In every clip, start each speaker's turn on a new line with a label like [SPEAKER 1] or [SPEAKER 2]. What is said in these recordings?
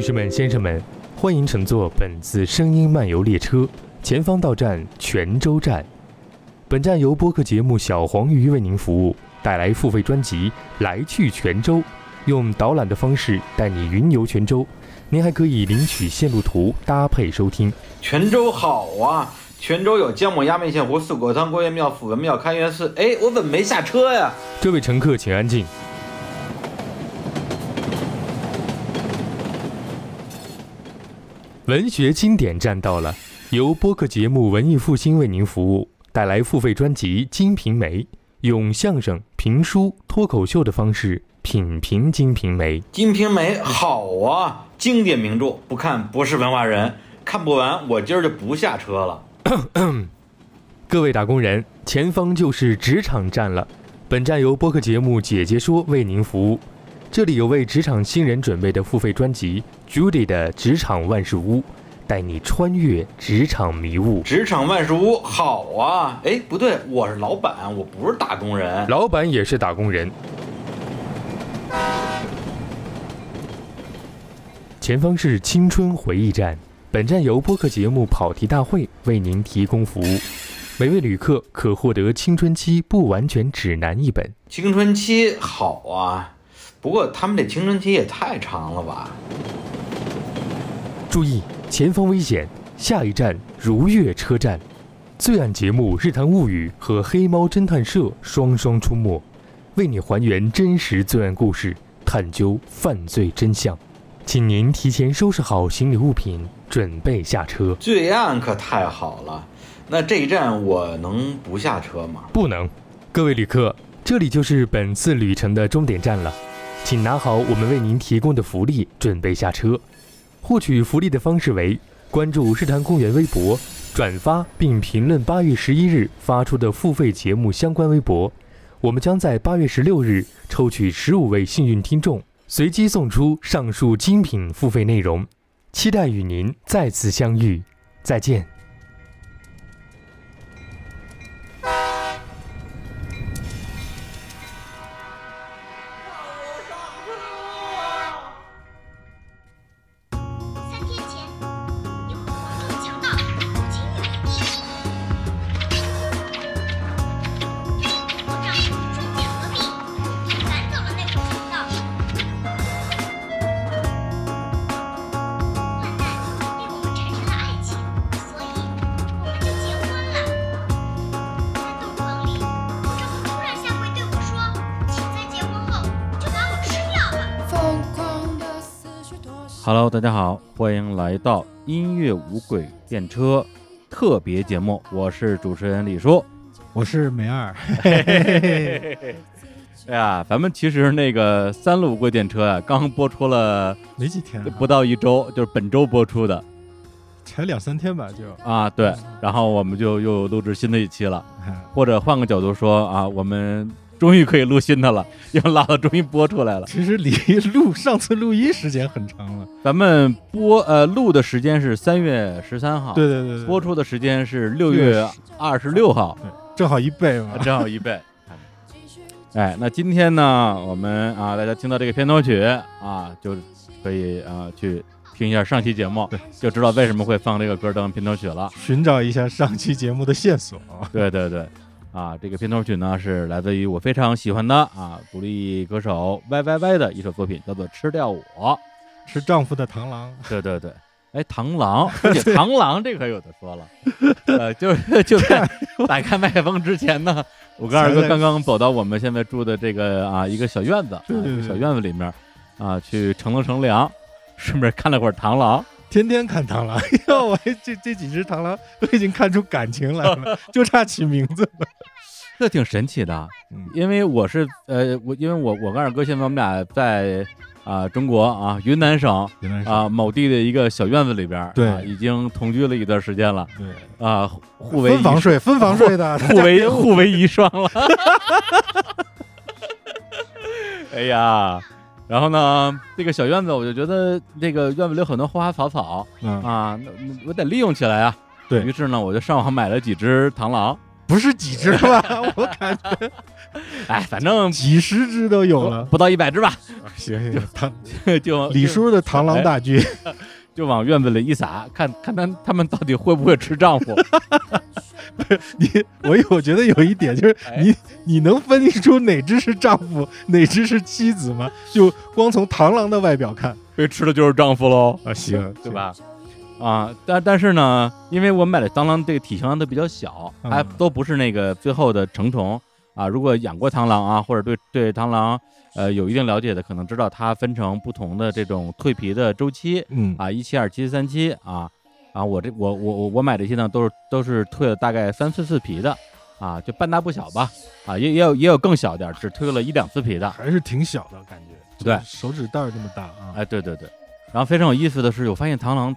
[SPEAKER 1] 士们、先生们，欢迎乘坐本次声音漫游列车，前方到站泉州站。本站由播客节目《小黄鱼》为您服务，带来付费专辑《来去泉州》，用导览的方式带你云游泉州。您还可以领取线路图搭配收听。
[SPEAKER 2] 泉州好啊！泉州有姜母鸭、面线糊、四果汤、关岳庙、府文庙、开元寺。哎，我怎么没下车呀？
[SPEAKER 1] 这位乘客，请安静。文学经典站到了，由播客节目《文艺复兴》为您服务，带来付费专辑《金瓶梅》，用相声、评书、脱口秀的方式品评《金瓶梅》。
[SPEAKER 2] 《金瓶梅》好啊，经典名著，不看不是文化人。看不完，我今儿就不下车了。
[SPEAKER 1] 各位打工人，前方就是职场站了。本站由播客节目《姐姐说》为您服务，这里有为职场新人准备的付费专辑《Judy 的职场万事屋》，带你穿越职场迷雾。
[SPEAKER 2] 职场万事屋好啊！哎，不对，我是老板，我不是打工人。
[SPEAKER 1] 老板也是打工人。前方是青春回忆站，本站由播客节目《跑题大会》为您提供服务，每位旅客可获得青春期不完全指南一本。
[SPEAKER 2] 青春期好啊，不过他们这青春期也太长了吧？
[SPEAKER 1] 注意，前方危险！下一站如月车站，罪案节目《日谈物语》和《黑猫侦探社》双双出没，为你还原真实罪案故事，探究犯罪真相。请您提前收拾好行李物品，准备下车。
[SPEAKER 2] 罪案可太好了。那这一站我能不下车吗？
[SPEAKER 1] 不能，各位旅客，这里就是本次旅程的终点站了，请拿好我们为您提供的福利，准备下车。获取福利的方式为：关注日坛公园微博，转发并评论八月十一日发出的付费节目相关微博。我们将在八月十六日抽取十五位幸运听众，随机送出上述精品付费内容。期待与您再次相遇，再见。
[SPEAKER 3] 三天前，有个活动强盗入侵你的地址。我让你中间合璧，赶走了那个强盗。患难令我们产生了爱情，所以我们就结婚了。在洞房里，我丈夫突然下跪对我说：“请在结婚后就把我吃掉吧。”
[SPEAKER 4] 疯狂的思绪多少
[SPEAKER 5] Hello，大家好，欢迎来到音乐无轨电车特别节目，我是主持人李叔。
[SPEAKER 6] 我是梅二，
[SPEAKER 5] 哎呀，咱们其实那个三路无轨电车啊，刚播出了
[SPEAKER 6] 没几天、啊，
[SPEAKER 5] 不到一周，就是本周播出的
[SPEAKER 6] 才两三天吧，就，
[SPEAKER 5] 啊，对。然后我们就又录制新的一期了，
[SPEAKER 6] 哎
[SPEAKER 5] 或者换个角度说啊，我们终于可以录新的了，因为老的终于播出来了。
[SPEAKER 6] 其实离录上次录音时间很长了。
[SPEAKER 5] 咱们播呃录的时间是三月十三号，
[SPEAKER 6] 对对对对，
[SPEAKER 5] 播出的时间是六月二十六号。
[SPEAKER 6] 正好一倍嘛。
[SPEAKER 5] 啊正好一倍。哎，那今天呢，我们啊，大家听到这个片头曲啊，就可以啊去听一下上期节目，就知道为什么会放这个歌当片头曲了。
[SPEAKER 6] 寻找一下上期节目的线索，
[SPEAKER 5] 对对对，啊，这个片头曲呢是来自于我非常喜欢的啊独立歌手 Y Y Y 的一首作品，叫做《吃掉我》。
[SPEAKER 6] 吃丈夫的螳螂，
[SPEAKER 5] 对对对。哎，螳螂，而且 螳螂这可有的说了， 呃，就是就在打开麦克风之前 呢，我跟二哥刚刚走到我们现在住的这个啊一个小院子，啊
[SPEAKER 6] 对对对
[SPEAKER 5] 这个小院子里面啊去乘了乘凉，顺便看了会儿螳螂，
[SPEAKER 6] 天天看螳螂。哟，哎我还这这几只螳螂都已经看出感情来 了，就差起名字了。
[SPEAKER 5] 这挺神奇的，
[SPEAKER 6] 嗯
[SPEAKER 5] 因为我是呃我因为我我跟二哥现在我们俩在啊、中国啊云南省
[SPEAKER 6] 原来是
[SPEAKER 5] 啊某地的一个小院子里边，
[SPEAKER 6] 对
[SPEAKER 5] 啊已经同居了一段时间了
[SPEAKER 6] 对，
[SPEAKER 5] 啊，互互为
[SPEAKER 6] 分房
[SPEAKER 5] 一
[SPEAKER 6] 睡，分房睡的，
[SPEAKER 5] 互 为互为遗孀了。 哎呀，然后呢，这个小院子我就觉得这个院子里有很多花花草草
[SPEAKER 6] 嗯，
[SPEAKER 5] 啊，那那我得利用起来啊。
[SPEAKER 6] 对
[SPEAKER 5] 于是呢，我就上网买了几只螳螂，
[SPEAKER 6] 不是几只 吧？我感觉
[SPEAKER 5] 哎，反正
[SPEAKER 6] 几十只都有了。
[SPEAKER 5] 不到一百只吧，
[SPEAKER 6] 行行行，螳
[SPEAKER 5] 就
[SPEAKER 6] 李
[SPEAKER 5] 就
[SPEAKER 6] 叔的螳螂大军，
[SPEAKER 5] 就往院子里一撒，看看他他们到底会不会吃丈 夫。
[SPEAKER 6] 你 我有觉得有一点就是
[SPEAKER 5] 哎
[SPEAKER 6] 你你能分析出哪只是丈夫，哪只是妻子吗？就光从螳螂的外表看
[SPEAKER 5] 被吃的就是丈夫喽，
[SPEAKER 6] 啊，行
[SPEAKER 5] 对？吧？啊，但但是呢，因为我们买的螳螂这个体型都比较小，
[SPEAKER 6] 嗯
[SPEAKER 5] 还都不是那个最后的成虫啊。如果养过螳螂啊，或者对对螳螂呃有一定了解的，可能知道它分成不同的这种蜕皮的周期
[SPEAKER 6] 嗯
[SPEAKER 5] 啊，一期、二期、三期啊啊。我这我我我我买这些呢，都是都是蜕了大概三四次皮的啊，就半大不小吧啊，也也有也有更小点儿，只蜕了一两次皮的。
[SPEAKER 6] 还是挺小的感觉，
[SPEAKER 5] 对
[SPEAKER 6] 就是手指袋儿这么大啊。
[SPEAKER 5] 哎，对对对。然后非常有意思的是，我发现螳螂，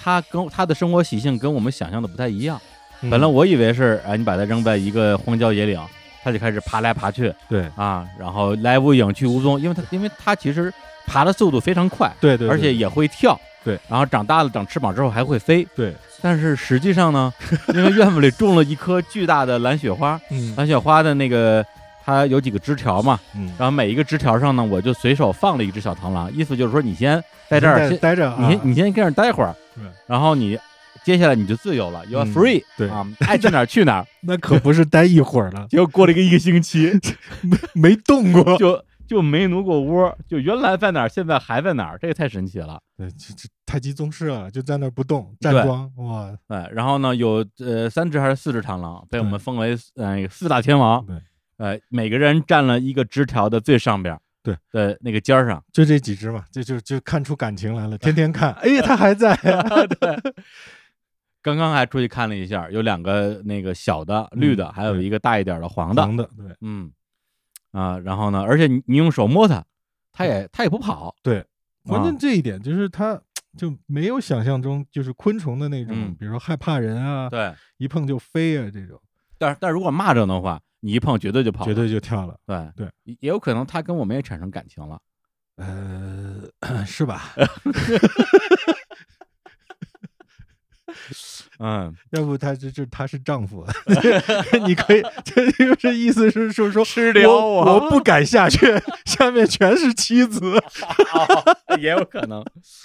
[SPEAKER 5] 它跟它的生活习性跟我们想象的不太一样。
[SPEAKER 6] 嗯
[SPEAKER 5] 本来我以为是，哎，你把它扔在一个荒郊野岭，它就开始爬来爬去
[SPEAKER 6] 对
[SPEAKER 5] 啊，然后来无影去无踪，因为它因为它其实爬的速度非常快，
[SPEAKER 6] 对对，
[SPEAKER 5] 而且
[SPEAKER 6] 对
[SPEAKER 5] 也会跳。
[SPEAKER 6] 对，
[SPEAKER 5] 然后长大了长翅膀之后还会飞。
[SPEAKER 6] 对，
[SPEAKER 5] 但是实际上 呢，因为院子里种了一棵巨大的蓝雪花，
[SPEAKER 6] 嗯
[SPEAKER 5] 蓝雪花的那个它有几个枝条嘛，
[SPEAKER 6] 嗯，
[SPEAKER 5] 然后每一个枝条上呢，我就随手放了一只小螳螂，意思就是说你先在这儿
[SPEAKER 6] 待
[SPEAKER 5] 先，
[SPEAKER 6] 待着啊，
[SPEAKER 5] 你先你先跟这儿待会儿
[SPEAKER 6] 对，
[SPEAKER 5] 然后你接下来你就自由了，you are free，、
[SPEAKER 6] 嗯对
[SPEAKER 5] 啊，爱去哪儿去哪儿。
[SPEAKER 6] 那可不是待一会儿了，
[SPEAKER 5] 结果过了一个一个星期，
[SPEAKER 6] 没动过。
[SPEAKER 5] 就就没挪过窝，就原来在哪儿，现在还在哪儿，这个太神奇了。
[SPEAKER 6] 对，这这太极宗师了，就在那儿不动，站
[SPEAKER 5] 对
[SPEAKER 6] 桩哇，
[SPEAKER 5] 哎，然后呢，有呃三只还是四只螳螂被我们
[SPEAKER 6] 对
[SPEAKER 5] 封为呃四大天王，
[SPEAKER 6] 对，
[SPEAKER 5] 呃每个人占了一个枝条的最上边儿，
[SPEAKER 6] 对
[SPEAKER 5] 的那个尖儿上。
[SPEAKER 6] 就这几只嘛，这就就看出感情来了，天 天看，哎，它还在，
[SPEAKER 5] 刚刚还出去看了一下，有两个那个小的绿的，还有
[SPEAKER 6] 嗯对
[SPEAKER 5] 一个大一点的黄的，
[SPEAKER 6] 黄的，对
[SPEAKER 5] 嗯啊、然后呢，而且你你用手摸它，它也它也不跑，
[SPEAKER 6] 对。关
[SPEAKER 5] 啊
[SPEAKER 6] 键这一点就是它就没有想象中就是昆虫的那种
[SPEAKER 5] 嗯，
[SPEAKER 6] 比如说害怕人啊，
[SPEAKER 5] 对。
[SPEAKER 6] 一碰就飞啊这种，
[SPEAKER 5] 但是但是如果蚂蚱的话，你一碰绝对就跑了，
[SPEAKER 6] 绝对就跳了。
[SPEAKER 5] 对
[SPEAKER 6] 对，
[SPEAKER 5] 也也有可能它跟我们也产生感情了。
[SPEAKER 6] 呃， 是 吧？
[SPEAKER 5] 嗯，
[SPEAKER 6] 要不他这这他是丈夫， 你可以， 这就是意思是说说
[SPEAKER 5] 吃啊
[SPEAKER 6] 我我不敢下去， 下面全是妻子。
[SPEAKER 5] 哦，也有可 能，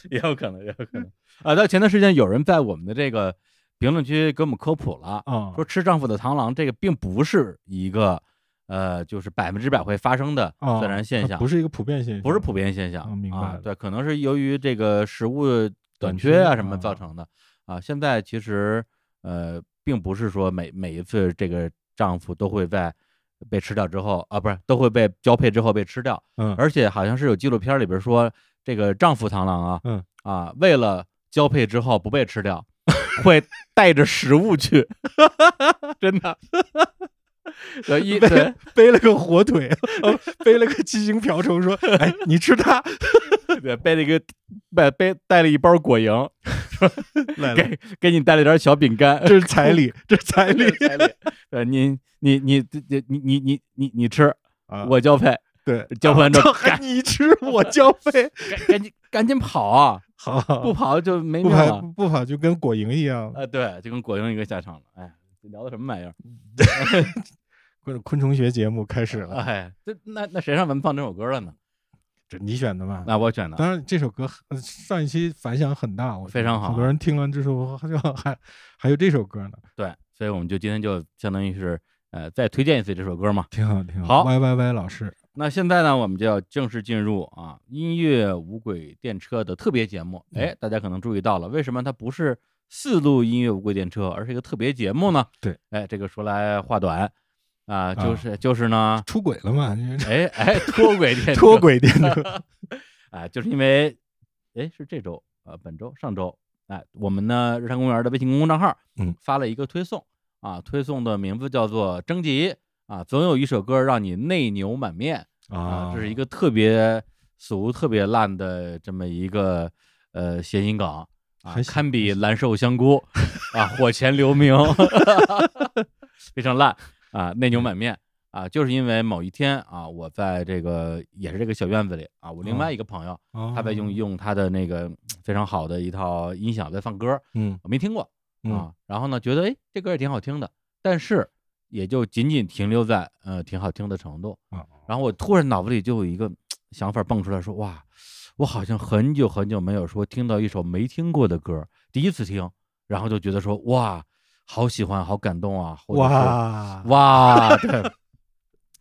[SPEAKER 5] 也有可能，也有可能啊！到前段时间，有人在我们的这个评论区给我们科普了，
[SPEAKER 6] 啊
[SPEAKER 5] 说吃丈夫的螳螂这个并不是一个呃，就是百分之百会发生的
[SPEAKER 6] 啊，
[SPEAKER 5] 自然现
[SPEAKER 6] 它
[SPEAKER 5] 象，
[SPEAKER 6] 不是一个普遍现象，
[SPEAKER 5] 不是普遍现象
[SPEAKER 6] 啊明白
[SPEAKER 5] 啊
[SPEAKER 6] 了。
[SPEAKER 5] 对，可能是由于这个食物短
[SPEAKER 6] 短
[SPEAKER 5] 缺啊
[SPEAKER 6] 缺
[SPEAKER 5] 什么
[SPEAKER 6] 啊
[SPEAKER 5] 造成的啊。现在其实呃，并不是说每每一次这个丈夫都会在被吃掉之后啊，不是都会被交配之后被吃掉，
[SPEAKER 6] 嗯，
[SPEAKER 5] 而且好像是有纪录片里边说，这个丈夫螳螂啊，
[SPEAKER 6] 嗯
[SPEAKER 5] 啊，为了交配之后不被吃掉，会带着食物 去，真的。对， 一对
[SPEAKER 6] 背了个火腿， 呃背了个七星瓢虫，说：“哎，你吃它。
[SPEAKER 5] 对，背了一个背背带了一包果蝇，
[SPEAKER 6] 来了，
[SPEAKER 5] 给给你带了点小饼干，
[SPEAKER 6] 这是彩 礼，这是彩礼
[SPEAKER 5] 对你你你你你你你你你吃，
[SPEAKER 6] 啊！
[SPEAKER 5] 我交配，
[SPEAKER 6] 对
[SPEAKER 5] 交换着
[SPEAKER 6] 啊还你吃，我交费。
[SPEAKER 5] 赶赶紧赶紧跑啊，
[SPEAKER 6] 好，
[SPEAKER 5] 不跑就没
[SPEAKER 6] 不
[SPEAKER 5] 命
[SPEAKER 6] 跑
[SPEAKER 5] 了。
[SPEAKER 6] 不跑就跟果蝇一样，
[SPEAKER 5] 啊，对，就跟果蝇一个下场了。哎，这聊的什么玩意 儿？
[SPEAKER 6] 昆昆虫学节目开始了，
[SPEAKER 5] 哎，这那那谁让咱们放这首歌了呢？
[SPEAKER 6] 这你选的吧？
[SPEAKER 5] 那我选的。啊
[SPEAKER 6] 当然，这首歌呃上一期反响很大，我觉得
[SPEAKER 5] 非常好
[SPEAKER 6] 很多人听完之后还还还有这首歌呢，
[SPEAKER 5] 对，所以我们就今天就相当于是呃再推荐一次这首歌嘛。
[SPEAKER 6] 挺好，挺
[SPEAKER 5] 好
[SPEAKER 6] Y Y Y 老师，
[SPEAKER 5] 那现在呢，我们就要正式进入啊音乐无轨电车的特别节目。
[SPEAKER 6] 嗯
[SPEAKER 5] 哎，大家可能注意到了，为什么它不是四路音乐无轨电车，而是一个特别节目呢？
[SPEAKER 6] 对，
[SPEAKER 5] 哎，这个说来话短啊，就
[SPEAKER 6] 啊，
[SPEAKER 5] 是就是呢
[SPEAKER 6] 出轨了嘛？你这
[SPEAKER 5] 哎哎，脱轨电车，
[SPEAKER 6] 脱轨电车。
[SPEAKER 5] 哎，就是因为，哎，是这周啊，本周上周，哎，我们呢日坛公园的微信公众账号，
[SPEAKER 6] 嗯，
[SPEAKER 5] 发了一个推送啊，推送的名字叫做“征集”啊，总有一首歌让你内牛满面啊，这是一个特别俗、特别烂的这么一个呃谐音梗啊
[SPEAKER 6] 还，行
[SPEAKER 5] 堪比蓝瘦香菇啊，火前留名， 非常烂啊，内牛满面。啊，就是因为某一天啊，我在这个也是这个小院子里啊，我另
[SPEAKER 6] 哦
[SPEAKER 5] 外一个朋友，
[SPEAKER 6] 哦
[SPEAKER 5] 他在用用他的那个嗯非常好的一套音响在放歌，
[SPEAKER 6] 嗯
[SPEAKER 5] 我没听过
[SPEAKER 6] 嗯
[SPEAKER 5] 啊。然后呢，觉得哎，这歌也挺好听的，但是也就仅仅停留在呃挺好听的程度
[SPEAKER 6] 啊。
[SPEAKER 5] 然后我突然脑子里就有一个嗯想法蹦出来说，哇，我好像很久很久没有说听到一首没听过的歌，第一次听，然后就觉得说哇，好喜欢，好感动啊，或者是
[SPEAKER 6] 哇，
[SPEAKER 5] 哇，对，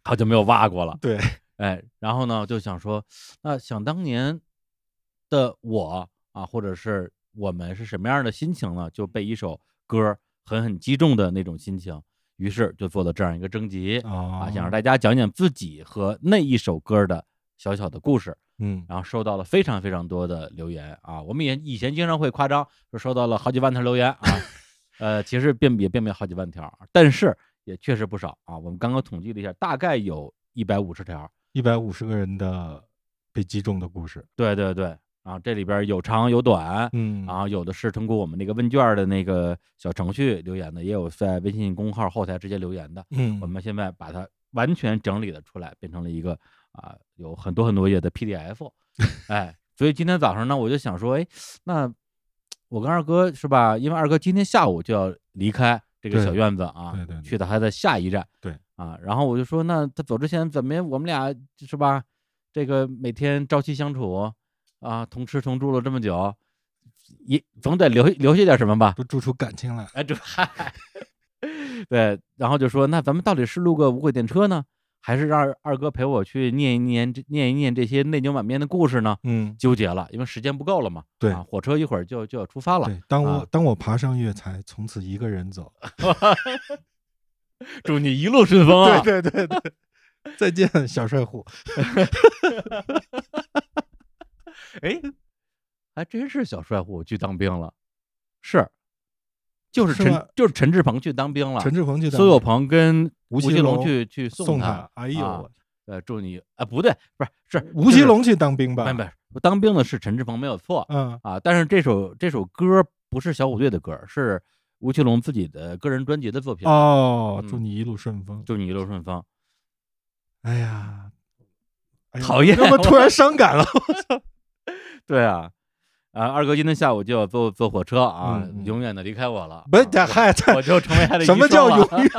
[SPEAKER 5] 好久没有哇 过了。
[SPEAKER 6] 对，
[SPEAKER 5] 哎，然后呢，就想说，那想当年的我啊，或者是我们是什么样的心情呢？就被一首歌儿狠狠击中的那种心情，于是就做了这样一个征集
[SPEAKER 6] 啊
[SPEAKER 5] 啊，想让大家讲讲自己和那一首歌儿的小小的故事。
[SPEAKER 6] 嗯
[SPEAKER 5] 然后收到了非常非常多的留言啊，我们也以前经常会夸张说收到了好几万条留言啊，呃，其实并也并没有好几万条，但是也确实不少啊。我们刚刚统计了一下，大概有一百五十条。
[SPEAKER 6] 一百五十个人的被击中的故事，
[SPEAKER 5] 对对对，啊，这里边有长有短，
[SPEAKER 6] 嗯
[SPEAKER 5] 然后有的是通过我们那个问卷的那个小程序留言的，也有在微信公号后台直接留言的。
[SPEAKER 6] 嗯
[SPEAKER 5] 我们现在把它完全整理了出来，变成了一个啊、有很多很多页的 PDF。哎， 所以今天早上呢，我就想说，哎，那我跟二哥是吧？因为二哥今天下午就要离开这个
[SPEAKER 6] 对
[SPEAKER 5] 小院子啊，
[SPEAKER 6] 对对对
[SPEAKER 5] 去到他的下一站。
[SPEAKER 6] 对
[SPEAKER 5] 啊，然后我就说，那他走之前怎么我们俩是吧？这个每天朝夕相处啊，同吃同住了这么久，也总得留留下点什么吧？
[SPEAKER 6] 都住出感情来了，
[SPEAKER 5] 哎，这 对，然后就说那咱们到底是录个无轨电车呢，还是让二哥陪我去念一念这念一念这些内牛满面的故事呢？
[SPEAKER 6] 嗯，
[SPEAKER 5] 纠结了，因为时间不够了嘛。
[SPEAKER 6] 对
[SPEAKER 5] 啊，火车一会儿就就要出发了。
[SPEAKER 6] 对，当我、
[SPEAKER 5] 啊
[SPEAKER 6] 当我爬上月台，从此一个 人走，
[SPEAKER 5] 祝你一路顺风啊
[SPEAKER 6] 对对对对，再见小帅 虎，
[SPEAKER 5] 哎，还真是小帅虎去当兵了，是，就是
[SPEAKER 6] 是
[SPEAKER 5] 陈
[SPEAKER 6] 吗
[SPEAKER 5] 就是陈志朋去当兵了，
[SPEAKER 6] 陈志朋去当
[SPEAKER 5] 苏有
[SPEAKER 6] 兵
[SPEAKER 5] 朋跟
[SPEAKER 6] 吴奇
[SPEAKER 5] 奇隆
[SPEAKER 6] 隆
[SPEAKER 5] 去去送
[SPEAKER 6] 送他，哎呦
[SPEAKER 5] 啊
[SPEAKER 6] 我，
[SPEAKER 5] 呃，祝你啊，不对，不是是
[SPEAKER 6] 吴
[SPEAKER 5] 就
[SPEAKER 6] 奇
[SPEAKER 5] 是
[SPEAKER 6] 隆去当兵
[SPEAKER 5] 不
[SPEAKER 6] 吧，
[SPEAKER 5] 是不是，当兵的是陈志朋没有错
[SPEAKER 6] 嗯，
[SPEAKER 5] 啊，但是这首这首歌不是小虎队的歌，是吴奇隆自己的个人专辑的作品。
[SPEAKER 6] 哦，祝
[SPEAKER 5] 嗯
[SPEAKER 6] 你一路顺风，
[SPEAKER 5] 祝你一路顺风，
[SPEAKER 6] 哎呀，哎呀
[SPEAKER 5] 讨厌
[SPEAKER 6] 要不突然伤感了，
[SPEAKER 5] 对啊，啊，二哥今天下午就要坐坐火车啊，
[SPEAKER 6] 嗯嗯
[SPEAKER 5] 永远的离开我了。
[SPEAKER 6] 不是，
[SPEAKER 5] 啊
[SPEAKER 6] 嗨，
[SPEAKER 5] 我就成为他的
[SPEAKER 6] 什
[SPEAKER 5] 遗
[SPEAKER 6] 么
[SPEAKER 5] 孀
[SPEAKER 6] 叫
[SPEAKER 5] 了
[SPEAKER 6] 永远？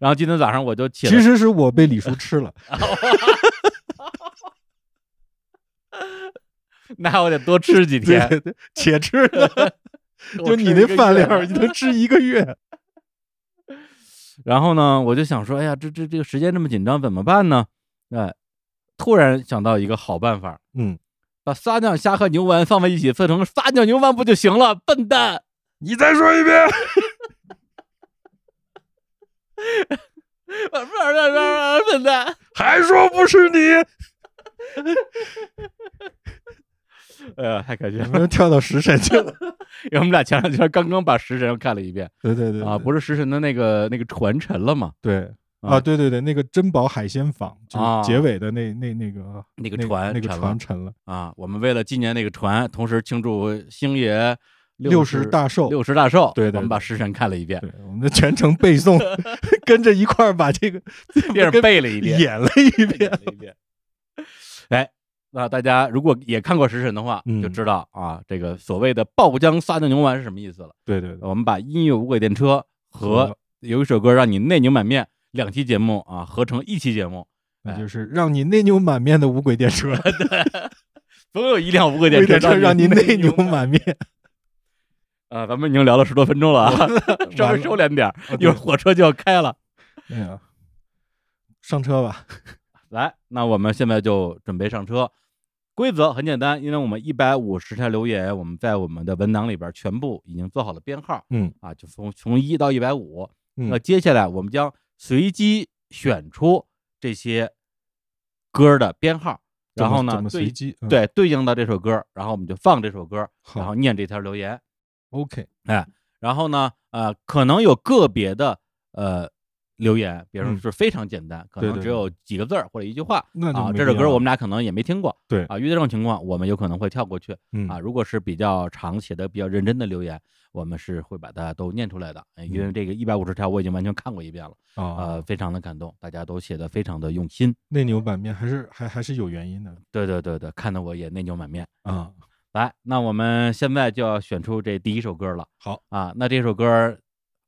[SPEAKER 5] 然后今天早上我就起来，
[SPEAKER 6] 其实是我被李叔吃了，
[SPEAKER 5] 啊那我得多吃几
[SPEAKER 6] 对
[SPEAKER 5] 天，
[SPEAKER 6] 对对，且吃呢，
[SPEAKER 5] 我吃
[SPEAKER 6] 就你
[SPEAKER 5] 一
[SPEAKER 6] 那
[SPEAKER 5] 个
[SPEAKER 6] 饭
[SPEAKER 5] 月
[SPEAKER 6] 量儿，你能吃一个 月，
[SPEAKER 5] 然后呢，我就想说，哎呀，这这这个时间这么紧张，怎么办呢？哎，突然想到一个好办法，
[SPEAKER 6] 嗯，
[SPEAKER 5] 把撒尿虾和牛丸放在一起，做成撒尿牛丸不就行了？笨蛋！
[SPEAKER 6] 你再说一遍，
[SPEAKER 5] 笨蛋！
[SPEAKER 6] 还说不是你，
[SPEAKER 5] 哎呀，太可惜
[SPEAKER 6] 有
[SPEAKER 5] 了，
[SPEAKER 6] 没有跳到食神 去了？
[SPEAKER 5] 因为我们俩前两天刚刚把《食神》又看了一遍
[SPEAKER 6] 对对对
[SPEAKER 5] 啊，不是《食神》的那个那个传承了嘛？
[SPEAKER 6] 对
[SPEAKER 5] 啊
[SPEAKER 6] 啊，对对对，那个珍宝海鲜坊就是
[SPEAKER 5] 啊
[SPEAKER 6] 结尾的那那那个
[SPEAKER 5] 那个
[SPEAKER 6] 那
[SPEAKER 5] 船
[SPEAKER 6] 那个
[SPEAKER 5] 沉了
[SPEAKER 6] 船沉了，
[SPEAKER 5] 啊，我们为了纪念那个船，同时庆祝星爷
[SPEAKER 6] 60大寿
[SPEAKER 5] 六十大寿，
[SPEAKER 6] 对对对
[SPEAKER 5] 我们把《食神》看了一遍，
[SPEAKER 6] 对，我们的全程 背诵，跟着一块儿把这个
[SPEAKER 5] 电影背了一遍，
[SPEAKER 6] 演了一
[SPEAKER 5] 演
[SPEAKER 6] 遍
[SPEAKER 5] 了，一遍。哎，那大家如果也看过《食神》的话，
[SPEAKER 6] 嗯
[SPEAKER 5] 就知道啊，这个所谓的“爆浆撒尿牛丸”是什么意思了。
[SPEAKER 6] 对对对，
[SPEAKER 5] 我们把音乐无轨电车和
[SPEAKER 6] 和
[SPEAKER 5] 有一首歌让你内牛满面两期节目啊合成一期节目，哎
[SPEAKER 6] 那就是让你内牛满面的无轨电车，
[SPEAKER 5] 总有 一辆无轨
[SPEAKER 6] 无轨
[SPEAKER 5] 电车
[SPEAKER 6] 电车让你内牛
[SPEAKER 5] 牛满
[SPEAKER 6] 满面，
[SPEAKER 5] 啊！咱们已经聊了十多分钟了 啊，稍微收敛点儿，一
[SPEAKER 6] 哦对
[SPEAKER 5] 会儿火车就要开了。
[SPEAKER 6] 哎呀，上车吧，
[SPEAKER 5] 来，那我们现在就准备上车。规则很简单，因为我们一百五十条留言，我们在我们的文档里边全部已经做好了编号
[SPEAKER 6] 嗯
[SPEAKER 5] 啊，就从从一到一百五。
[SPEAKER 6] 嗯
[SPEAKER 5] 那接下来我们将随机选出这些歌的编号，然后
[SPEAKER 6] 怎
[SPEAKER 5] 呢
[SPEAKER 6] 么，随
[SPEAKER 5] 对
[SPEAKER 6] 机？嗯
[SPEAKER 5] 对对应到这首歌，然后我们就放这首歌，然
[SPEAKER 6] 好
[SPEAKER 5] 后念这条留言。
[SPEAKER 6] ，OK，
[SPEAKER 5] 哎然后呢，呃，可能有个别的呃留言，比如说
[SPEAKER 6] 嗯
[SPEAKER 5] 是非常简单，可
[SPEAKER 6] 对
[SPEAKER 5] 能
[SPEAKER 6] 对
[SPEAKER 5] 只
[SPEAKER 6] 对
[SPEAKER 5] 有几个字儿或者一句话。
[SPEAKER 6] 那就
[SPEAKER 5] 啊，
[SPEAKER 6] 没
[SPEAKER 5] 这首
[SPEAKER 6] 必
[SPEAKER 5] 歌
[SPEAKER 6] 要
[SPEAKER 5] 我
[SPEAKER 6] 了
[SPEAKER 5] 们俩可能也没听过。
[SPEAKER 6] 对
[SPEAKER 5] 啊，遇到这种情况，我们有可能会跳过去
[SPEAKER 6] 嗯
[SPEAKER 5] 啊。如果是比较长写的、比较认真的留言，我们是会把它都念出来的。哎
[SPEAKER 6] 嗯
[SPEAKER 5] 因为这个一百五十条我已经完全看过一遍了，
[SPEAKER 6] 啊
[SPEAKER 5] 呃，，非常的感动，大家都写的非常的用心。
[SPEAKER 6] 内牛满面还是还还是有原因的
[SPEAKER 5] 对对对对，看得我也内牛满面。嗯
[SPEAKER 6] 啊，
[SPEAKER 5] 来，那我们现在就要选出这第一首歌了。
[SPEAKER 6] 好
[SPEAKER 5] 啊，那这首歌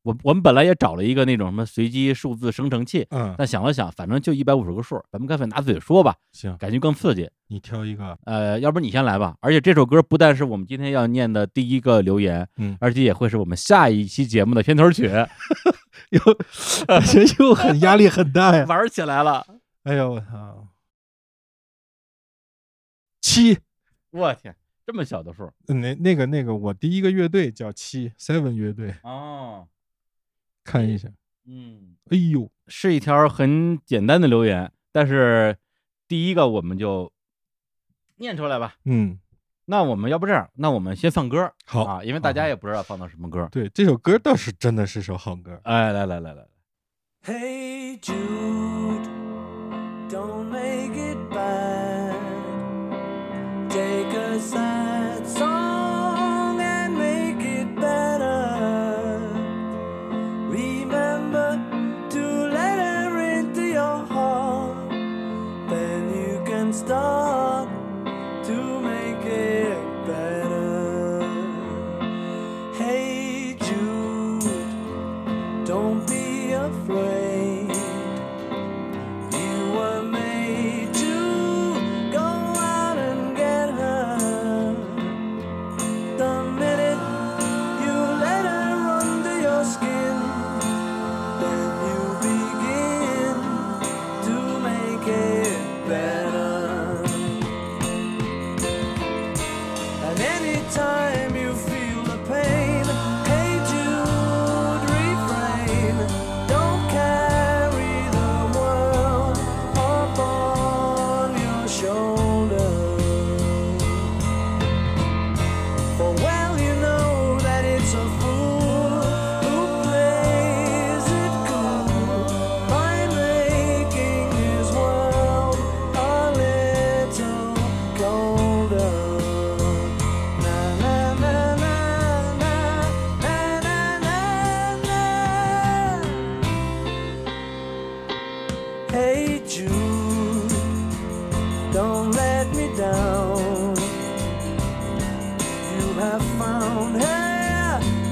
[SPEAKER 5] 我我们本来也找了一个那种什么随机数字生成器，
[SPEAKER 6] 嗯，
[SPEAKER 5] 但想了想，反正就一百五十个数，咱们干脆拿嘴说吧，
[SPEAKER 6] 行，
[SPEAKER 5] 感觉更刺激。
[SPEAKER 6] 你挑一个，
[SPEAKER 5] 呃，要不你先来吧。而且这首歌不但是我们今天要念的第一个留言，
[SPEAKER 6] 嗯
[SPEAKER 5] 而且也会是我们下一期节目的片头 曲，
[SPEAKER 6] 又呃这又很压力很大呀。
[SPEAKER 5] 玩起来了。
[SPEAKER 6] 哎呦我操，七，
[SPEAKER 5] 我天，这么小的数
[SPEAKER 6] 那那个那个，我第一个乐队叫七 Seven 乐队，
[SPEAKER 5] 哦，
[SPEAKER 6] 看一下，
[SPEAKER 5] 嗯，
[SPEAKER 6] 哎呦，
[SPEAKER 5] 是一条很简单的留言，但是第一个我们就念出来吧。
[SPEAKER 6] 嗯，
[SPEAKER 5] 那我们要不这样，那我们先放歌
[SPEAKER 6] 好
[SPEAKER 5] 啊，因为大家
[SPEAKER 6] 好
[SPEAKER 5] 也不知道放的什么歌。
[SPEAKER 6] 对，这首歌倒是真的是首好歌。
[SPEAKER 5] 哎，来来来来，
[SPEAKER 7] Hey Jude, don't make it bad. Take a sad song and make it better. Remember to let her into your heart. Then you can start to make it better. Hey Jude. Don't be afraid. You were made to go out and get her. The minute you let her under your skin, then you begin to make it better. And anytime you feel the pain, hey Jude, refrain. Don't carry the world upon your shoulders. For well you know that it's a fool who plays it cool by making his world a little colder. Na na na na na na na na. Hey Jude, don't let me down. You have found her.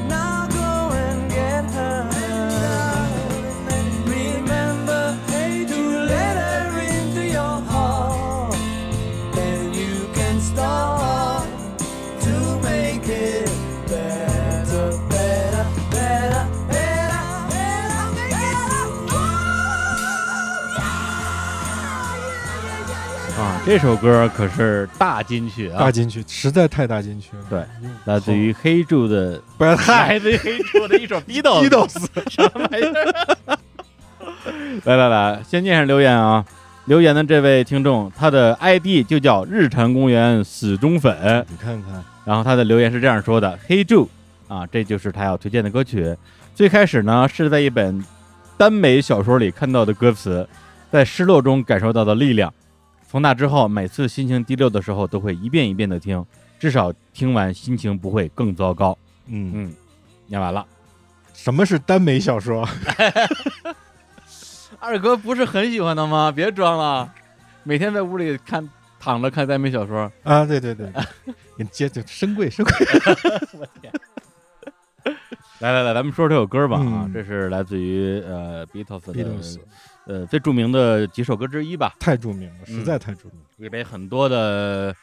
[SPEAKER 7] Now go and get her. Remember to let her into your heart. Then you can start to make it better, better, better, better, better, better.
[SPEAKER 5] 啊，这首歌可是大金曲啊
[SPEAKER 6] 大，金曲实在太大金曲了，嗯
[SPEAKER 5] 对，来自于黑柱的，
[SPEAKER 6] 不是嗨，
[SPEAKER 5] 来自于黑柱的一首 Beatles，
[SPEAKER 6] Beatles
[SPEAKER 5] 什么玩意 儿？ 来来来，先念上留言啊。留言的这位听众，他的 ID 就叫日坛公园死忠粉。
[SPEAKER 6] 你看看，
[SPEAKER 5] 然后他的留言是这样说的：“黑柱啊，这就是他要推荐的歌曲。最开始呢，是在一本耽美小说里看到的歌词，在失落中感受到的力量。从那之后，每次心情低落的时候，都会一遍一遍的听，至少听完心情不会更糟糕。”
[SPEAKER 6] 嗯，
[SPEAKER 5] 嗯，念完了。
[SPEAKER 6] 什么是耽美小说？
[SPEAKER 5] 二哥不是很喜欢的吗？别装了，每天在屋里看躺着看耽美小说。
[SPEAKER 6] 啊，对对对，你接着深贵深贵，
[SPEAKER 5] 来来来，咱们说说这首歌吧啊，
[SPEAKER 6] 嗯
[SPEAKER 5] 这是来自于呃 Beatles 的
[SPEAKER 6] Beatles
[SPEAKER 5] 呃最著名的几首歌之一吧。嗯
[SPEAKER 6] 太著名了，实在太著名了。
[SPEAKER 5] 也被很多的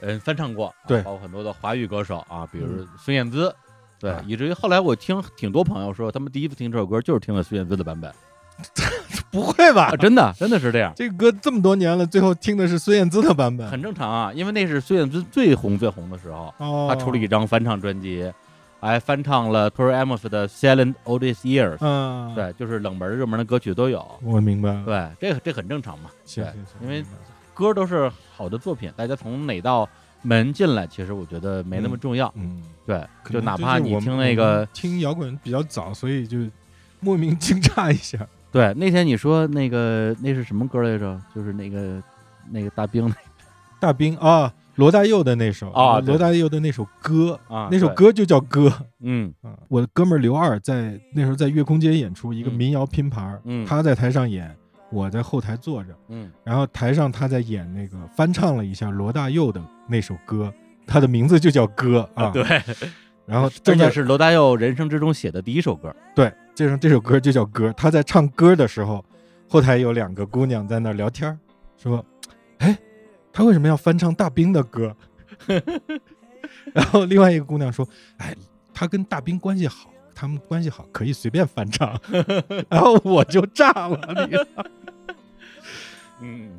[SPEAKER 5] 人翻唱过，啊
[SPEAKER 6] 对
[SPEAKER 5] 包括很多的华语歌手啊，比如
[SPEAKER 6] 嗯
[SPEAKER 5] 孙燕姿，对
[SPEAKER 6] 啊，
[SPEAKER 5] 以至于后来我听挺多朋友说，他们第一次听这首歌就是听了孙燕姿的 版本
[SPEAKER 6] 不会吧
[SPEAKER 5] 啊，？真的真的是这样，
[SPEAKER 6] 这个歌这么多年了，最后听的是孙燕姿的版本。
[SPEAKER 5] 很正常啊，因为那是孙燕姿最红最红的时候，
[SPEAKER 6] 哦，
[SPEAKER 5] 她出了一张翻唱专辑，还翻唱了 Tori Amos 的《Silent All These Years》，
[SPEAKER 6] 嗯，，
[SPEAKER 5] 对，就是冷门热门的歌曲都有，
[SPEAKER 6] 我明白了。
[SPEAKER 5] 对，这个这很正常嘛，
[SPEAKER 6] 行
[SPEAKER 5] 对
[SPEAKER 6] 行行，
[SPEAKER 5] 因为
[SPEAKER 6] 明白了
[SPEAKER 5] 歌都是好的作品，大家从哪道门进来，其实我觉得没那么重要。
[SPEAKER 6] 嗯，
[SPEAKER 5] 对，
[SPEAKER 6] 可
[SPEAKER 5] 就
[SPEAKER 6] 能
[SPEAKER 5] 哪怕
[SPEAKER 6] 是
[SPEAKER 5] 你
[SPEAKER 6] 我们
[SPEAKER 5] 听
[SPEAKER 6] 我
[SPEAKER 5] 那
[SPEAKER 6] 们
[SPEAKER 5] 个，
[SPEAKER 6] 听摇滚比较早，所以就莫名惊诧一下。
[SPEAKER 5] 对，那天你说那个那是什么歌来着？就是那个那个大兵
[SPEAKER 6] 大兵啊，罗大佑的那首
[SPEAKER 5] 啊对
[SPEAKER 6] 罗大佑的那首歌，
[SPEAKER 5] 啊
[SPEAKER 6] 那首，歌就叫歌。
[SPEAKER 5] 嗯
[SPEAKER 6] 啊，我的哥们儿刘二在那时候在月空街演出，一个
[SPEAKER 5] 嗯
[SPEAKER 6] 民谣拼盘儿，
[SPEAKER 5] 嗯
[SPEAKER 6] 他在台上演，我在后台坐着，
[SPEAKER 5] 嗯，
[SPEAKER 6] 然后台上他在演那个翻唱了一下罗大佑的那首歌，他的名字就叫歌啊，
[SPEAKER 5] 对，
[SPEAKER 6] 然后
[SPEAKER 5] 这
[SPEAKER 6] 正在
[SPEAKER 5] 也是罗大佑人生之中写的第一首 歌，
[SPEAKER 6] 对，这首这首歌就叫歌。他在唱歌的时候，后台有两个姑娘在那儿聊天儿，说：“哎，他为什么要翻唱大兵的歌？” 然后另外一个姑娘说：“哎，他跟大兵关系好，他们关系好，可以随便 翻唱。”然后我就炸了，你
[SPEAKER 5] 嗯，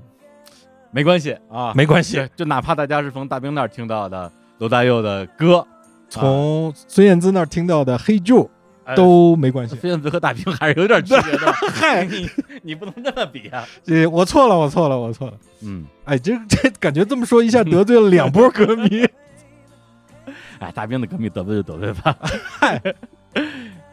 [SPEAKER 5] 没关系啊，
[SPEAKER 6] 没关系
[SPEAKER 5] 对就哪怕大家是从大兵那儿听到的罗大佑的歌，
[SPEAKER 6] 从孙燕姿那儿听到的《黑旧》
[SPEAKER 5] 哎
[SPEAKER 6] 都没关系。
[SPEAKER 5] 孙燕姿和大兵还是有点区别的，
[SPEAKER 6] 嗨
[SPEAKER 5] 你你不能这么比啊，
[SPEAKER 6] 这呃我错了，我错了，我错了。
[SPEAKER 5] 嗯，
[SPEAKER 6] 哎，这这感觉这么说一下得罪了两波歌迷。
[SPEAKER 5] 哎，大兵的歌迷得罪就得罪吧，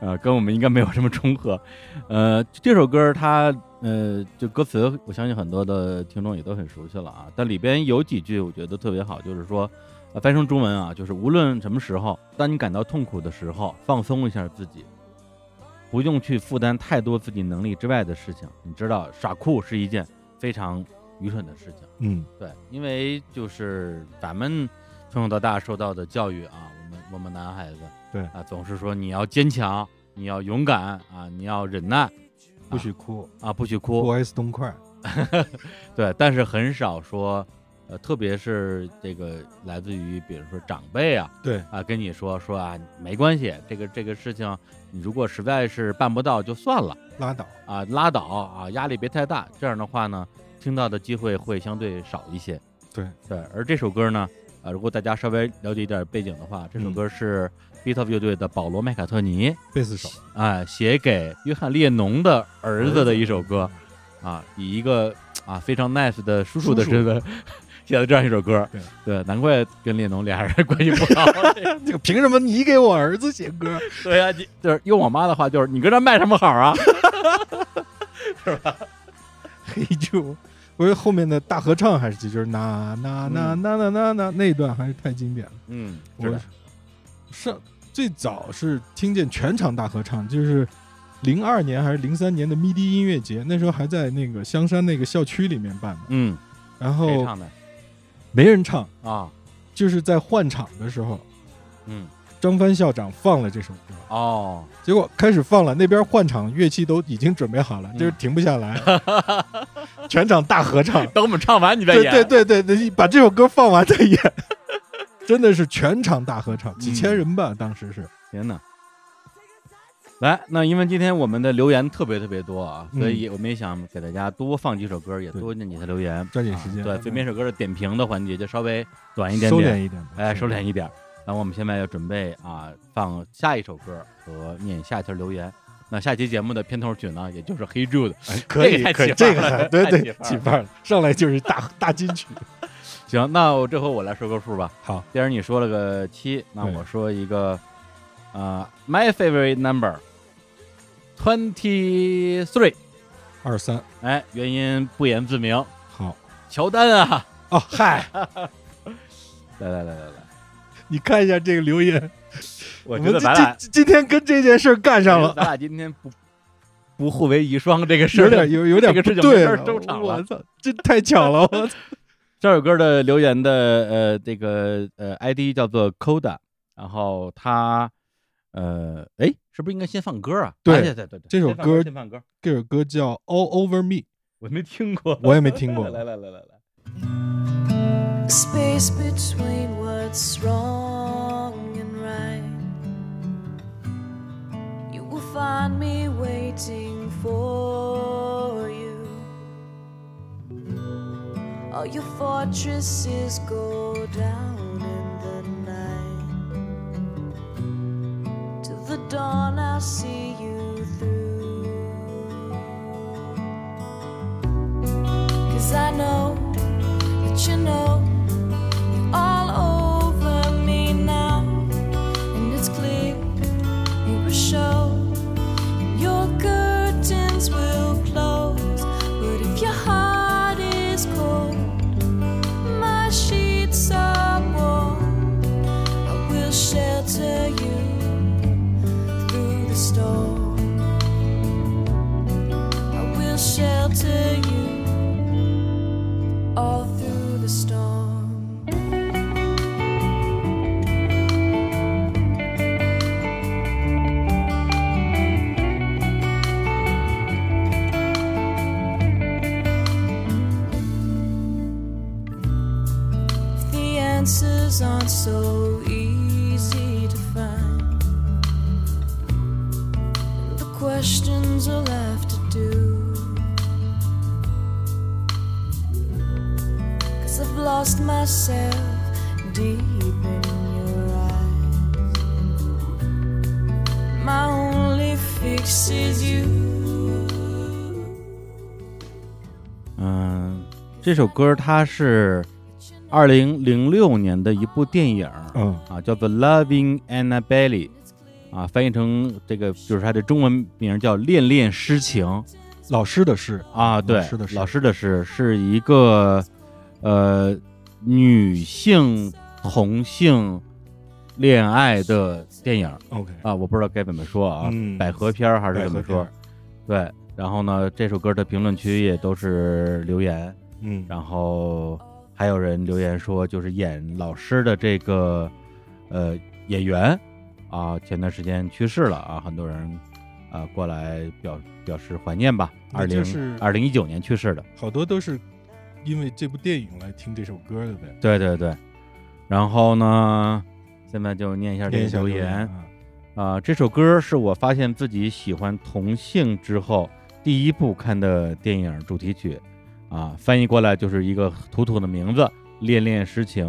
[SPEAKER 5] 呃，跟我们应该没有什么重合。呃，这首歌它呃，就歌词，我相信很多的听众也都很熟悉了啊。但里边有几句我觉得特别好，就是说，呃、翻译成中文啊，就是无论什么时候，当你感到痛苦的时候，放松一下自己，不用去负担太多自己能力之外的事情。你知道，耍酷是一件非常愚蠢的事情。
[SPEAKER 6] 嗯，
[SPEAKER 5] 对，因为就是咱们从小到大受到的教育啊，我们我们男孩子
[SPEAKER 6] 对
[SPEAKER 5] 啊，总是说你要坚强，你要勇敢啊，你要忍耐
[SPEAKER 6] 不许哭
[SPEAKER 5] 啊， 不许哭。
[SPEAKER 6] ，Boys Don't Cry。
[SPEAKER 5] 对，但是很少说，呃，特别是这个来自于比如说长辈啊
[SPEAKER 6] 对，
[SPEAKER 5] 啊跟你说说啊，没关系，这个这个事情你如果实在是办不到就算了
[SPEAKER 6] 拉倒。
[SPEAKER 5] 啊，拉倒啊，压力别太大。这样的话呢，听到的机会会相对少一些。
[SPEAKER 6] 对
[SPEAKER 5] 对，而这首歌呢，啊，如果大家稍微了解一点背景的话，这首歌是 Beat Up 乐队的保罗麦卡特尼
[SPEAKER 6] 嗯贝斯手，
[SPEAKER 5] 啊写给约翰列侬的儿子的一首
[SPEAKER 6] 哦
[SPEAKER 5] 歌，啊，以一个啊非常 nice 的叔叔的
[SPEAKER 6] 叔叔
[SPEAKER 5] 身份 写了这样一首歌
[SPEAKER 6] 对。
[SPEAKER 5] 对，难怪跟列侬俩人关系不好。
[SPEAKER 6] 这个凭什么你给我儿子写歌？
[SPEAKER 5] 对呀、你就是用我妈的话，就是你跟这卖什么好啊？
[SPEAKER 6] 黑就，我觉得后面的大合唱还是就是那那那那那那那那一段还是太经典了。
[SPEAKER 5] 嗯，是
[SPEAKER 6] 我
[SPEAKER 5] 的，
[SPEAKER 6] 上最早是听见全场大合唱，就是零二年还是零三年的 MIDI 音乐节，那时候还在那个香山那个校区里面办的，
[SPEAKER 5] 嗯，
[SPEAKER 6] 然
[SPEAKER 5] 谁
[SPEAKER 6] 后
[SPEAKER 5] 唱的
[SPEAKER 6] 没人唱，
[SPEAKER 5] 啊？
[SPEAKER 6] 就是在换场的时候，
[SPEAKER 5] 嗯，
[SPEAKER 6] 张帆校长放了这首歌。
[SPEAKER 5] 哦，
[SPEAKER 6] 结果开始放了，那边换场乐器都已经准备好了，
[SPEAKER 5] 嗯
[SPEAKER 6] 就是停不下来，全场大合唱。
[SPEAKER 5] 等我们唱完你再
[SPEAKER 6] 对
[SPEAKER 5] 演。啊
[SPEAKER 6] 对对对对，把这首歌放完再演， 真的是全场大合唱，几
[SPEAKER 5] 嗯
[SPEAKER 6] 千人吧，当时是。
[SPEAKER 5] 天呐！来，那因为今天我们的留言特别特别多啊，所以我们也想给大家多放几首歌，也
[SPEAKER 6] 嗯对
[SPEAKER 5] 多念几条留言，
[SPEAKER 6] 抓紧时间
[SPEAKER 5] 啊对，所以每首歌的点评的环节就稍微短一点
[SPEAKER 6] 收
[SPEAKER 5] 点，
[SPEAKER 6] 敛一点吧，
[SPEAKER 5] 哎，收敛一点。然后我们现在要准备啊，放下一首歌和念下一条留言。那下期节目的片头曲呢，也就是《黑 Jude》。
[SPEAKER 6] 哎可 以
[SPEAKER 5] 这个太
[SPEAKER 6] 可以，
[SPEAKER 5] 起范儿
[SPEAKER 6] 这个
[SPEAKER 5] 了
[SPEAKER 6] 还对对
[SPEAKER 5] 太
[SPEAKER 6] 起
[SPEAKER 5] 起范儿了
[SPEAKER 6] 范儿了，上来就是大大金曲。
[SPEAKER 5] 行，那我这回我来说个数吧。
[SPEAKER 6] 好，
[SPEAKER 5] 既然你说了个七，那
[SPEAKER 6] 对
[SPEAKER 5] 我说一个，呃，My favorite number twenty three。
[SPEAKER 6] 二三
[SPEAKER 5] 哎，原因不言自明。
[SPEAKER 6] 好
[SPEAKER 5] 乔丹啊，
[SPEAKER 6] 哦，嗨，
[SPEAKER 5] 来来来来来，
[SPEAKER 6] 你看一下这个留言，
[SPEAKER 5] 我
[SPEAKER 6] 们这这这今天跟这件事儿干上
[SPEAKER 5] 咱
[SPEAKER 6] 了，
[SPEAKER 5] 俩今天不不互为遗孀这个事
[SPEAKER 6] 有
[SPEAKER 5] 儿。
[SPEAKER 6] 点有有点
[SPEAKER 5] 这个
[SPEAKER 6] 不
[SPEAKER 5] 事情
[SPEAKER 6] 对
[SPEAKER 5] 没事儿
[SPEAKER 6] 了
[SPEAKER 5] 周场了
[SPEAKER 6] 我操，这太巧 了，我操，
[SPEAKER 5] 这首歌的留言的呃这个呃 ID 叫做 Coda，然后他呃哎是不是应该先放歌啊？
[SPEAKER 6] 对
[SPEAKER 5] 啊对对对，对
[SPEAKER 6] 这首
[SPEAKER 5] 先放歌
[SPEAKER 6] 歌
[SPEAKER 5] 先放歌，
[SPEAKER 6] 这首歌叫《All Over Me》，
[SPEAKER 5] 我没听过，
[SPEAKER 6] 我也没听过
[SPEAKER 5] 来来来来来，
[SPEAKER 4] Space between what's wrong and right. You will find me waiting for you. All your fortresses go down in the night. Till the dawn, I'll see you through. Cause I know that you know you're all over me now, and it's clear it will show. and Your curtains will close, but if your heart is cold, my sheets are warm. I will shelter you through the storm. I will shelter you all through the storm. it's so easy to find. The questions are left to do. Cause I've lost myself deep in your eyes. My only fix is you.
[SPEAKER 5] 嗯，这首歌它是二零零六年的一部电影儿
[SPEAKER 6] 嗯
[SPEAKER 5] 啊，叫做《Loving Annabelle》，啊，翻译成这个就是它的中文名叫《恋恋诗情》
[SPEAKER 6] 老师的事，
[SPEAKER 5] 啊，对，
[SPEAKER 6] 老师的诗
[SPEAKER 5] 老师的诗是一个呃女性同性恋爱的电影儿
[SPEAKER 6] OK，
[SPEAKER 5] 啊，我不知道该怎么说啊，
[SPEAKER 6] 嗯
[SPEAKER 5] 百合片儿还是
[SPEAKER 6] 百
[SPEAKER 5] 怎
[SPEAKER 6] 合
[SPEAKER 5] 么说
[SPEAKER 6] 片？
[SPEAKER 5] 对，然后呢，这首歌的评论区也都是留言。
[SPEAKER 6] 嗯，
[SPEAKER 5] 然后还有人留言说，就是演老师的这个呃演员啊，前段时间去世了啊，很多人啊、过来表表示怀念吧。二
[SPEAKER 6] 那
[SPEAKER 5] 零
[SPEAKER 6] 就是
[SPEAKER 5] 二零一九年去世的，
[SPEAKER 6] 好多都是因为这部电影来听这首歌的呗。
[SPEAKER 5] 对对对。然后呢，现在就念一下这
[SPEAKER 6] 念一
[SPEAKER 5] 个
[SPEAKER 6] 下
[SPEAKER 5] 留
[SPEAKER 6] 留言
[SPEAKER 5] 言
[SPEAKER 6] 啊，
[SPEAKER 5] 啊、这首歌是我发现自己喜欢同性之后第一部看的电影主题曲，啊，翻译过来就是一个土土的名字《恋恋诗情》，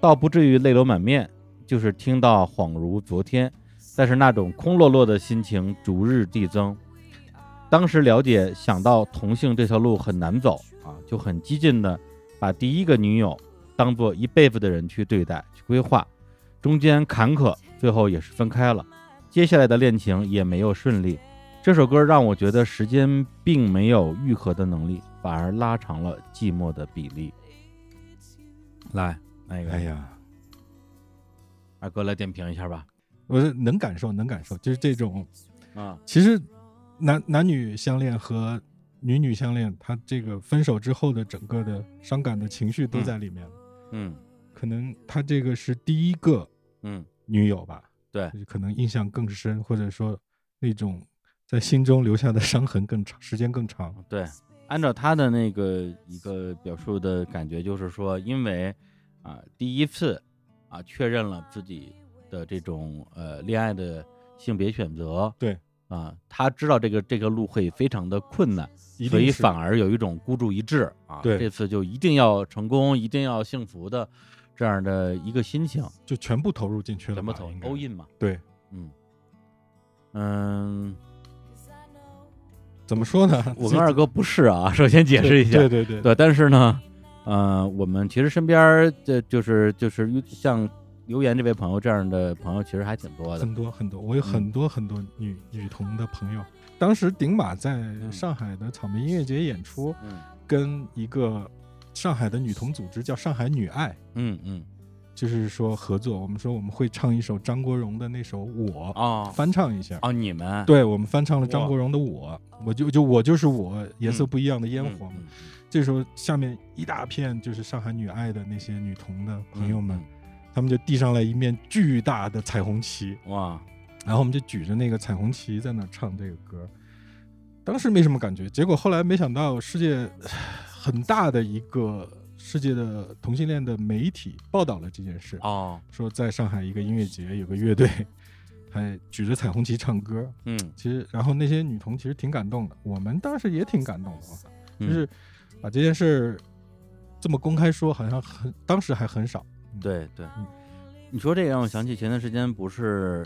[SPEAKER 5] 倒不至于泪流满面，就是听到恍如昨天，但是那种空落落的心情逐日递增。当时了解，想到同性这条路很难走啊，就很激进的把第一个女友当做一辈子的人去对待、去规划，中间坎坷，最后也是分开了。接下来的恋情也没有顺利。这首歌让我觉得时间并没有愈合的能力，反而拉长了寂寞的比例。来，那个、
[SPEAKER 6] 哎呀，
[SPEAKER 5] 二哥来点评一下吧。
[SPEAKER 6] 我是能感受，能感受，就是这种，
[SPEAKER 5] 啊，
[SPEAKER 6] 其实男男女相恋和女女相恋，他这个分手之后的整个的伤感的情绪都在里面了。
[SPEAKER 5] 嗯
[SPEAKER 6] 可能他这个是第一个
[SPEAKER 5] 嗯，
[SPEAKER 6] 女友吧，
[SPEAKER 5] 对
[SPEAKER 6] 就是可能印象更深，或者说那种在心中留下的伤痕更长，时间更长。
[SPEAKER 5] 对，按照他的那个一个表述的感觉，就是说，因为啊、第一次啊确认了自己的这种呃恋爱的性别选择，
[SPEAKER 6] 对
[SPEAKER 5] 啊、他知道这个这个路会非常的困难，
[SPEAKER 6] 一定
[SPEAKER 5] 所以
[SPEAKER 6] 是
[SPEAKER 5] 反而有一种孤注一掷啊，
[SPEAKER 6] 对
[SPEAKER 5] 这次就一定要成功，一定要幸福的这样的一个心情，
[SPEAKER 6] 就全部投入进去了吧，
[SPEAKER 5] 怎么投
[SPEAKER 6] 应该
[SPEAKER 5] all in 嘛，
[SPEAKER 6] 对，
[SPEAKER 5] 嗯嗯，
[SPEAKER 6] 怎么说呢？
[SPEAKER 5] 我跟二哥不是 啊， 首先解
[SPEAKER 6] 解
[SPEAKER 5] 释一下，
[SPEAKER 6] 对对对
[SPEAKER 5] 对，但是呢，呃，我们其实身边儿这就是就是像留言这位朋友这样的朋友，其实还挺多的。
[SPEAKER 6] 很多很多，我有很多很多女、女童的朋友。当时顶马在上海的草莓音乐节演出，
[SPEAKER 5] 嗯
[SPEAKER 6] 跟一个上海的女童组织叫上海女爱，
[SPEAKER 5] 嗯嗯
[SPEAKER 6] 就是说合作。我们说我们会唱一首张国荣的那首《我》，
[SPEAKER 5] 哦
[SPEAKER 6] 翻唱一下。
[SPEAKER 5] 哦，你们
[SPEAKER 6] 对，我们翻唱了张国荣的《我》，我就就我就是我，颜色不一样的烟火嘛。
[SPEAKER 5] 嗯
[SPEAKER 6] 这时候下面一大片就是上海女爱的那些女童的
[SPEAKER 5] 嗯
[SPEAKER 6] 朋友们，
[SPEAKER 5] 嗯
[SPEAKER 6] 他们就递上来一面巨大的彩虹旗，
[SPEAKER 5] 哇，
[SPEAKER 6] 然后我们就举着那个彩虹旗在那儿唱这个歌，当时没什么感觉，结果后来没想到世界唉很大的一个世界的同性恋的媒体报道了这件事，
[SPEAKER 5] 哦，
[SPEAKER 6] 说在上海一个音乐节有个乐队还举着彩虹旗唱歌，
[SPEAKER 5] 嗯，
[SPEAKER 6] 其实然后那些女童其实挺感动的，我们当时也挺感动的，我操就
[SPEAKER 5] 嗯
[SPEAKER 6] 是把这件事这么公开说，好像很当时还很少，
[SPEAKER 5] 对对
[SPEAKER 6] 嗯，
[SPEAKER 5] 你说这个让我想起前段时间不是，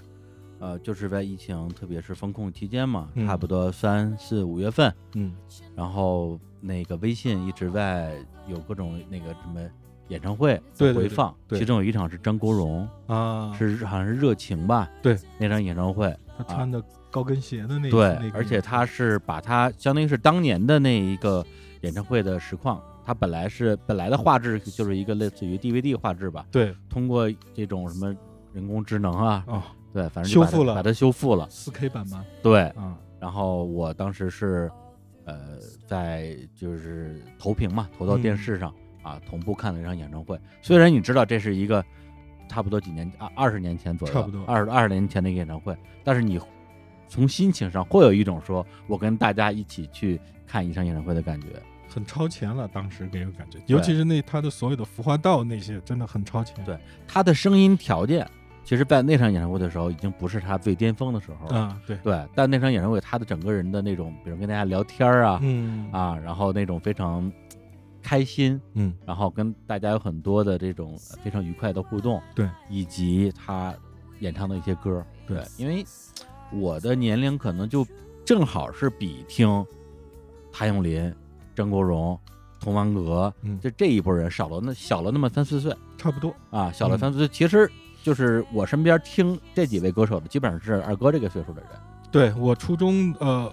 [SPEAKER 5] 呃，就是在疫情特别是风控期间嘛，
[SPEAKER 6] 嗯
[SPEAKER 5] 差不多三四五月份，
[SPEAKER 6] 嗯
[SPEAKER 5] 然后那个微信一直在有各种那个什么演唱会
[SPEAKER 6] 对
[SPEAKER 5] 回
[SPEAKER 6] 对对
[SPEAKER 5] 放，
[SPEAKER 6] 对
[SPEAKER 5] 其中有一场是张国荣，
[SPEAKER 6] 啊
[SPEAKER 5] 是好像是热情吧？
[SPEAKER 6] 对，
[SPEAKER 5] 那场演唱会，
[SPEAKER 6] 他穿的高跟鞋的那、
[SPEAKER 5] 啊对
[SPEAKER 6] 那，个
[SPEAKER 5] 而且他是把他相当于是当年的那一个演唱会的实况，他本来是本来的画质就是一个类似于 DVD 画质吧，
[SPEAKER 6] 对
[SPEAKER 5] 通过这种什么人工智能啊，
[SPEAKER 6] 哦，
[SPEAKER 5] 对，反正就把它
[SPEAKER 6] 修复了
[SPEAKER 5] 把它修复了，
[SPEAKER 6] 四 K 版吗？
[SPEAKER 5] 对。
[SPEAKER 6] 啊，
[SPEAKER 5] 然后我当时是，呃，在就是投屏嘛，投到
[SPEAKER 6] 嗯
[SPEAKER 5] 电视上、啊，同步看了一场演唱会。虽然你知道这是一个差不多几年二二十年前左右，
[SPEAKER 6] 差不多
[SPEAKER 5] 二二十年前的一个演唱会，但是你从心情上会有一种说我跟大家一起去看一场演唱会的感觉。
[SPEAKER 6] 很超前了，当时给人感觉，尤其是那他的所有的服化道那些，真的很超前。
[SPEAKER 5] 对他的声音条件，其实，在那场演唱会的时候，已经不是他最巅峰的时候了。
[SPEAKER 6] 啊，对，
[SPEAKER 5] 对，但那场演唱会，他的整个人的那种，比如跟大家聊天儿啊，
[SPEAKER 6] 嗯
[SPEAKER 5] 啊，然后那种非常开心，
[SPEAKER 6] 嗯，
[SPEAKER 5] 然后跟大家有很多的这种呃非常愉快的互动，
[SPEAKER 6] 对，
[SPEAKER 5] 以及他演唱的一些歌，
[SPEAKER 6] 对
[SPEAKER 5] 因为我的年龄可能就正好是比听谭咏麟、张国荣、童文革，
[SPEAKER 6] 嗯
[SPEAKER 5] 就这一波人少了那小了那么三四岁
[SPEAKER 6] 差不多。
[SPEAKER 5] 啊，小了
[SPEAKER 6] 嗯
[SPEAKER 5] 三四岁，其实就是我身边听这几位歌手的，基本上是二哥这个岁数的人，
[SPEAKER 6] 对我初中呃，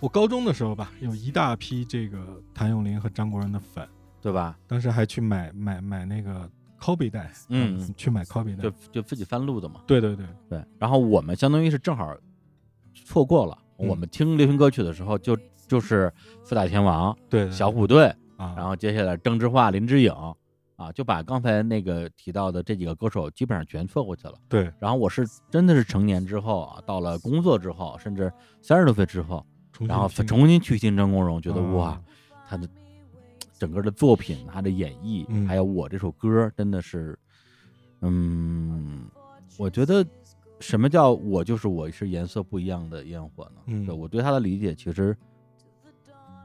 [SPEAKER 6] 我高中的时候吧，有一大批这个谭咏麟和张国荣的粉，
[SPEAKER 5] 对吧？
[SPEAKER 6] 当时还去买买买那个 Kobe 带，
[SPEAKER 5] 嗯
[SPEAKER 6] 去买 Kobe 带
[SPEAKER 5] 就，就自己翻路子嘛。
[SPEAKER 6] 对对对，
[SPEAKER 5] 对，然后我们相当于是正好错过了，
[SPEAKER 6] 嗯
[SPEAKER 5] 我们听流行歌曲的时候就就是四大天王、
[SPEAKER 6] 对
[SPEAKER 5] 小虎队，
[SPEAKER 6] 啊，
[SPEAKER 5] 然后接下来郑智化、林志颖啊，就把刚才那个提到的这几个歌手基本上全错过去了。
[SPEAKER 6] 对
[SPEAKER 5] 然后我是真的是成年之后啊，到了工作之后，甚至三十多岁之后，
[SPEAKER 6] 重新
[SPEAKER 5] 然后
[SPEAKER 6] 听
[SPEAKER 5] 重新去听张国荣，觉得
[SPEAKER 6] 嗯
[SPEAKER 5] 哇，他的整个的作品、他的演绎，
[SPEAKER 6] 嗯
[SPEAKER 5] 还有我这首歌，真的是，嗯，我觉得什么叫我就是我是颜色不一样的烟火呢？
[SPEAKER 6] 嗯
[SPEAKER 5] 对我对他的理解其实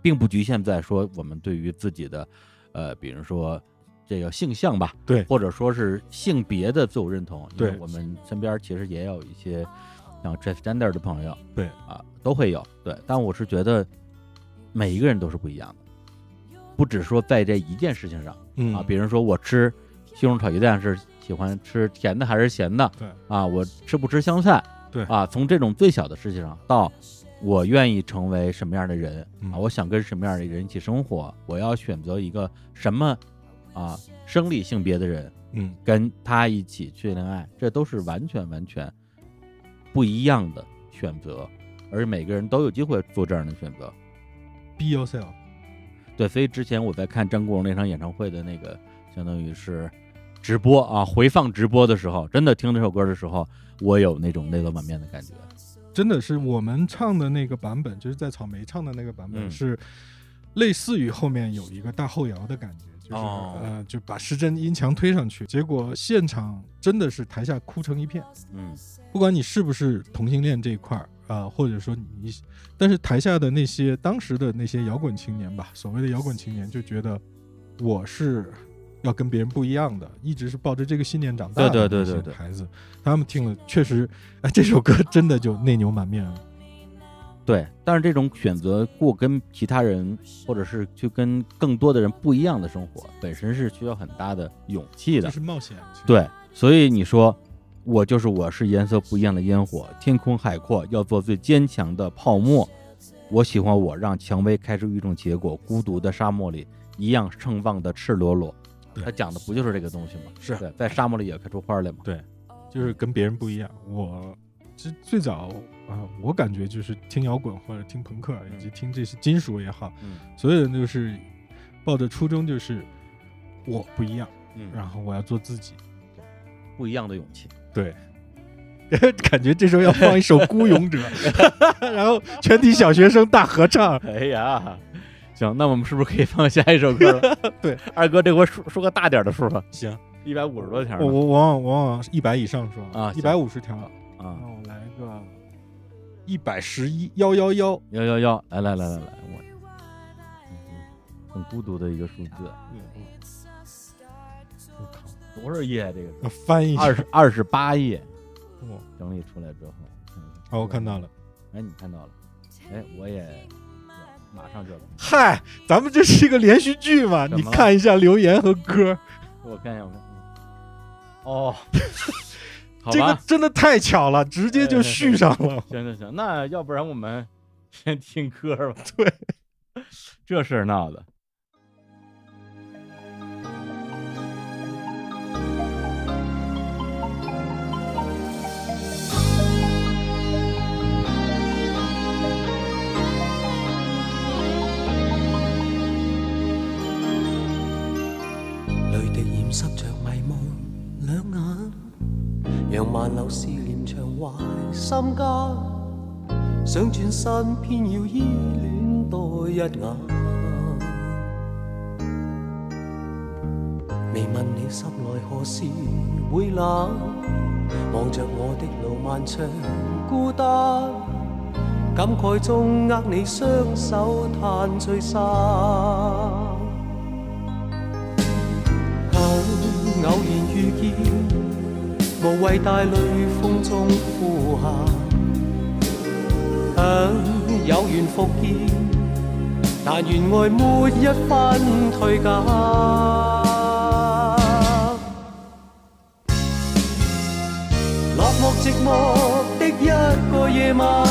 [SPEAKER 5] 并不局限在说我们对于自己的呃，比如说。这个性向吧，
[SPEAKER 6] 对
[SPEAKER 5] 或者说是性别的自我认同，因为
[SPEAKER 6] 对
[SPEAKER 5] 我们身边其实也有一些像 transgender 的朋友，
[SPEAKER 6] 对
[SPEAKER 5] 啊，都会有，对。但我是觉得每一个人都是不一样的，不只说在这一件事情上
[SPEAKER 6] 嗯
[SPEAKER 5] 啊，比如说我吃西红柿炒鸡蛋是喜欢吃甜的还是咸的，
[SPEAKER 6] 对
[SPEAKER 5] 啊，我吃不吃香菜，
[SPEAKER 6] 对
[SPEAKER 5] 啊，从这种最小的事情上到。我愿意成为什么样的人
[SPEAKER 6] 嗯
[SPEAKER 5] 啊？我想跟什么样的人一起生活？我要选择一个什么啊生理性别的人，
[SPEAKER 6] 嗯
[SPEAKER 5] 跟他一起去恋爱，这都是完全完全不一样的选择，而每个人都有机会做这样的选择。
[SPEAKER 6] Be Yourself，
[SPEAKER 5] 对，所以之前我在看张国荣那场演唱会的那个，相当于是直播啊，回放直播的时候，真的听这首歌的时候，我有那种泪流满面的感觉。
[SPEAKER 6] 真的是我们唱的那个版本，就是在草莓唱的那个版本、
[SPEAKER 5] 嗯
[SPEAKER 6] 是类似于后面有一个大后摇的感觉，就是、
[SPEAKER 5] 哦
[SPEAKER 6] 呃，就把失真音墙推上去，结果现场真的是台下哭成一片。
[SPEAKER 5] 嗯
[SPEAKER 6] 不管你是不是同性恋这一块儿啊、或者说你，但是台下的那些当时的那些摇滚青年吧，所谓的摇滚青年就觉得我是要跟别人不一样的，一直是抱着这个信念长大的
[SPEAKER 5] 对对对
[SPEAKER 6] 那些
[SPEAKER 5] 对对
[SPEAKER 6] 孩子，他们听了确实，哎，这首歌真的就内牛满面了。
[SPEAKER 5] 对，但是这种选择过跟其他人，或者是去跟更多的人不一样的生活，本身是需要很大的勇气的
[SPEAKER 6] 这。是冒险。其实，
[SPEAKER 5] 对，所以你说我就是我是颜色不一样的烟火，天空海阔，要做最坚强的泡沫。我喜欢我，让蔷薇开出一种结果，孤独的沙漠里一样盛放的赤裸裸。
[SPEAKER 6] 对
[SPEAKER 5] 他讲的不就是这个东西吗？
[SPEAKER 6] 是
[SPEAKER 5] 对，在沙漠里也开出花来嘛。
[SPEAKER 6] 就是跟别人不一样。我其实最早啊、我感觉就是听摇滚或者听朋克，以及听这些金属也好，
[SPEAKER 5] 嗯
[SPEAKER 6] 所有人都是抱着初衷，就是我不一样，
[SPEAKER 5] 嗯，
[SPEAKER 6] 然后我要做自己。
[SPEAKER 5] 不一样的勇气。
[SPEAKER 6] 对。 感觉这时候要放一首《孤勇者》， 然后全体小学生大合唱。
[SPEAKER 5] 哎呀， 行，那我们是不是可以放下一首歌 了？
[SPEAKER 6] 对，
[SPEAKER 5] 二哥这回说说个大点的数吧，
[SPEAKER 6] 行，
[SPEAKER 5] 一百五十多条
[SPEAKER 6] 我
[SPEAKER 5] 呢
[SPEAKER 6] 我我往我往一百以上说
[SPEAKER 5] 啊
[SPEAKER 6] 一
[SPEAKER 5] 行
[SPEAKER 6] 百五十条，
[SPEAKER 5] 啊
[SPEAKER 6] 那，我来个一百十一幺幺幺。
[SPEAKER 5] 幺幺幺，来来来来来，我、嗯很孤独的一个数字。
[SPEAKER 6] 嗯
[SPEAKER 5] 我靠，多少页啊？这个
[SPEAKER 6] 要翻译一
[SPEAKER 5] 是
[SPEAKER 6] 下
[SPEAKER 5] 二十二十八页，
[SPEAKER 6] 哇
[SPEAKER 5] 整理出来之后，嗯
[SPEAKER 6] 哦，我看到了。
[SPEAKER 5] 哎，你看到了，哎，我也马上就，
[SPEAKER 6] 嗨，咱们这是一个连续剧嘛？
[SPEAKER 5] 怎么
[SPEAKER 6] 你
[SPEAKER 5] 了
[SPEAKER 6] 看一下留言和歌，
[SPEAKER 5] 我看一下，我看一下， 哦，好
[SPEAKER 6] 这个
[SPEAKER 5] 吧，哎
[SPEAKER 6] 真的太巧了，直接就续上了。
[SPEAKER 5] 行行行，那要不然我们先听歌吧，
[SPEAKER 6] 对，
[SPEAKER 5] 这事儿闹的。
[SPEAKER 7] 泪滴掩湿着迷蒙两眼，讓萬縷思念長懷心間，想轉身偏要依戀多一眼。
[SPEAKER 8] 你問了心內何時會冷？望着我的路漫長孤單，感慨中握你雙手嘆聚散。很偶然遇見，無謂帶淚風中呼喊。很有緣復見。但願愛沒一分退減。落寞寂寞的一個夜晚，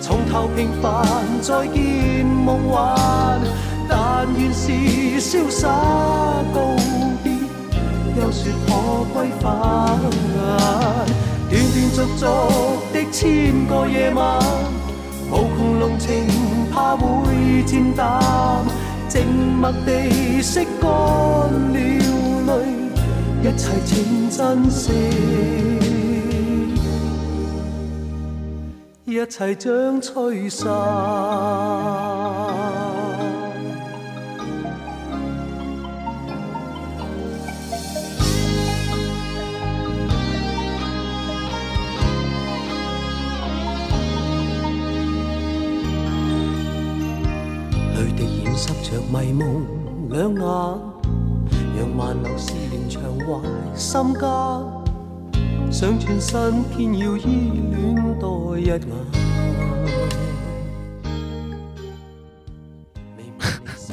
[SPEAKER 8] 從頭平凡再見夢幻，但願是瀟灑告別，休說可歸返。斷斷續續的千個夜晚。無窮濃情怕會漸淡，靜默地拭乾了淚，一切請珍惜，一切將吹散。泪滴掩濕着迷蒙兩眼，讓萬縷思念長懷心間，想轉身偏要依戀多一眼。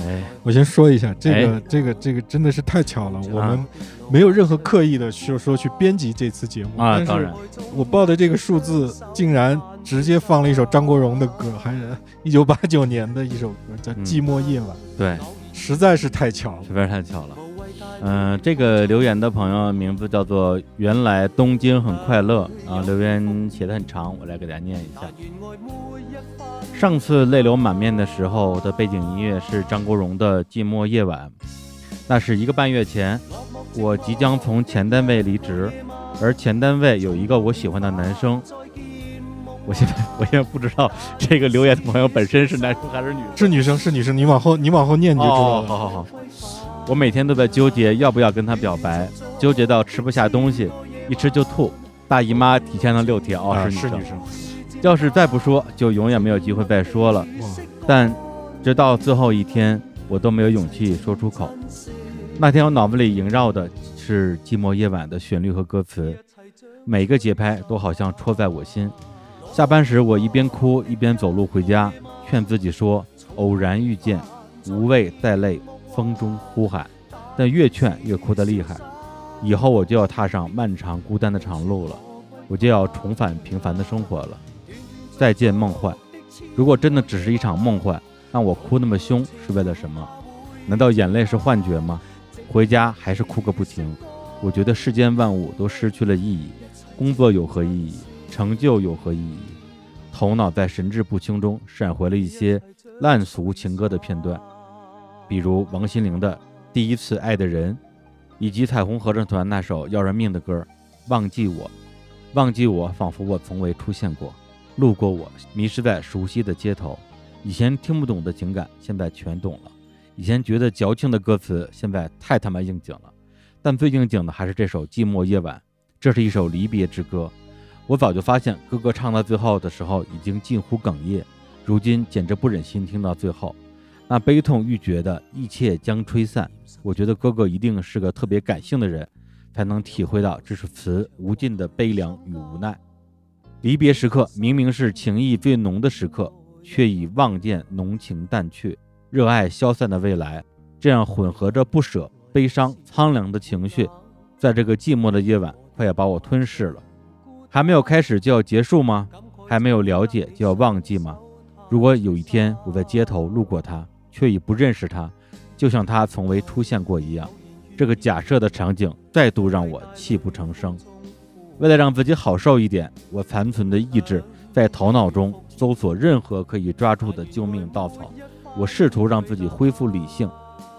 [SPEAKER 5] 哎，
[SPEAKER 6] 我先说一下，这个、
[SPEAKER 5] 哎
[SPEAKER 6] 这个这个真的是太巧了，我们
[SPEAKER 5] 啊
[SPEAKER 6] 没有任何刻意的说说去编辑这次节目
[SPEAKER 5] 啊当然，
[SPEAKER 6] 我报的这个数字竟然直接放了一首张国荣的歌，还是 一九八九年的一首歌，叫《
[SPEAKER 5] 嗯
[SPEAKER 6] 寂寞夜晚》，
[SPEAKER 5] 对，
[SPEAKER 6] 实在是太巧了
[SPEAKER 5] 实。在是太巧了。嗯、这个留言的朋友名字叫做“原来东京很快乐”啊，留言写的很长，我来给大家念一下。上次泪流满面的时候的背景音乐是张国荣的《寂寞夜晚》，那是一个半月前，我即将从前单位离职，而前单位有一个我喜欢的男生。我现在我现在不知道这个留言的朋友本身是男生还是女生。
[SPEAKER 6] 是女生，是女生，你往后你往后念你就知道
[SPEAKER 5] 哦，
[SPEAKER 6] 了。
[SPEAKER 5] 好好好，我每天都在纠结要不要跟他表白，纠结到吃不下东西，一吃就吐。大姨妈提前了六天，哦，
[SPEAKER 6] 啊，
[SPEAKER 5] 是
[SPEAKER 6] 是
[SPEAKER 5] 女
[SPEAKER 6] 女
[SPEAKER 5] 生。
[SPEAKER 6] 生。
[SPEAKER 5] 要是再不说，就永远没有机会再说了。
[SPEAKER 6] 哇，
[SPEAKER 5] 但直到最后一天，我都没有勇气说出口。那天我脑子里萦绕的是《寂寞夜晚》的旋律和歌词，每个节拍都好像戳在我心。下班时，我一边哭一边走路回家，劝自己说：偶然遇见，无畏再累，风中呼喊。但越劝越哭得厉害。以后我就要踏上漫长孤单的长路了，我就要重返平凡的生活了。再见梦幻。如果真的只是一场梦幻，让我哭那么凶是为了什么？难道眼泪是幻觉吗？回家还是哭个不停。我觉得世间万物都失去了意义，工作有何意义？成就有何意义？头脑在神志不清中闪回了一些烂俗情歌的片段，比如王心凌的《第一次爱的人》，以及彩虹合唱团那首要人命的歌《忘记我》，忘记我仿佛我从未出现过。路过我，迷失在熟悉的街头。以前听不懂的情感，现在全懂了；以前觉得矫情的歌词，现在太他妈应景了。但最应景的还是这首《寂寞夜晚》，这是一首离别之歌。我早就发现，哥哥唱到最后的时候已经近乎哽咽，如今简直不忍心听到最后。那悲痛欲绝的一切将吹散。我觉得哥哥一定是个特别感性的人，才能体会到这首词无尽的悲凉与无奈。离别时刻明明是情意最浓的时刻，却已望见浓情淡去，热爱消散的未来。这样混合着不舍、悲伤、苍凉的情绪，在这个寂寞的夜晚，快要把我吞噬了。还没有开始就要结束吗？还没有了解就要忘记吗？如果有一天我在街头路过他，却已不认识他，就像他从未出现过一样，这个假设的场景再度让我泣不成声。为了让自己好受一点，我残存的意志在头脑中搜索任何可以抓住的救命稻草。我试图让自己恢复理性，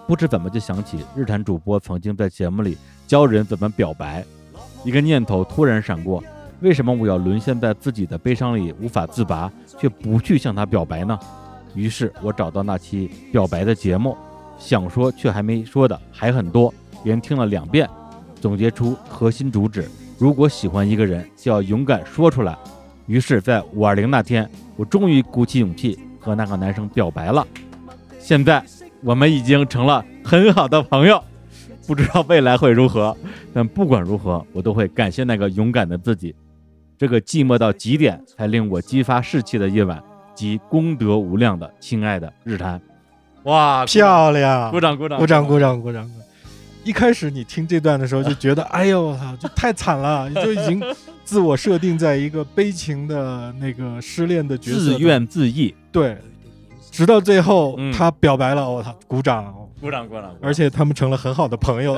[SPEAKER 5] 不知怎么就想起日坛主播曾经在节目里教人怎么表白。一个念头突然闪过：为什么我要沦陷在自己的悲伤里无法自拔，却不去向他表白呢？于是我找到那期表白的节目，想说却还没说的还很多，连听了两遍，总结出核心主旨：如果喜欢一个人，就要勇敢说出来。于是，在五二零那天，我终于鼓起勇气和那个男生表白了。现在我们已经成了很好的朋友，不知道未来会如何，但不管如何，我都会感谢那个勇敢的自己。这个寂寞到极点才令我激发士气的夜晚，及功德无量的亲爱的日坛。哇，
[SPEAKER 6] 漂亮，
[SPEAKER 5] 鼓掌鼓掌
[SPEAKER 6] 鼓掌鼓掌鼓掌！鼓掌一开始你听这段的时候就觉得，哎呦我操，就太惨 了，你就已经自我设定在一个悲情的那个失恋的角色当
[SPEAKER 5] 自
[SPEAKER 6] 中，
[SPEAKER 5] 怨自艾，
[SPEAKER 6] 对，直到最后、
[SPEAKER 5] 嗯
[SPEAKER 6] 他表白了，我操，鼓掌！
[SPEAKER 5] 鼓掌鼓掌。
[SPEAKER 6] 而且他们成了很好的朋 友，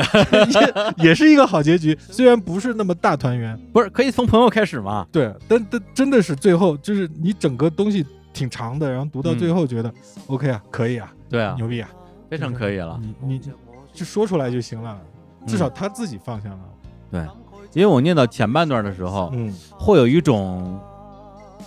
[SPEAKER 6] 也也是一个好结局，虽然不是那么大团圆，
[SPEAKER 5] 不是可以从朋友开始吗？
[SPEAKER 6] 对，但但真的是最后就是你整个东西挺长的，然后读到最
[SPEAKER 5] 嗯
[SPEAKER 6] 后觉得、OK 啊，可以啊，
[SPEAKER 5] 对啊，嗯
[SPEAKER 6] 牛逼啊，
[SPEAKER 5] 非常可以了。嗯
[SPEAKER 6] 你你就说出来就行了，至少他自己放下了。
[SPEAKER 5] 因为我念到前半段的时候，
[SPEAKER 6] 嗯，
[SPEAKER 5] 会有一种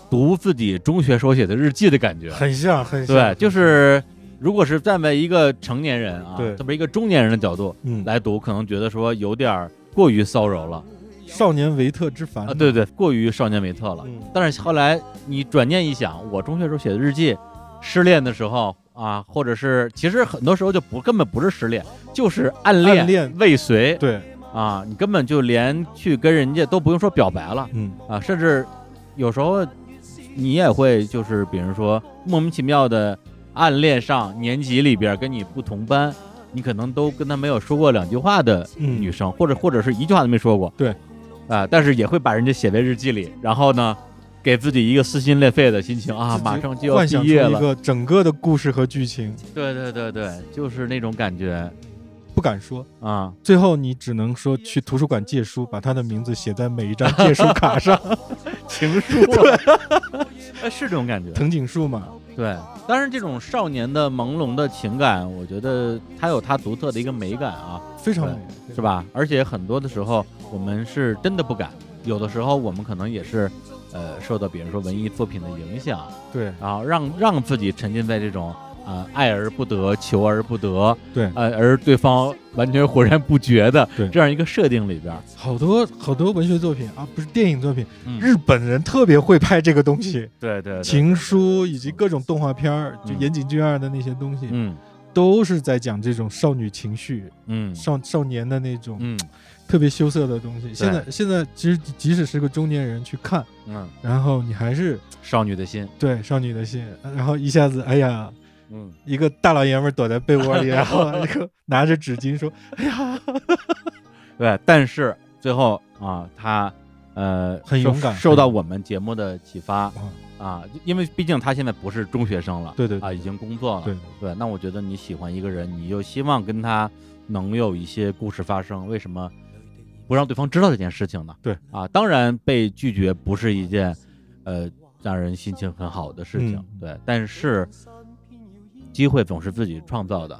[SPEAKER 5] 读自己中学手写的日记的感觉。
[SPEAKER 6] 很像，很像。
[SPEAKER 5] 对，就是如果是站在一个成年人啊，
[SPEAKER 6] 对
[SPEAKER 5] 这么一个中年人的角度
[SPEAKER 6] 嗯，
[SPEAKER 5] 来读，可能觉得说有点儿过于骚扰了
[SPEAKER 6] 少年维特之烦
[SPEAKER 5] 啊，对对，过于少年维特了。
[SPEAKER 6] 嗯
[SPEAKER 5] 但是后来你转念一想，我中学时候写的日记，失恋的时候啊，或者是其实很多时候就不根本不是失恋，就是暗恋
[SPEAKER 6] 暗恋
[SPEAKER 5] 未遂
[SPEAKER 6] 对，
[SPEAKER 5] 啊，你根本就连去跟人家都不用说表白了
[SPEAKER 6] 嗯，
[SPEAKER 5] 啊，甚至有时候你也会就是比如说莫名其妙的暗恋上年级里边跟你不同班，你可能都跟他没有说过两句话的
[SPEAKER 6] 嗯
[SPEAKER 5] 女生，或者或者是一句话都没说过。
[SPEAKER 6] 对，
[SPEAKER 5] 啊，但是也会把人家写在日记里，然后呢，给自己一个撕心裂肺的心情啊，
[SPEAKER 6] 自己
[SPEAKER 5] 马上就要
[SPEAKER 6] 幻想
[SPEAKER 5] 毕
[SPEAKER 6] 出
[SPEAKER 5] 业
[SPEAKER 6] 一
[SPEAKER 5] 了。
[SPEAKER 6] 个整个的故事和剧情，
[SPEAKER 5] 对对对对，就是那种感觉
[SPEAKER 6] 不敢说，
[SPEAKER 5] 啊，
[SPEAKER 6] 最后你只能说去图书馆借书，把他的名字写在每一张借书卡上。
[SPEAKER 5] 情书。对，是这种感觉。
[SPEAKER 6] 藤井树嘛，
[SPEAKER 5] 对，当然这种少年的朦胧的情感，我觉得它有它独特的一个美感啊。
[SPEAKER 6] 非常美，
[SPEAKER 5] 是？吧？而且很多的时候，我们是真的不敢。有的时候，我们可能也是，呃，受到比如说文艺作品的影响，
[SPEAKER 6] 对
[SPEAKER 5] 然后让让自己沉浸在这种啊、呃爱而不得、求而不得，
[SPEAKER 6] 对，
[SPEAKER 5] 呃，而对方完全浑然不觉的
[SPEAKER 6] 对
[SPEAKER 5] 这样一个设定里边儿，
[SPEAKER 6] 好多好多文学作品啊，不是电影作品，
[SPEAKER 5] 嗯
[SPEAKER 6] 日本人特别会拍这个东西，
[SPEAKER 5] 对对对，
[SPEAKER 6] 情书以及各种动画片儿，就
[SPEAKER 5] 嗯
[SPEAKER 6] 岩井俊二的那些东西，
[SPEAKER 5] 嗯
[SPEAKER 6] 都是在讲这种少女情绪、
[SPEAKER 5] 嗯
[SPEAKER 6] 少少年的那种
[SPEAKER 5] 嗯
[SPEAKER 6] 特别羞涩的东西。现在现在其实即使是个中年人去看，
[SPEAKER 5] 嗯，
[SPEAKER 6] 然后你还是
[SPEAKER 5] 少女的心，
[SPEAKER 6] 对少女的心，然后一下子哎呀，
[SPEAKER 5] 嗯，
[SPEAKER 6] 一个大老爷们儿躲在被窝里，然后那个拿着纸巾说：“哎呀，
[SPEAKER 5] 对，但是最后啊，他呃
[SPEAKER 6] 很
[SPEAKER 5] 受
[SPEAKER 6] 勇敢
[SPEAKER 5] 受到我们节目的启发
[SPEAKER 6] 嗯
[SPEAKER 5] 啊，因为毕竟他现在不是中学生了，
[SPEAKER 6] 对对
[SPEAKER 5] 啊，已经工作了，
[SPEAKER 6] 对
[SPEAKER 5] 对。那我觉得你喜欢一个人，你又希望跟他能有一些故事发生，为什么不让对方知道这件事情呢？
[SPEAKER 6] 对
[SPEAKER 5] 啊，当然被拒绝不是一件呃让人心情很好的事情，
[SPEAKER 6] 嗯
[SPEAKER 5] 对，但是机会总是自己创造的，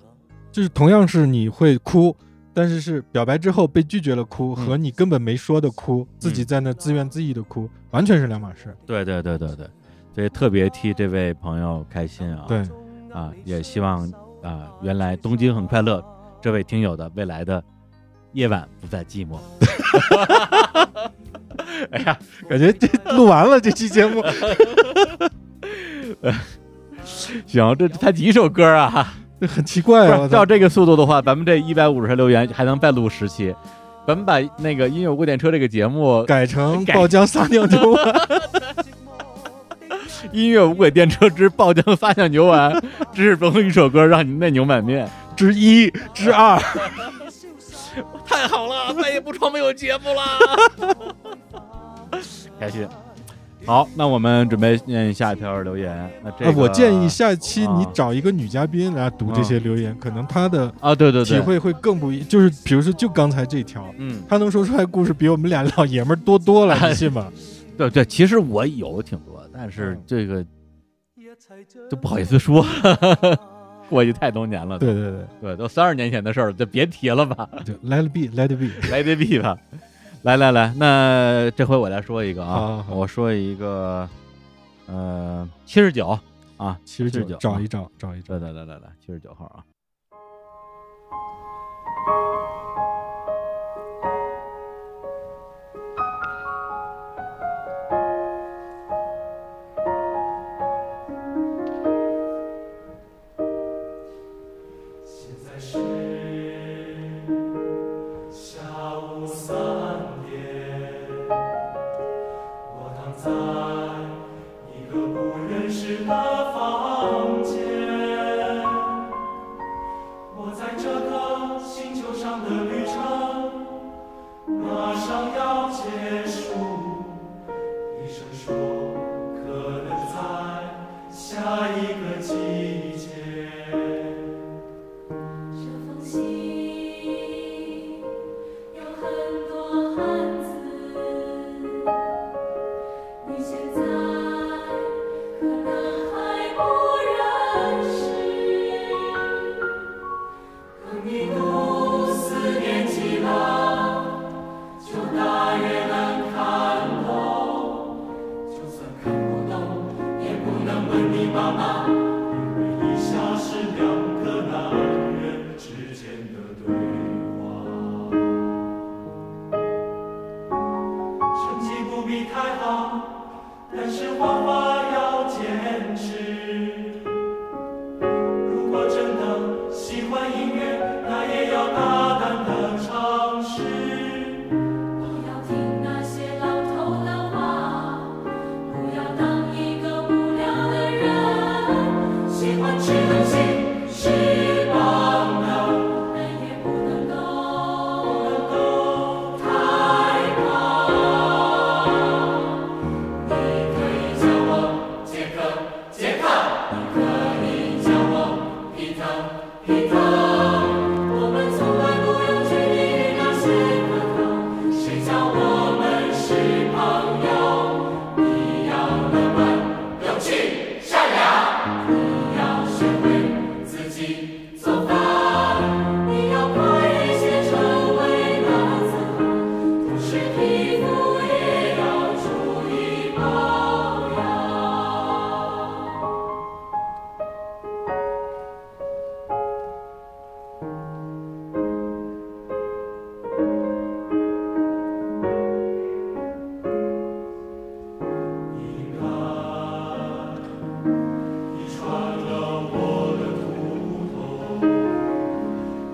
[SPEAKER 6] 就是同样是你会哭，但是是表白之后被拒绝了哭，
[SPEAKER 5] 嗯
[SPEAKER 6] 和你根本没说的哭，自己在那自怨自艾的哭，完全是两码事。
[SPEAKER 5] 对对对对对，所以特别替这位朋友开心啊，
[SPEAKER 6] 对，
[SPEAKER 5] 啊，也希望啊，原来东京很快乐，这位听友的未来的夜晚不再寂寞。 哎呀，
[SPEAKER 6] 感觉这录完了这期 节目，
[SPEAKER 5] 行，这才几首歌啊？
[SPEAKER 6] 这很奇怪啊！
[SPEAKER 5] 不
[SPEAKER 6] 我
[SPEAKER 5] 是照
[SPEAKER 6] 操，
[SPEAKER 5] 这个速度的话，咱们这一百五十留言还能再录十期。咱们把那个音乐污点车这个节目，
[SPEAKER 6] 改成
[SPEAKER 5] 改
[SPEAKER 6] 爆浆撒尿牛丸，
[SPEAKER 5] 音乐无轨电车之爆浆撒尿牛丸，只是总有一首歌让你内牛满面。
[SPEAKER 6] 之一之二，
[SPEAKER 5] 太好了，再也不装没有节目啦，开心。好，那我们准备念下一条留言。那这个
[SPEAKER 6] 哎我建议下期你
[SPEAKER 5] 啊嗯
[SPEAKER 6] 找一个女嘉宾来读这些留言，可能她的
[SPEAKER 5] 啊，对对对，
[SPEAKER 6] 体会会更不一，就是比如说就刚才这条。
[SPEAKER 5] 嗯，
[SPEAKER 6] 她能说出来故事比我们俩老爷们儿多多了，你 信吗？
[SPEAKER 5] 对对，其实我有挺多，但是
[SPEAKER 6] 嗯
[SPEAKER 5] 这个就不好意思说，过去太多年了，
[SPEAKER 6] 对对对
[SPEAKER 5] 对，都三十年前的事儿了，就别提了吧，
[SPEAKER 6] 对，Let it be，Let it be。
[SPEAKER 5] 来这币吧。来来来，那这回我来说一个
[SPEAKER 6] 好好
[SPEAKER 5] 啊，
[SPEAKER 6] 好
[SPEAKER 5] 我说一个，呃，七十九啊，
[SPEAKER 6] 七十
[SPEAKER 5] 79
[SPEAKER 6] 九，找一找，找一找。
[SPEAKER 5] 来来来来来，七十九号啊。
[SPEAKER 9] 一趟，我们从来不用拘泥于那些可能，谁叫我们是朋友？你要乐观、有趣、善良，你要学会自己做饭，你要快一些成为男子汉，同时皮肤也要注意保养。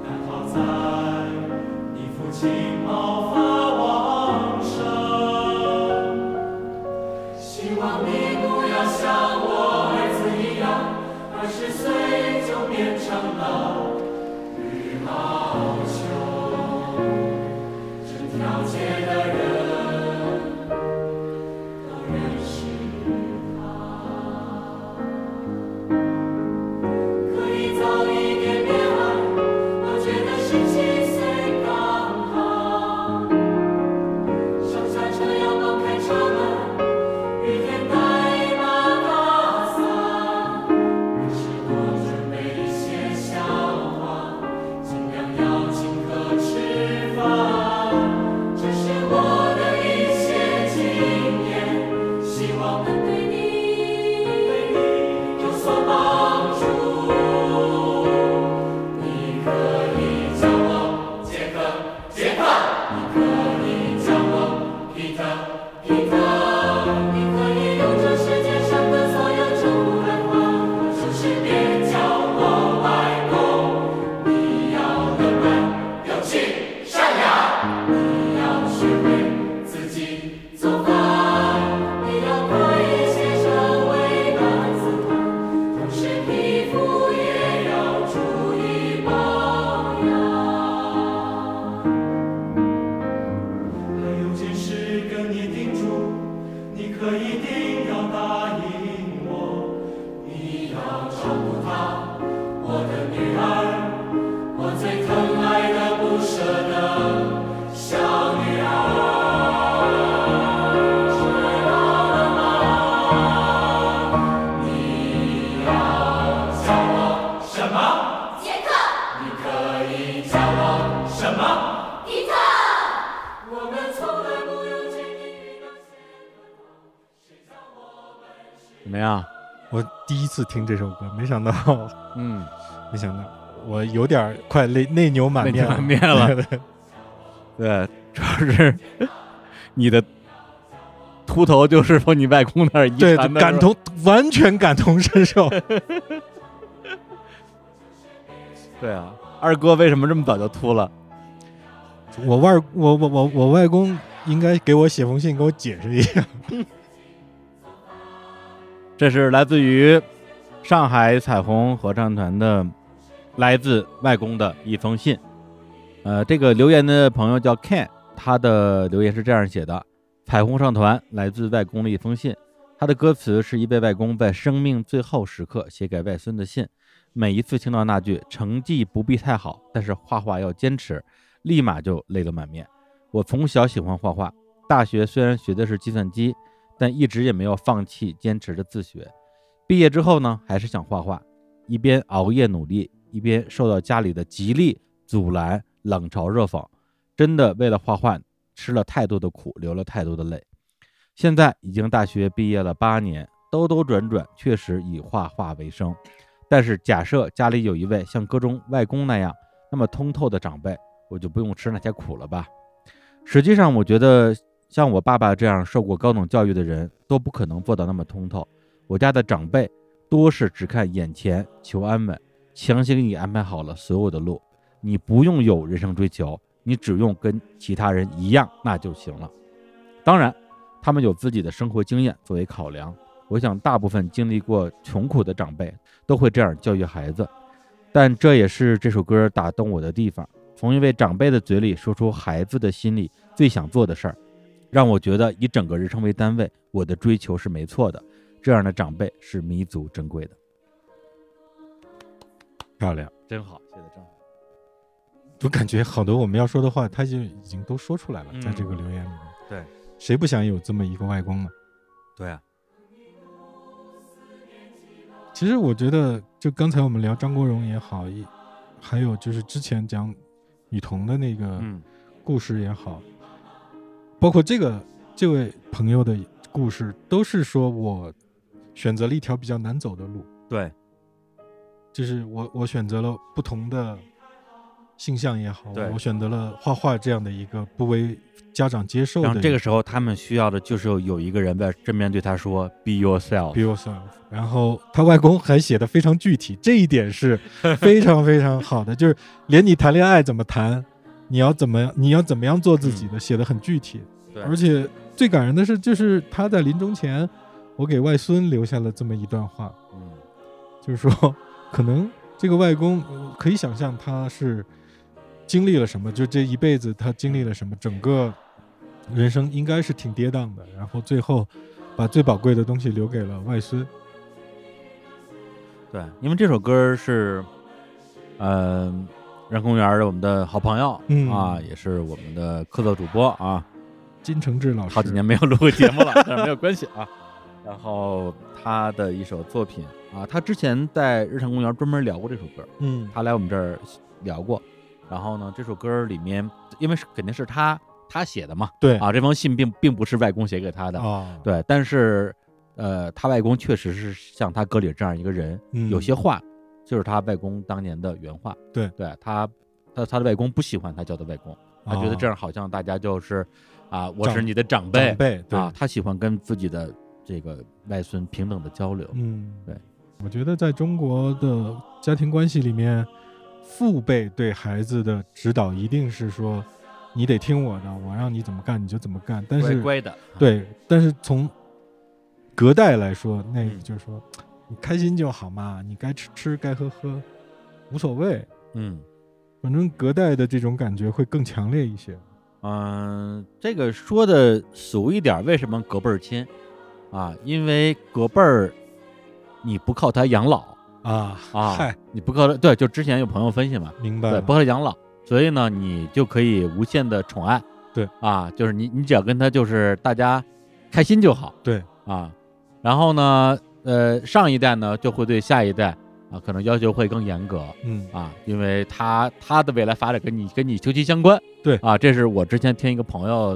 [SPEAKER 9] 哪怕在你父亲毛发旺盛，希望你不要像我儿子一样，二十岁就变成了羽毛球。这条街的人都认识他，可以早一点恋爱。我觉得十七岁刚好，上下车要忙开车门，雨天带把大伞，还是多准备一些笑话，尽量要请客吃饭。这是我的一些经验，希望能对你有所帮助。你可以叫我杰克，杰克；你可以叫我彼得，彼得；你可以用这世界上的所有称呼来唤，就是别叫我外公。你要乐观、有趣、善良，你要学会自己做饭，你要快一些成为男子汉。同时，皮肤也要注意保养。还有件事跟你叮嘱，你可一定要答应我，你要照顾她，我的女儿，我最疼爱的、不舍的小女儿，知道了吗？你要叫我什么？
[SPEAKER 3] 杰克，
[SPEAKER 9] 你可以叫我什么？
[SPEAKER 3] 迪特。
[SPEAKER 9] 我们从来不用拘泥于那些烦恼，谁叫我们是
[SPEAKER 5] 怎么样？
[SPEAKER 6] 我第一次听这首歌，没想到，
[SPEAKER 5] 嗯，
[SPEAKER 6] 没想到，我有点儿快泪内牛满面了，
[SPEAKER 5] 内牛满面 对，主要是你的秃头就是从你外公那儿遗
[SPEAKER 6] 对，
[SPEAKER 5] 传的，
[SPEAKER 6] 感同完全感同身受。
[SPEAKER 5] 对啊，二哥为什么这么早就秃了？
[SPEAKER 6] 我外我我我我外公应该给我写封信，给我解释一下。
[SPEAKER 5] 这是来自于上海彩虹合唱团的来自外公的一封信。呃，这个留言的朋友叫 Ken，他的留言是这样写的：彩虹合唱团来自外公的一封信，他的歌词是一位外公在生命最后时刻写给外孙的信。每一次听到那句“成绩不必太好，但是画画要坚持”，立马就泪流满面。我从小喜欢画画，大学虽然学的是计算机，但一直也没有放弃坚持的自学。毕业之后呢，还是想画画，一边熬夜努力，一边受到家里的极力阻拦、冷嘲热讽，真的为了画画吃了太多的苦，流了太多的泪。现在已经大学毕业了八年，兜兜转转，确实以画画为生。但是假设家里有一位像歌中外公那样那么通透的长辈，我就不用吃那些苦了吧。实际上，我觉得像我爸爸这样受过高等教育的人都不可能做到那么通透。我家的长辈多是只看眼前，求安稳，强行给你安排好了所有的路，你不用有人生追求，你只用跟其他人一样那就行了。当然，他们有自己的生活经验作为考量。我想，大部分经历过穷苦的长辈都会这样教育孩子，但这也是这首歌打动我的地方。从一位长辈的嘴里说出孩子的心里最想做的事儿，让我觉得以整个人生为单位，我的追求是没错的。这样的长辈是弥足珍贵的。
[SPEAKER 6] 漂亮，
[SPEAKER 5] 真好，写的真好。
[SPEAKER 6] 我感觉好多我们要说的话，他就已经都说出来了，
[SPEAKER 5] 嗯
[SPEAKER 6] 在这个留言里面。
[SPEAKER 5] 对，
[SPEAKER 6] 谁不想有这么一个外公呢？
[SPEAKER 5] 对啊，
[SPEAKER 6] 其实我觉得，就刚才我们聊张国荣也好，一还有就是之前讲女童的那个
[SPEAKER 5] 嗯
[SPEAKER 6] 故事也好，包括这个这位朋友的故事，都是说我选择了一条比较难走的路，
[SPEAKER 5] 对，
[SPEAKER 6] 就是我我选择了不同的性向也好，
[SPEAKER 5] 对
[SPEAKER 6] 我选择了画画这样的一个不为家长接受
[SPEAKER 5] 然
[SPEAKER 6] 的
[SPEAKER 5] 后这
[SPEAKER 6] 一
[SPEAKER 5] 个时候他们需要的就是有一个人在正面对他说 “Be yourself”，
[SPEAKER 6] Be yourself。然后他外公还写的非常具体，这一点是非常非常好的，就是连你谈恋爱怎么谈，你要怎么你要怎么样做自己的，写的很具体。
[SPEAKER 5] 对
[SPEAKER 6] 而且最感人的是，就是他在临终前，我给外孙留下了这么一段话，
[SPEAKER 5] 嗯，
[SPEAKER 6] 就是说，可能这个外公呃可以想象他是经历了什么，就这一辈子他经历了什么，整个人生应该是挺跌宕的，然后最后把最宝贵的东西留给了外孙。
[SPEAKER 5] 对，因为这首歌是，呃，人公园的我们的好朋友、
[SPEAKER 6] 嗯
[SPEAKER 5] 啊，也是我们的客座主播啊，
[SPEAKER 6] 金承志老师，
[SPEAKER 5] 好几年没有录过节目了，但是没有关系啊。然后他的一首作品啊，他之前在日常公园专门聊过这首歌，
[SPEAKER 6] 嗯，
[SPEAKER 5] 他来我们这儿聊过。然后呢，这首歌里面，因为是肯定是他他写的嘛，
[SPEAKER 6] 对
[SPEAKER 5] 啊，这封信并并不是外公写给他的，
[SPEAKER 6] 啊，
[SPEAKER 5] 对，但是呃，他外公确实是像他哥里这样一个人，
[SPEAKER 6] 嗯
[SPEAKER 5] 有些话就是他外公当年的原话。
[SPEAKER 6] 对
[SPEAKER 5] 对他他他的外公不喜欢他叫他外公，他觉得这样好像大家就是啊，我是
[SPEAKER 6] 啊长
[SPEAKER 5] 你的长辈
[SPEAKER 6] 长辈对
[SPEAKER 5] 啊，，他喜欢跟自己的这个外孙平等的交流。
[SPEAKER 6] 嗯，
[SPEAKER 5] 对，
[SPEAKER 6] 我觉得在中国的家庭关系里面，父辈对孩子的指导一定是说，你得听我的，我让你怎么干你就怎么干，但
[SPEAKER 5] 乖
[SPEAKER 6] 是
[SPEAKER 5] 乖的，
[SPEAKER 6] 对，但是从隔代来说，那
[SPEAKER 5] 嗯
[SPEAKER 6] 就是说，你开心就好嘛，你该吃吃，该喝喝，无所谓，
[SPEAKER 5] 嗯
[SPEAKER 6] 反正隔代的这种感觉会更强烈一些。
[SPEAKER 5] 嗯、这个说的俗一点，为什么隔辈儿亲啊？因为隔辈儿你不靠他养老，
[SPEAKER 6] 啊
[SPEAKER 5] 啊
[SPEAKER 6] 嗨，
[SPEAKER 5] 你不靠他，对，就之前有朋友分析嘛，
[SPEAKER 6] 明白
[SPEAKER 5] 对，
[SPEAKER 6] 了，
[SPEAKER 5] 不靠他养老，所以呢，你就可以无限的宠爱，
[SPEAKER 6] 对
[SPEAKER 5] 啊，就是你你只要跟他就是大家开心就好，
[SPEAKER 6] 对
[SPEAKER 5] 啊，然后呢，呃，上一代呢就会对下一代啊可能要求会更严格
[SPEAKER 6] 嗯
[SPEAKER 5] 啊，因为他他的未来发展跟你跟你息息相关，
[SPEAKER 6] 对
[SPEAKER 5] 啊，这是我之前听一个朋友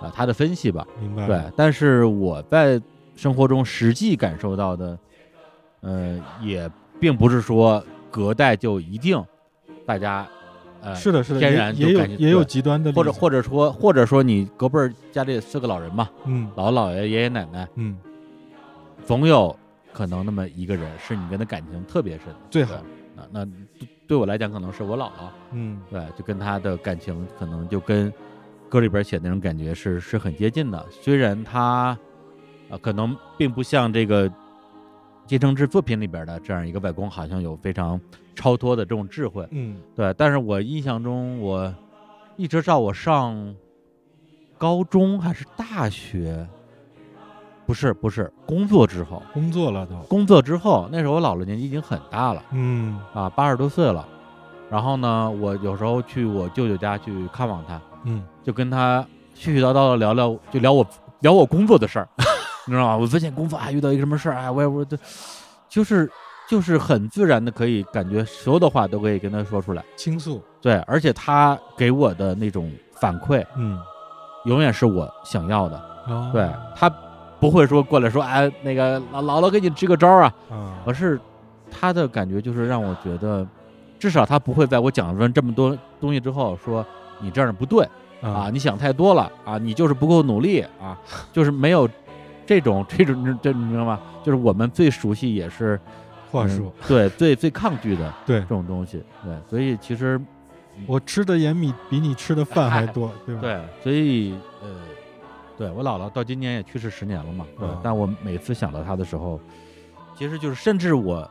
[SPEAKER 5] 啊他的分析吧，
[SPEAKER 6] 明白
[SPEAKER 5] 对
[SPEAKER 6] 了，，
[SPEAKER 5] 但是我在生活中实际感受到的，呃，也并不是说隔代就一定大家呃
[SPEAKER 6] 是的，是的，
[SPEAKER 5] 天
[SPEAKER 6] 也
[SPEAKER 5] 然就
[SPEAKER 6] 也有
[SPEAKER 5] 感觉
[SPEAKER 6] 也有
[SPEAKER 5] 对
[SPEAKER 6] 极端的例子，
[SPEAKER 5] 或者或者说或者说你隔辈儿家里四个老人嘛，
[SPEAKER 6] 嗯
[SPEAKER 5] 姥姥姥爷爷爷奶奶，
[SPEAKER 6] 嗯，
[SPEAKER 5] 总有可能那么一个人是你跟他感情特别深的，
[SPEAKER 6] 最
[SPEAKER 5] 对
[SPEAKER 6] 好，
[SPEAKER 5] 那啊那对对我来讲可能是我姥姥，
[SPEAKER 6] 嗯
[SPEAKER 5] 对，就跟他的感情可能就跟歌里边写的那种感觉是是很接近的。虽然他啊、呃可能并不像这个金承志作品里边的这样一个外公，好像有非常超脱的这种智慧，
[SPEAKER 6] 嗯
[SPEAKER 5] 对。但是我印象中，我一直到我上高中还是大学，不是不是，工作之后，
[SPEAKER 6] 工作了都，
[SPEAKER 5] 工作之后，那时候我姥姥年纪已经很大了。
[SPEAKER 6] 嗯
[SPEAKER 5] 啊，八十多岁了。然后呢，我有时候去我舅舅家去看望他，
[SPEAKER 6] 嗯
[SPEAKER 5] 就跟他絮絮叨叨的聊聊，就聊我聊我工作的事儿，你知道吗？我最近工作啊遇到一个什么事儿啊，我也我这就是就是很自然的可以感觉所有的话都可以跟他说出来。
[SPEAKER 6] 倾诉，
[SPEAKER 5] 对，而且他给我的那种反馈，
[SPEAKER 6] 嗯，
[SPEAKER 5] 永远是我想要的。
[SPEAKER 6] 哦
[SPEAKER 5] 对他不会说过来说，哎，那个姥姥姥给你支个招儿啊，
[SPEAKER 6] 啊
[SPEAKER 5] 而是他的感觉就是让我觉得，至少他不会在我讲完这么多东西之后说你这样不对啊，
[SPEAKER 6] 啊，
[SPEAKER 5] 你想太多了啊，你就是不够努力啊，就是没有这种这种这你明白吗？就是我们最熟悉也是
[SPEAKER 6] 话术，
[SPEAKER 5] 嗯对最最抗拒的
[SPEAKER 6] 对
[SPEAKER 5] 这种东西，对，所以其实
[SPEAKER 6] 我吃的盐米比你吃的饭还 多，对吧？
[SPEAKER 5] 对，所以呃，对我姥姥到今年也去世十年了嘛，对，
[SPEAKER 6] 啊
[SPEAKER 5] 但我每次想到她的时候，其实就是甚至我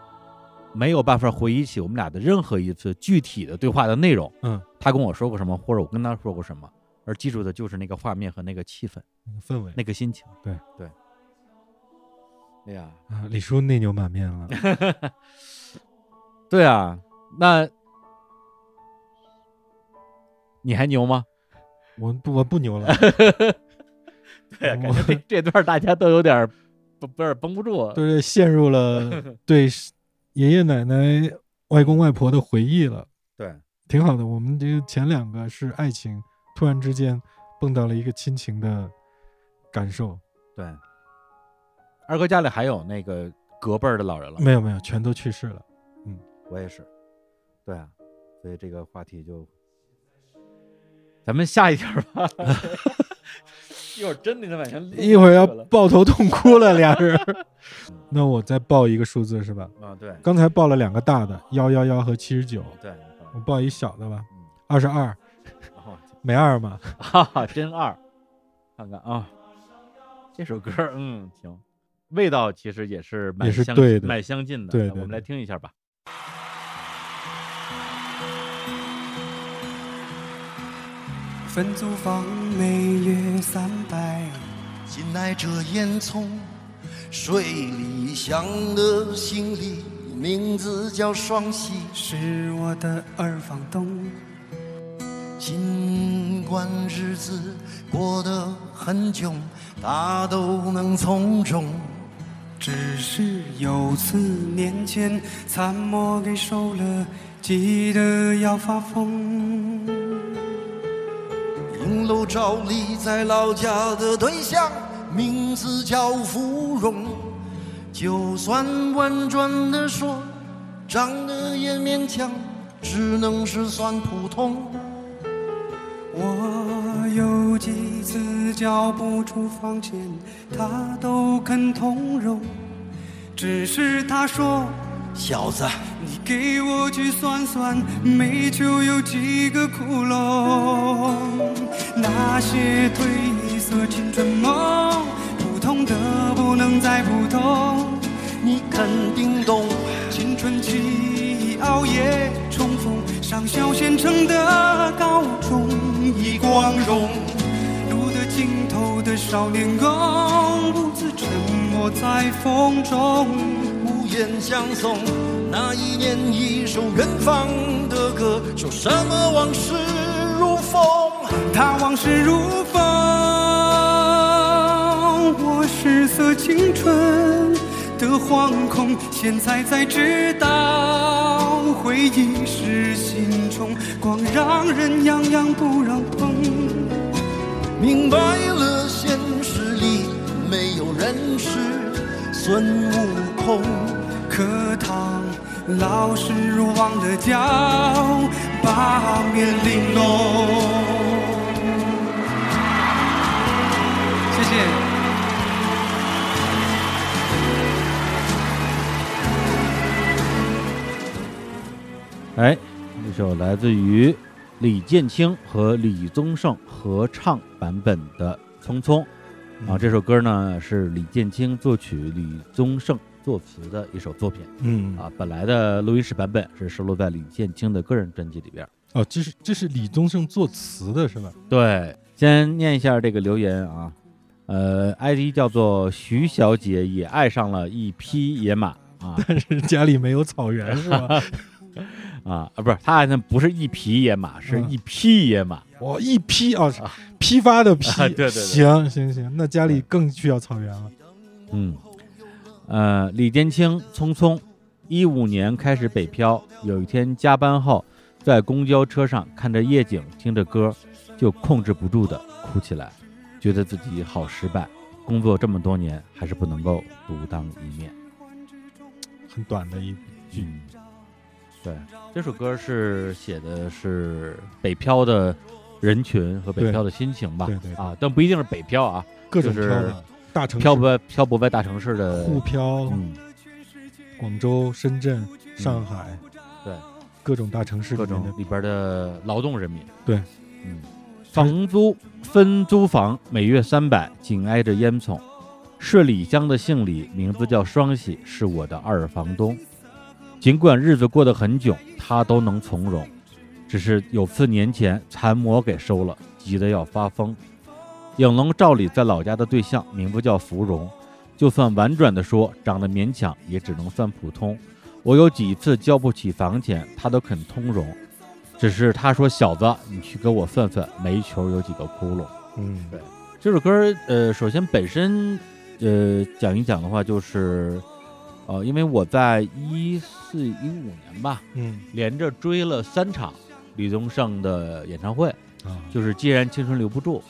[SPEAKER 5] 没有办法回忆起我们俩的任何一次具体的对话的内容，
[SPEAKER 6] 嗯，
[SPEAKER 5] 她跟我说过什么，或者我跟她说过什么，而记住的就是那个画面和那个气氛，
[SPEAKER 6] 嗯氛围。
[SPEAKER 5] 那个心情，
[SPEAKER 6] 对
[SPEAKER 5] 对。哎呀，
[SPEAKER 6] 啊，李叔内牛满面了，
[SPEAKER 5] 对啊，那你还牛吗？
[SPEAKER 6] 我不我 不牛了，
[SPEAKER 5] 对啊感
[SPEAKER 6] 我
[SPEAKER 5] 觉这这段大家都有点儿不不是绷不住。
[SPEAKER 6] 都是陷入 了对爷爷奶奶、外公外婆的回忆了，
[SPEAKER 5] 对，
[SPEAKER 6] 挺好的。我们这个前两个是爱情，突然之间蹦到了一个亲情的感受，
[SPEAKER 5] 对，二哥家里还有那个隔辈儿的老人了，
[SPEAKER 6] 没有没有，全都去世了。
[SPEAKER 5] 我也是。对啊，所以这个话题就咱们下一条 吧。一会儿真的他晚上
[SPEAKER 6] 一会儿要抱头痛哭了，俩人。那我再报一个数字是吧？
[SPEAKER 5] 啊，对
[SPEAKER 6] 刚才报了两个大的，幺幺幺和七十九，
[SPEAKER 5] 对，
[SPEAKER 6] 我报一小的吧
[SPEAKER 5] 嗯，哦
[SPEAKER 6] 二十二，
[SPEAKER 5] 然后
[SPEAKER 6] 没二嘛？
[SPEAKER 5] 哈哈，真二，看看啊，这首歌儿，嗯，行，味道其实也是蛮
[SPEAKER 6] 也是
[SPEAKER 5] 相
[SPEAKER 6] 对
[SPEAKER 5] 近
[SPEAKER 6] 的
[SPEAKER 5] 蛮相近的。
[SPEAKER 6] 对
[SPEAKER 5] 那
[SPEAKER 6] 对
[SPEAKER 5] 我们来听一下吧。
[SPEAKER 10] 分租房每月三百，
[SPEAKER 11] 近来这烟囱，水里香的行李，名字叫双喜。
[SPEAKER 10] 是我的二房东。
[SPEAKER 11] 尽管日子过得很窘，他都能从中。
[SPEAKER 10] 只是有次年前，参谋给收了，急得要发疯。
[SPEAKER 11] 影楼照例在老家的对象，名字叫芙蓉。就算婉转的说，长得也勉强，只能是算普通。
[SPEAKER 10] 我有几次交不出房钱，他都肯通融。只是他说，
[SPEAKER 11] 小子，
[SPEAKER 10] 你给我去算算，煤球有几个窟窿？那些褪色青春梦，普通的不能再普通。
[SPEAKER 11] 你肯定懂。
[SPEAKER 10] 青春期熬夜冲锋，上小县城的高中已光荣。路的尽头的少年宫，独自沉默在风中。
[SPEAKER 11] 无言相送。那一年，一首远方的歌，说什么往事如风。
[SPEAKER 10] 他往事如风，我失色青春的惶恐，现在才知道回忆是心中光，让人痒痒不让碰。
[SPEAKER 11] 明白了，现实里没有人是孙悟空。
[SPEAKER 10] 课堂老师忘了教八面玲珑。谢谢。
[SPEAKER 5] 哎，一首来自于李建清和李宗盛合唱版本的《匆匆》啊，这首歌呢是李建清作曲、李宗盛作词的一首作品
[SPEAKER 6] 嗯，
[SPEAKER 5] 啊。本来的录音室版本是收录在李建清的个人专辑里边。
[SPEAKER 6] 哦，这是这是李宗盛作词的是吧？
[SPEAKER 5] 对，先念一下这个留言啊，呃，ID 叫做徐小姐也爱上了一匹野马啊
[SPEAKER 6] 但是家里没有草原是 吧？
[SPEAKER 5] 啊啊，不是，她爱的不是一匹野马，是
[SPEAKER 6] 嗯
[SPEAKER 5] 一匹野马。
[SPEAKER 6] 我一批哦，批发的批，
[SPEAKER 5] 啊啊对对对
[SPEAKER 6] 行行行，那家里更需要草原了。
[SPEAKER 5] 嗯，呃，李建清匆匆，一五年开始北漂，有一天加班后，在公交车上看着夜景，听着歌，就控制不住的哭起来，觉得自己好失败，工作这么多年还是不能够独当一面。
[SPEAKER 6] 很短的一句，
[SPEAKER 5] 嗯，对，这首歌是写的是北漂的人群和北
[SPEAKER 6] 对
[SPEAKER 5] 漂的心情吧？
[SPEAKER 6] 对对对
[SPEAKER 5] 啊，但不一定是北漂啊，
[SPEAKER 6] 各种
[SPEAKER 5] 就
[SPEAKER 6] 漂
[SPEAKER 5] 是
[SPEAKER 6] 泊，大城市
[SPEAKER 5] 漂泊漂泊在大城市的，
[SPEAKER 6] 沪漂、
[SPEAKER 5] 嗯，
[SPEAKER 6] 广州、深圳、上海，
[SPEAKER 5] 对，
[SPEAKER 6] 各种大城市里
[SPEAKER 5] 各
[SPEAKER 6] 面的
[SPEAKER 5] 种里边的劳动人民。
[SPEAKER 6] 对，
[SPEAKER 5] 嗯，房租分租房每月三百，紧挨着烟囱。是李湘的姓李，名字叫双喜，是我的二房东。尽管日子过得很窘，他都能从容。只是有次年前残模给收了，急得要发疯。影龙照里在老家的对象名字叫芙蓉，就算婉转的说长得勉强，也只能算普通。我有几次交不起房钱，他都肯通融，只是他说：“小子，你去给我算算煤球有几个窟窿。”
[SPEAKER 6] 嗯
[SPEAKER 5] 这首歌儿，呃，首先本身，呃，讲一讲的话，就是，呃，因为我在一四一五年吧，
[SPEAKER 6] 嗯
[SPEAKER 5] 连着追了三场李宗盛的演唱会，
[SPEAKER 6] 啊，
[SPEAKER 5] 就是既然青春留不住，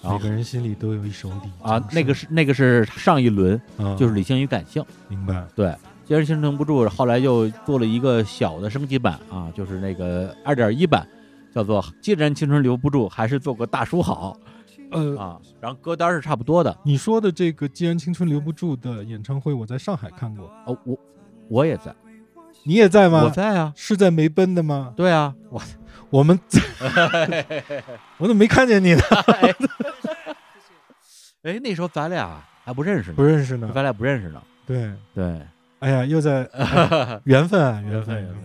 [SPEAKER 5] 然后
[SPEAKER 6] 每个人心里都有一首李
[SPEAKER 5] 啊，那个是那个是上一轮，就是理
[SPEAKER 6] 李
[SPEAKER 5] 性与感性，
[SPEAKER 6] 啊明白
[SPEAKER 5] 对，既然青春留不住，后来又做了一个小的升级版啊，就是那个二点一版，叫做既然青春留不住，还是做个大叔好
[SPEAKER 6] 呃。
[SPEAKER 5] 啊，然后歌单是差不多的。
[SPEAKER 6] 你说的这个“既然青春留不住”的演唱会，我在上海看过，
[SPEAKER 5] 哦，我我也在，
[SPEAKER 6] 你也在
[SPEAKER 5] 我
[SPEAKER 6] 吗？
[SPEAKER 5] 在 啊，
[SPEAKER 6] 是在梅奔的吗？
[SPEAKER 5] 对啊，
[SPEAKER 6] 我们， 我怎么没看见你呢？
[SPEAKER 5] 哎，那时候咱俩 还不认识呢，
[SPEAKER 6] 不认识呢。
[SPEAKER 5] 咱俩不认识呢，
[SPEAKER 6] 对，
[SPEAKER 5] 对，
[SPEAKER 6] 哎呀，又在、 哎缘分啊，缘
[SPEAKER 5] 分
[SPEAKER 6] 分
[SPEAKER 5] 缘分，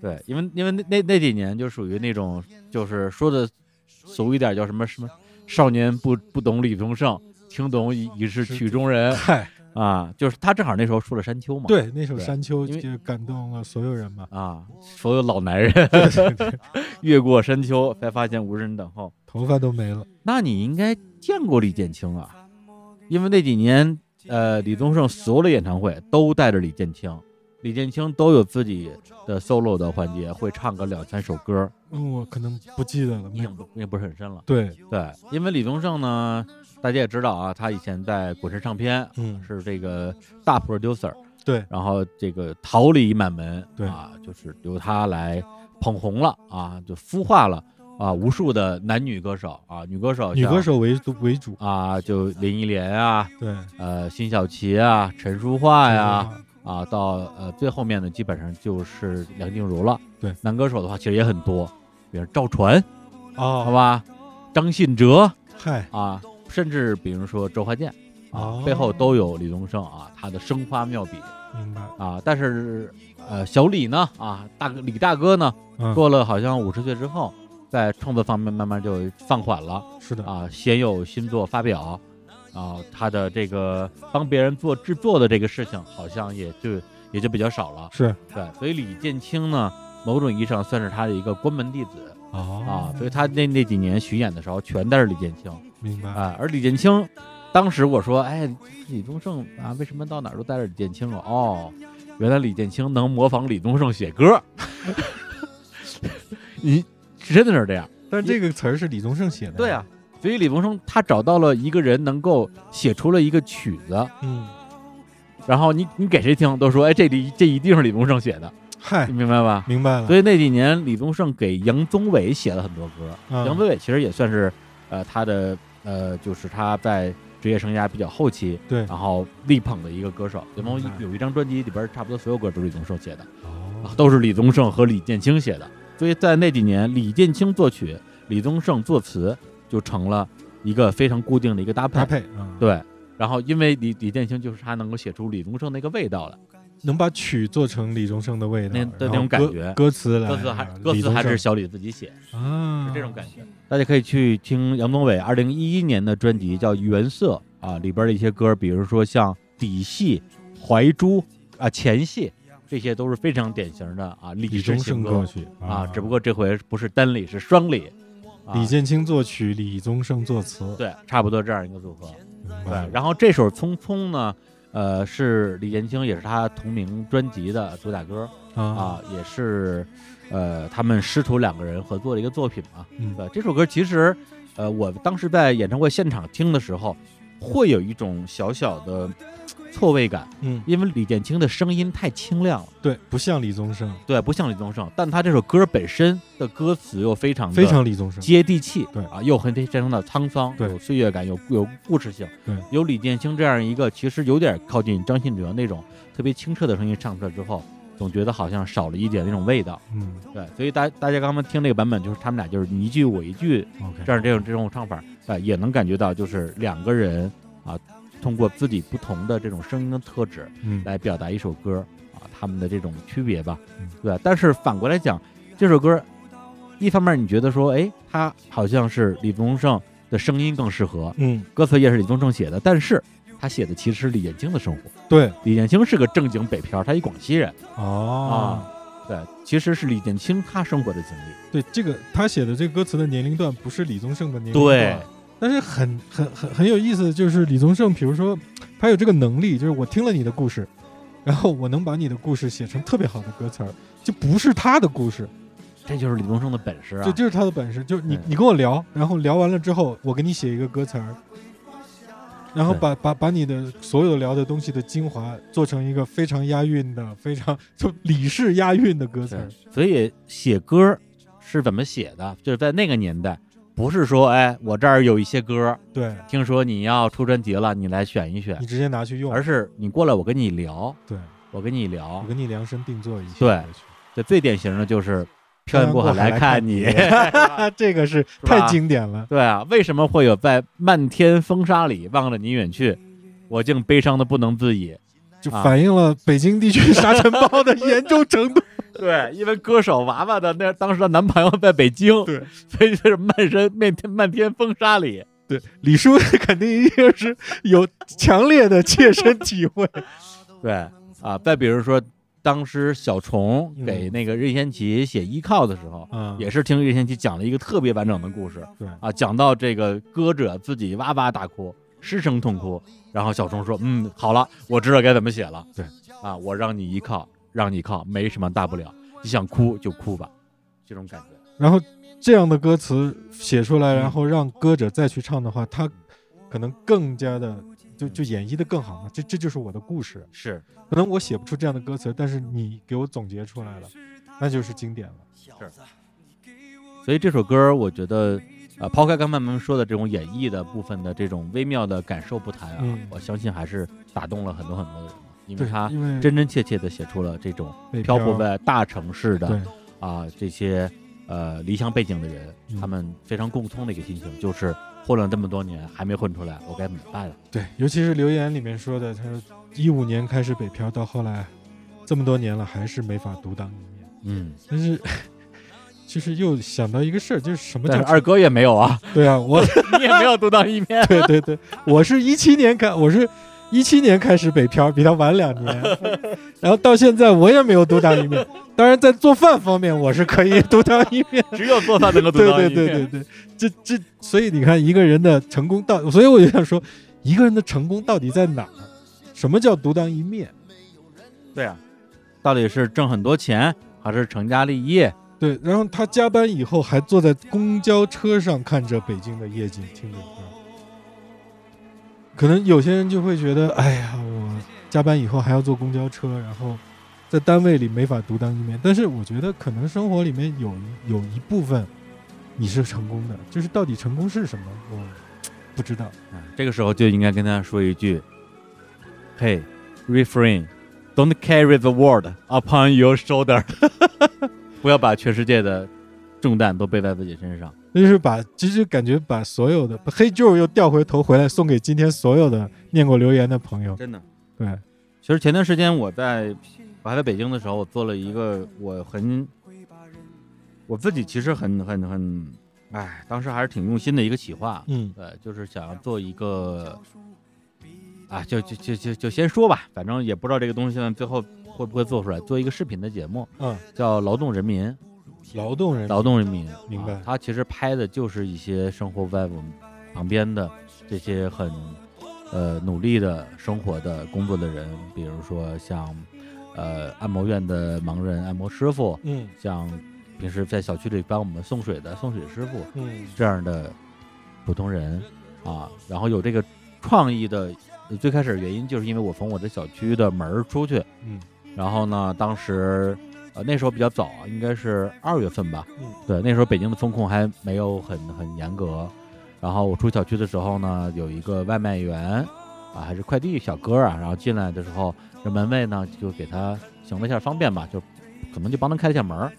[SPEAKER 5] 对，因为因为那那那几年就属于那种，就是说的俗一点叫什么什么，少年不不懂李宗盛，听懂已已是曲中人
[SPEAKER 6] 嗨，
[SPEAKER 5] 啊，就是他正好那时候出了山丘嘛，
[SPEAKER 6] 对，那首《
[SPEAKER 5] 对
[SPEAKER 6] 山丘
[SPEAKER 5] 因》为
[SPEAKER 6] 就感动了所有人嘛。
[SPEAKER 5] 啊，所有老男人 越过山丘才发现无人等候，
[SPEAKER 6] 头发都没了。
[SPEAKER 5] 那你应该见过李建清啊，因为那几年，呃，李宗盛所有的演唱会都带着李建清，李建清都有自己的 solo 的环节，会唱个两三首歌，
[SPEAKER 6] 嗯，我可能不记得了。
[SPEAKER 5] 印
[SPEAKER 6] 没
[SPEAKER 5] 象不印象不是很深了。
[SPEAKER 6] 对，
[SPEAKER 5] 对，因为李宗盛呢，大家也知道啊，他以前在滚石唱片
[SPEAKER 6] 嗯，
[SPEAKER 5] 是这个大 producer，
[SPEAKER 6] 对
[SPEAKER 5] 然后这个桃李满门，
[SPEAKER 6] 对
[SPEAKER 5] 啊，就是由他来捧红了啊，就孵化了啊无数的男女歌手啊，女歌手
[SPEAKER 6] 女
[SPEAKER 5] 像
[SPEAKER 6] 歌手为主为主。
[SPEAKER 5] 啊，就林忆莲啊，
[SPEAKER 6] 对，
[SPEAKER 5] 呃，辛晓琪啊，陈淑桦呀，
[SPEAKER 6] 嗯，
[SPEAKER 5] 啊，到呃最后面呢，基本上就是梁静茹了。
[SPEAKER 6] 对，
[SPEAKER 5] 男歌手的话其实也很多，比如赵传，
[SPEAKER 6] 哦，
[SPEAKER 5] 好，吧，张信哲
[SPEAKER 6] 嗨，
[SPEAKER 5] 啊，甚至比如说周华健啊
[SPEAKER 6] 哦，
[SPEAKER 5] 背后都有李宗盛啊，他的生花妙笔
[SPEAKER 6] 明白。
[SPEAKER 5] 啊。但是呃，小李呢啊，大哥李大哥呢，
[SPEAKER 6] 嗯，
[SPEAKER 5] 过了好像五十岁之后，在创作方面慢慢就放缓了。
[SPEAKER 6] 是的，
[SPEAKER 5] 啊，先有新作发表，啊，他的这个帮别人做制作的这个事情，好像也就也就比较少了。
[SPEAKER 6] 是
[SPEAKER 5] 对，所以李建清呢，某种意义上算是他的一个关门弟子啊
[SPEAKER 6] 哦，，
[SPEAKER 5] 所以他那那几年巡演的时候，全带着李建清
[SPEAKER 6] 明白。
[SPEAKER 5] 啊。而李建清，当时我说，哎，李宗盛啊，为什么到哪儿都带着李建清啊？哦，原来李建清能模仿李宗盛写歌， 你真的是这样。
[SPEAKER 6] 但这个词儿是李宗盛写的。
[SPEAKER 5] 对啊，，所以李宗盛他找到了一个人能够写出了一个曲子，
[SPEAKER 6] 嗯，
[SPEAKER 5] 然后你你给谁听都说，哎，这里这一定是李宗盛写的，
[SPEAKER 6] 嗨
[SPEAKER 5] 你，明白吧？
[SPEAKER 6] 明白了。
[SPEAKER 5] 所以那几年李宗盛给杨宗纬写了很多歌，
[SPEAKER 6] 嗯
[SPEAKER 5] 杨宗纬其实也算是呃他的呃就是他在职业生涯比较后期。
[SPEAKER 6] 对，
[SPEAKER 5] 然后力捧的一个歌手，然后
[SPEAKER 6] 明白
[SPEAKER 5] 有一张专辑里边差不多所有歌都是李宗盛写的，啊
[SPEAKER 6] 哦，
[SPEAKER 5] 都是李宗盛和李建清写的。所以在那几年，李建清作曲，李宗盛作词，就成了一个非常固定的一个搭配。
[SPEAKER 6] 搭配啊，
[SPEAKER 5] 对，然后因为李李建清就是他能够写出李宗盛那个味道来，
[SPEAKER 6] 能把曲做成李宗盛的味道，
[SPEAKER 5] 那
[SPEAKER 6] 然后
[SPEAKER 5] 那种感
[SPEAKER 6] 歌
[SPEAKER 5] 觉
[SPEAKER 6] 歌词来，
[SPEAKER 5] 歌词还歌
[SPEAKER 6] 李
[SPEAKER 5] 词
[SPEAKER 6] 宗
[SPEAKER 5] 还是
[SPEAKER 6] 盛
[SPEAKER 5] 小李自己写，
[SPEAKER 6] 啊，
[SPEAKER 5] 是这种感觉。大家可以去听杨宗纬二零一一年的专辑叫《原色》啊，里边的一些歌，比如说像《底戏》《怀珠》啊，《前戏》，这些都是非常典型的啊李
[SPEAKER 6] 李
[SPEAKER 5] 氏
[SPEAKER 6] 宗
[SPEAKER 5] 情
[SPEAKER 6] 盛
[SPEAKER 5] 歌
[SPEAKER 6] 歌曲
[SPEAKER 5] 啊，只不过这回不是单李是双李，啊
[SPEAKER 6] 李建清作曲，李宗盛作词。
[SPEAKER 5] 对，差不多这样一个组合。
[SPEAKER 6] 明白
[SPEAKER 5] 对
[SPEAKER 6] 了，
[SPEAKER 5] 然后这首《匆匆》呢，呃，是李建清也是他同名专辑的主打歌
[SPEAKER 6] 啊
[SPEAKER 5] 啊，也是呃他们师徒两个人合作的一个作品嘛。
[SPEAKER 6] 嗯
[SPEAKER 5] 对，这首歌其实呃我当时在演唱会现场听的时候，会有一种小小的错位感，
[SPEAKER 6] 嗯，
[SPEAKER 5] 因为李建清的声音太清亮了，
[SPEAKER 6] 对，不像李宗盛，
[SPEAKER 5] 对，不像李宗盛，但他这首歌本身的歌词又非常的
[SPEAKER 6] 非常李宗盛。
[SPEAKER 5] 接地气，
[SPEAKER 6] 对
[SPEAKER 5] 啊，又很非常的沧桑，
[SPEAKER 6] 对
[SPEAKER 5] 有岁月感，有有故事性，
[SPEAKER 6] 对
[SPEAKER 5] 有李建清这样一个其实有点靠近张信哲那种特别清澈的声音唱出来之后，总觉得好像少了一点那种味道，
[SPEAKER 6] 嗯
[SPEAKER 5] 对，所以大大家刚刚听这个版本，就是他们俩就是你一句我一句
[SPEAKER 6] ，OK，
[SPEAKER 5] 这样这种这种唱法，呃，也能感觉到就是两个人啊，通过自己不同的这种声音的特质，
[SPEAKER 6] 嗯，
[SPEAKER 5] 来表达一首歌啊，他们的这种区别吧
[SPEAKER 6] 嗯，
[SPEAKER 5] 对。但是反过来讲，这首歌一方面你觉得说，哎，它好像是李宗盛的声音更适合，
[SPEAKER 6] 嗯，
[SPEAKER 5] 歌词也是李宗盛写的，但是他写的其实是李建清的生活。
[SPEAKER 6] 对，
[SPEAKER 5] 李建清是个正经北漂，他一广西人
[SPEAKER 6] 哦，
[SPEAKER 5] 啊，对，其实是李建清他生活的经历。
[SPEAKER 6] 对，这个他写的这个歌词的年龄段不是李宗盛的年龄
[SPEAKER 5] 对
[SPEAKER 6] 段，，但是很很很很有意思，就是李宗盛，比如说他有这个能力，就是我听了你的故事，然后我能把你的故事写成特别好的歌词儿，就不是他的故事，
[SPEAKER 5] 这就是李宗盛的本事啊。
[SPEAKER 6] 这就是他的本事，就是你
[SPEAKER 5] 对
[SPEAKER 6] 你跟我聊，然后聊完了之后，我给你写一个歌词儿，然后
[SPEAKER 5] 对
[SPEAKER 6] 把把把你的所有聊的东西的精华做成一个非常押韵的、非常就李氏押韵的歌词儿
[SPEAKER 5] 对，，所以写歌是怎么写的？就是在那个年代，不是说哎，我这儿有一些歌，
[SPEAKER 6] 对
[SPEAKER 5] 听说你要出专辑了，你来选一选
[SPEAKER 6] 你，直接拿去用，
[SPEAKER 5] 而是你过来，我跟你聊，
[SPEAKER 6] 对
[SPEAKER 5] 我跟你聊
[SPEAKER 6] 我。跟你量身定做一下，
[SPEAKER 5] 对对，最典型的就是漂洋过海来看你。
[SPEAKER 6] 啊，这个是
[SPEAKER 5] 吧
[SPEAKER 6] 太经典了。
[SPEAKER 5] 对啊，为什么会有在漫天风沙里望着你远去，我竟悲伤的不能自已？
[SPEAKER 6] 就
[SPEAKER 5] 啊
[SPEAKER 6] 反映了北京地区沙尘暴的严重程度。
[SPEAKER 5] 对，因为歌手娃娃的那当时的男朋友在北京，
[SPEAKER 6] 对，
[SPEAKER 5] 所以就是漫身漫天漫天风沙里。
[SPEAKER 6] 对，李叔肯定一定是有强烈的切身体会。
[SPEAKER 5] 对啊，再比如说，当时小虫
[SPEAKER 6] 嗯
[SPEAKER 5] 给那个任贤齐写《依靠》的时候，
[SPEAKER 6] 嗯
[SPEAKER 5] 也是听任贤齐讲了一个特别完整的故事，
[SPEAKER 6] 对
[SPEAKER 5] 啊，讲到这个歌者自己哇哇大哭，失声痛哭，然后小虫说：“嗯，好了，我知道该怎么写了。”
[SPEAKER 6] 对
[SPEAKER 5] 啊，我让你依靠，让你靠，没什么大不了，你想哭就哭吧，这种感觉。
[SPEAKER 6] 然后这样的歌词写出来，然后让歌者再去唱的话，他可能更加的就就演绎的更好嘛。这这就是我的故事。
[SPEAKER 5] 是
[SPEAKER 6] 可能我写不出这样的歌词，但是你给我总结出来了，那就是经典了。
[SPEAKER 5] 所以这首歌，我觉得，呃，抛开刚才我们说的这种演绎的部分的这种微妙的感受不谈啊，
[SPEAKER 6] 嗯
[SPEAKER 5] 我相信还是打动了很多很多的人，啊因为
[SPEAKER 6] 对，
[SPEAKER 5] 他
[SPEAKER 6] 因为
[SPEAKER 5] 真真切切的写出了这种
[SPEAKER 6] 北
[SPEAKER 5] 漂泊
[SPEAKER 6] 漂
[SPEAKER 5] 在大城市的
[SPEAKER 6] 对
[SPEAKER 5] 啊、这些呃离乡背景的人，
[SPEAKER 6] 嗯
[SPEAKER 5] 他们非常共通的一个心情，就是混了这么多年还没混出来，我该怎么办啊？
[SPEAKER 6] 对，尤其是留言里面说的，他说一五年开始北漂，到后来这么多年了，还是没法独当一面。
[SPEAKER 5] 嗯，
[SPEAKER 6] 但是， 就是又想到一个事儿，就是什么
[SPEAKER 5] 但
[SPEAKER 6] 叫
[SPEAKER 5] 是二哥也没有啊，
[SPEAKER 6] 对啊，我 。
[SPEAKER 5] 你也没有独当一面
[SPEAKER 6] 对对对，我是一七年开，我是一七年开始北漂，比他晚两年， 然后到现在我也没有独当一面。当然，在做饭方面，我是可以独当一面。
[SPEAKER 5] 只有做饭能够独
[SPEAKER 6] 对
[SPEAKER 5] 当一
[SPEAKER 6] 对
[SPEAKER 5] 面。
[SPEAKER 6] 对对对， 这这，所以你看一个人的成功到，所以我就想说，一个人的成功到底在哪儿？什么叫独当一面？
[SPEAKER 5] 对啊，到底是挣很多钱，还是成家立业？
[SPEAKER 6] 对，然后他加班以后还坐在公交车上看着北京的夜景，听着歌。可能有些人就会觉得，哎呀，我加班以后还要坐公交车，然后在单位里没法独当一面。但是我觉得，可能生活里面有一有一部分你是成功的，就是到底成功是什么，我不知道。
[SPEAKER 5] 啊这个时候就应该跟他说一句：“Hey, refrain, don't carry the world upon your shoulder 。” 不要把全世界的重担都背在自己身上。
[SPEAKER 6] 那就是把，就是感觉把所有的黑舅又调回头回来，送给今天所有的念过留言的朋友。
[SPEAKER 5] 真的，
[SPEAKER 6] 对，
[SPEAKER 5] 其实前段时间我在我还在北京的时候，我做了一个我很我自己其实很很很，哎，当时还是挺用心的一个企划。
[SPEAKER 6] 嗯
[SPEAKER 5] 对，就是想要做一个，啊，就就就就就先说吧，反正也不知道这个东西呢最后会不会做出来，做一个视频的节目，
[SPEAKER 6] 嗯，
[SPEAKER 5] 叫《劳动人民》，
[SPEAKER 6] 劳动人
[SPEAKER 5] 劳动人民，
[SPEAKER 6] 明白
[SPEAKER 5] 啊他其实拍的就是一些生活在我们旁边的这些很呃努力的生活的工作的人，比如说像呃按摩院的盲人按摩师傅，
[SPEAKER 6] 嗯
[SPEAKER 5] 像平时在小区里帮我们送水的送水师傅，
[SPEAKER 6] 嗯
[SPEAKER 5] 这样的普通人啊，然后有这个创意的，呃最开始原因就是因为我从我的小区的门儿出去，
[SPEAKER 6] 嗯，
[SPEAKER 5] 然后呢，当时呃那时候比较早啊，应该是二月份吧，
[SPEAKER 6] 嗯，
[SPEAKER 5] 对，那时候北京的风控还没有很很严格，然后我出小区的时候呢，有一个外卖员啊，还是快递小哥啊，然后进来的时候，这门卫呢就给他行了一下方便吧，就可能就帮他开了一下门儿。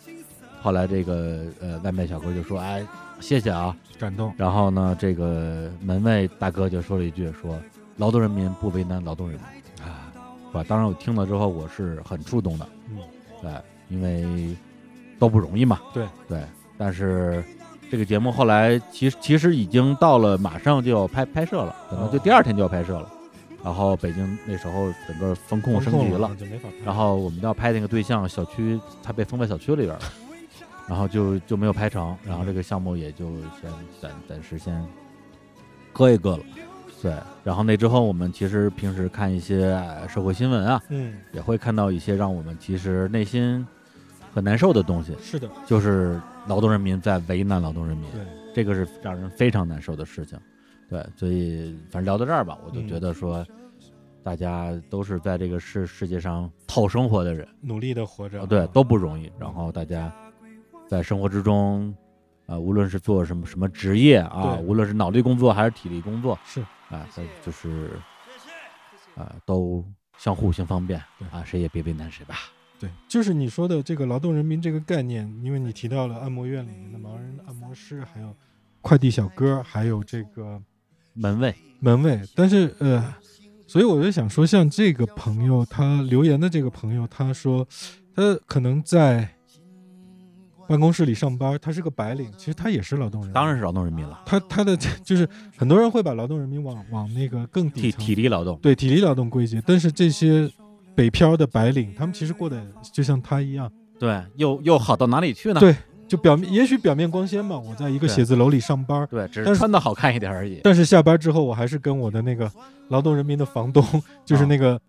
[SPEAKER 5] 后来这个呃外卖小哥就说：“哎，谢谢啊，
[SPEAKER 6] 感动。
[SPEAKER 5] 然后呢，这个门卫大哥就说了一句说：“劳动人民不为难劳动人民。”啊，我当然我听了之后我是很触动的，
[SPEAKER 6] 嗯，
[SPEAKER 5] 对，因为都不容易嘛，
[SPEAKER 6] 对
[SPEAKER 5] 对。但是这个节目后
[SPEAKER 6] 哦
[SPEAKER 5] 来其实其实已经到了马上就要拍拍摄了，可能就第二天就要拍摄了。然后北京那时候整个风控
[SPEAKER 6] 我
[SPEAKER 5] 升级了，
[SPEAKER 6] 就没法拍。
[SPEAKER 5] 然后我们要拍那个对象小区，它被封在小区里边了，然后就就没有拍成，然后这个项目也就先暂暂时先搁一搁了。对，然后那之后，我们其实平时看一些呃社会新闻啊，
[SPEAKER 6] 嗯，
[SPEAKER 5] 也会看到一些让我们其实内心很难受的东西，
[SPEAKER 6] 是的，
[SPEAKER 5] 就是劳动人民在为难劳动人民，
[SPEAKER 6] 对，
[SPEAKER 5] 这个是让人非常难受的事情。对，所以反正聊到这儿吧，我就
[SPEAKER 6] 嗯
[SPEAKER 5] 觉得说，大家都是在这个世世界上讨生活的人，
[SPEAKER 6] 努力的活着
[SPEAKER 5] 啊，
[SPEAKER 6] 啊，
[SPEAKER 5] 对，都不容易。然后大家在生活之中，呃，无论是做什么什么职业啊，
[SPEAKER 6] 对
[SPEAKER 5] 无论是脑力工作还是体力工作，
[SPEAKER 6] 是
[SPEAKER 5] 啊，在就是啊、都相互相方便
[SPEAKER 6] 对
[SPEAKER 5] 啊，谁也别为难谁吧。
[SPEAKER 6] 对，就是你说的这个劳动人民这个概念，因为你提到了按摩院里面的盲人按摩师，还有快递小哥，还有这个
[SPEAKER 5] 门卫，
[SPEAKER 6] 门卫，但是呃，所以我就想说，像这个朋友他留言的这个朋友，他说他可能在办公室里上班，他是个白领，其实他也是劳动人，
[SPEAKER 5] 当然。是劳动人民 了，
[SPEAKER 6] 他他的就是很多人会把劳动人民往往那个更底
[SPEAKER 5] 体
[SPEAKER 6] 层
[SPEAKER 5] 体力劳动，
[SPEAKER 6] 对体力劳动归结，但是这些北漂的白领，他们其实过得就像他一样，
[SPEAKER 5] 对，又又好到哪里去呢？
[SPEAKER 6] 对就表面也许表面光鲜嘛，我在一
[SPEAKER 5] 对
[SPEAKER 6] 个写字楼里上班，
[SPEAKER 5] 对，只
[SPEAKER 6] 但
[SPEAKER 5] 是
[SPEAKER 6] 是
[SPEAKER 5] 穿的好看一点而已。
[SPEAKER 6] 但是下班之后，我还是跟我的那个劳动人民的房东， 就是那个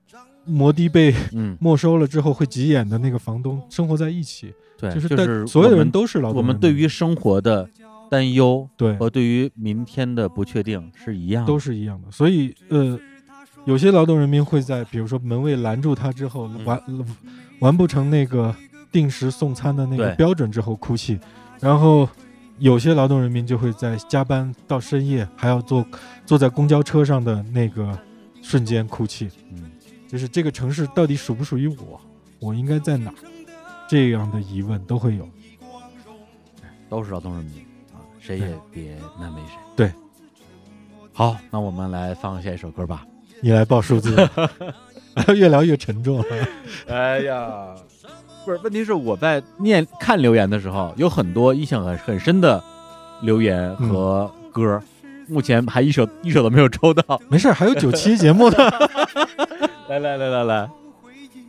[SPEAKER 6] 摩的被
[SPEAKER 5] 啊嗯，
[SPEAKER 6] 没收了之后会急眼的那个房东生活在一起，
[SPEAKER 5] 对，
[SPEAKER 6] 就是但
[SPEAKER 5] 是
[SPEAKER 6] 所有
[SPEAKER 5] 我
[SPEAKER 6] 的
[SPEAKER 5] 们
[SPEAKER 6] 人都是劳动
[SPEAKER 5] 我们
[SPEAKER 6] 人
[SPEAKER 5] 对
[SPEAKER 6] 民
[SPEAKER 5] 于生活的担忧
[SPEAKER 6] 对
[SPEAKER 5] 和对于明天的不确定是一样的，
[SPEAKER 6] 都是一样的，所以呃，有些劳动人民会在比如说门卫拦住他之后，
[SPEAKER 5] 嗯
[SPEAKER 6] 完完不成那个定时送餐的那个
[SPEAKER 5] 对
[SPEAKER 6] 标准之后哭泣，然后有些劳动人民就会在加班到深夜还要坐坐在公交车上的那个瞬间哭泣，
[SPEAKER 5] 嗯，
[SPEAKER 6] 就是这个城市到底属不属于我，我应该在哪儿，这样的疑问都会有。
[SPEAKER 5] 都是劳动人民啊，谁也别难为谁。
[SPEAKER 6] 对，
[SPEAKER 5] 好，那我们来放下一首歌吧。
[SPEAKER 6] 你来报数字， 越聊越沉重了。
[SPEAKER 5] 哎呀，不是，问题是我在念看留言的时候，有很多印象很很深的留言和歌，目前还一首一首都没有抽到。
[SPEAKER 6] 没事儿，还有九期节目呢。
[SPEAKER 5] 来来来来来，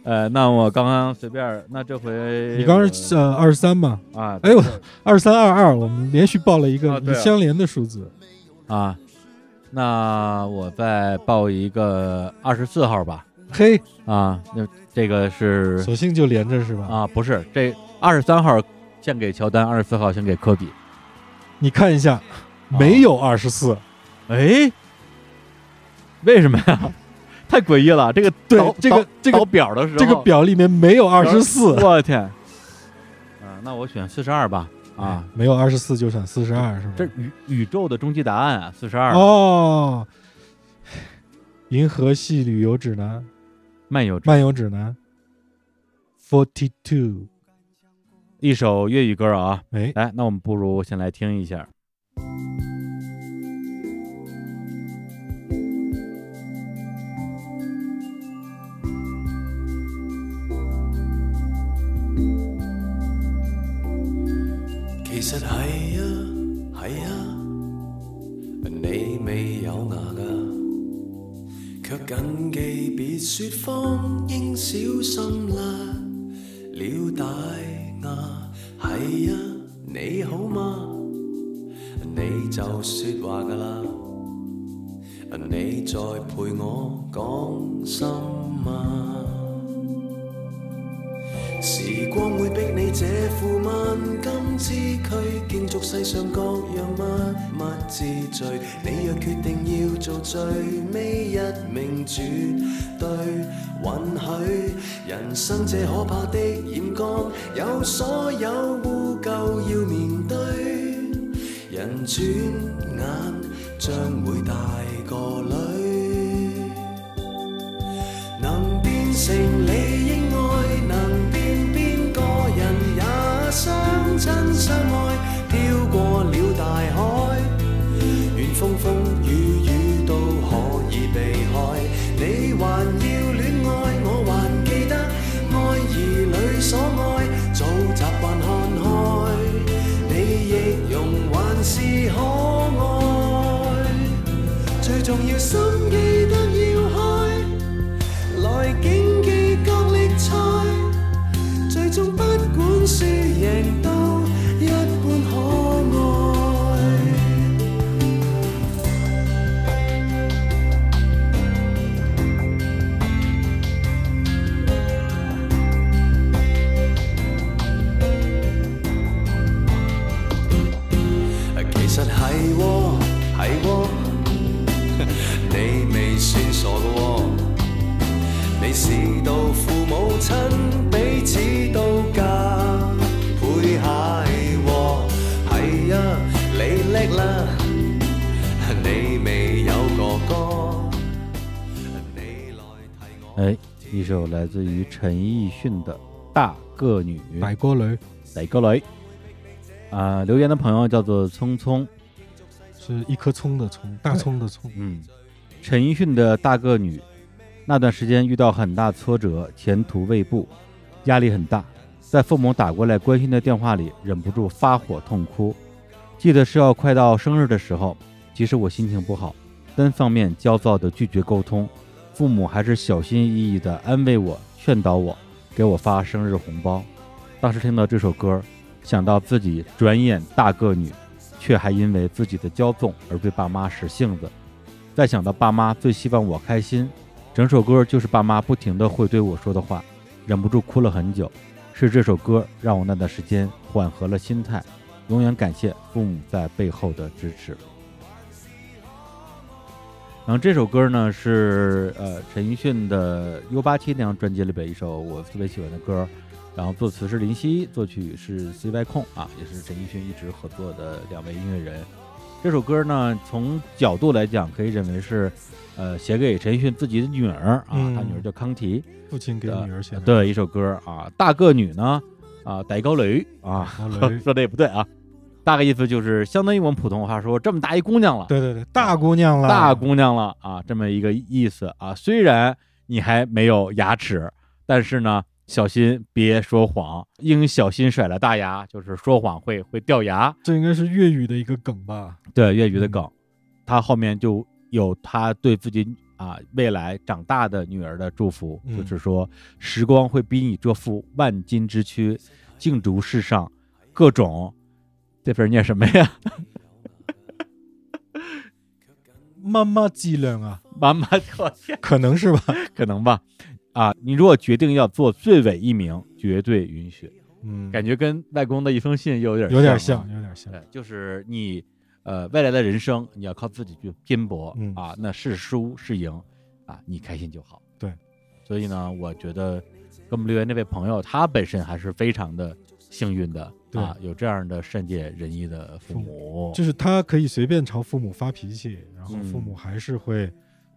[SPEAKER 5] 呃，那我刚刚随便儿，那这回
[SPEAKER 6] 你刚
[SPEAKER 5] 我
[SPEAKER 6] 是呃二十三嘛，
[SPEAKER 5] 啊，
[SPEAKER 6] 哎呦二三二二，我们连续报了一
[SPEAKER 5] 啊
[SPEAKER 6] 个
[SPEAKER 5] 对啊
[SPEAKER 6] 相连的数字。
[SPEAKER 5] 啊，那我再报一个二十四号吧。
[SPEAKER 6] 嘿，
[SPEAKER 5] 啊，那这个是
[SPEAKER 6] 索性就连着是吧？
[SPEAKER 5] 啊，不是这二十三号献给乔丹，二十四号献给科比。啊
[SPEAKER 6] 你看一下，没有二十四，
[SPEAKER 5] 哎，为什么呀？ 太诡异了！这个
[SPEAKER 6] 对
[SPEAKER 5] 导
[SPEAKER 6] 这个
[SPEAKER 5] 导
[SPEAKER 6] 这个
[SPEAKER 5] 导表的时候，
[SPEAKER 6] 这个表里面没有二十四，
[SPEAKER 5] 我天！啊，那我选四十二吧。啊，
[SPEAKER 6] 没有二十四就选哎四十二是吧？
[SPEAKER 5] 这宇宇宙的终极答案啊，四十二。
[SPEAKER 6] 哦，银河系旅游指南、
[SPEAKER 5] 漫游之
[SPEAKER 6] 漫游指南，forty two。
[SPEAKER 5] 一首粤语歌啊，
[SPEAKER 6] 哎，
[SPEAKER 5] 来，那我们不如先来听一下。
[SPEAKER 12] 其實係啊，係啊，你未有牙噶，卻謹記別説謊，應小心啦。了大牙，係啊，你好嗎？你就説話噶啦，你再陪我講心啊。時光會逼你這副萬金之軀，競逐世上各樣乜乜之最。你若決定要做最尾一名，絕對允許。人生這可怕的染缸，有所有污垢要面對。人轉眼將會大個女。能變成你應愛，能變邊個人也相親相愛，飄過了大海，願風風雨雨都可以避開。你還要戀愛，我還記得愛兒女所愛，早習慣看開，你亦容還是可愛。最重要心記得要開。
[SPEAKER 7] 實係喎係喎， 你未算傻㗎喎，你是到父母親彼此都加倍蟹喎，係啊，你叻啦， 你未有哥哥，你來替我。
[SPEAKER 5] 哎，一首来自于陈奕迅的《大个女》。
[SPEAKER 6] 大哥女
[SPEAKER 5] 哪个雷？啊、留言的朋友叫做聪聪，
[SPEAKER 6] 是一颗葱的葱，大葱的葱。
[SPEAKER 5] 嗯，陈奕迅的《大个女》，那段时间遇到很大挫折，前途未卜，压力很大，在父母打过来关心的电话里，忍不住发火痛哭。记得是要快到生日的时候，即使我心情不好，单方面焦躁的拒绝沟通，父母还是小心翼翼的安慰我、劝导我，给我发生日红包。当时听到这首歌，想到自己转眼大个女，却还因为自己的骄纵而对爸妈使性子。再想到爸妈最希望我开心，整首歌就是爸妈不停的会对我说的话，忍不住哭了很久。是这首歌让我那段时间缓和了心态，永远感谢父母在背后的支持。然后这首歌呢是呃陈奕迅的 U 八七那张专辑里边一首我特别喜欢的歌，然后作词是林夕，作曲是 CY 控啊，也是陈奕迅一直合作的两位音乐人。这首歌呢，从角度来讲，可以认为是，呃，写给陈奕迅自己的女儿啊，
[SPEAKER 6] 嗯
[SPEAKER 5] 他女儿叫康提
[SPEAKER 6] 父亲给
[SPEAKER 5] 的
[SPEAKER 6] 女儿写的。
[SPEAKER 5] 的一首歌啊。大个女呢，啊，逮高雷啊，
[SPEAKER 6] 大哥雷
[SPEAKER 5] 说的也不对啊，大概意思就是相当于我们普通话说这么大一姑娘了，
[SPEAKER 6] 对对对，大姑娘啦，
[SPEAKER 5] 大姑娘了啊，这么一个意思啊。虽然你还没有牙齿，但是呢，小心别说谎，应小心甩了大牙，就是说谎会会掉牙。
[SPEAKER 6] 这应该是粤语的一个梗吧？
[SPEAKER 5] 对粤语的梗，他后面就有他对自己啊未来长大的女儿的祝福，
[SPEAKER 6] 嗯
[SPEAKER 5] 就是说时光会逼你这副万金之躯，竞逐世上各种。这份念什么呀？
[SPEAKER 6] 妈妈伎俩啊，
[SPEAKER 5] 妈妈，我天！
[SPEAKER 6] 可能是吧？
[SPEAKER 5] 可能吧。啊，你如果决定要做最尾一名，绝对允许。
[SPEAKER 6] 嗯，
[SPEAKER 5] 感觉跟外公的一封信又有点
[SPEAKER 6] 有点
[SPEAKER 5] 像啊
[SPEAKER 6] 像，。有点像。
[SPEAKER 5] 对，就是你呃未来的人生，你要靠自己去拼搏、
[SPEAKER 6] 嗯
[SPEAKER 5] 啊，那是输是赢啊，你开心就好。
[SPEAKER 6] 对，
[SPEAKER 5] 所以呢，我觉得给我们留言那位朋友，他本身还是非常的幸运的
[SPEAKER 6] 对
[SPEAKER 5] 啊，有这样的善解人意的父
[SPEAKER 6] 父
[SPEAKER 5] 母，
[SPEAKER 6] 就是他可以随便朝父母发脾气，然后父
[SPEAKER 5] 哦嗯
[SPEAKER 6] 母还是会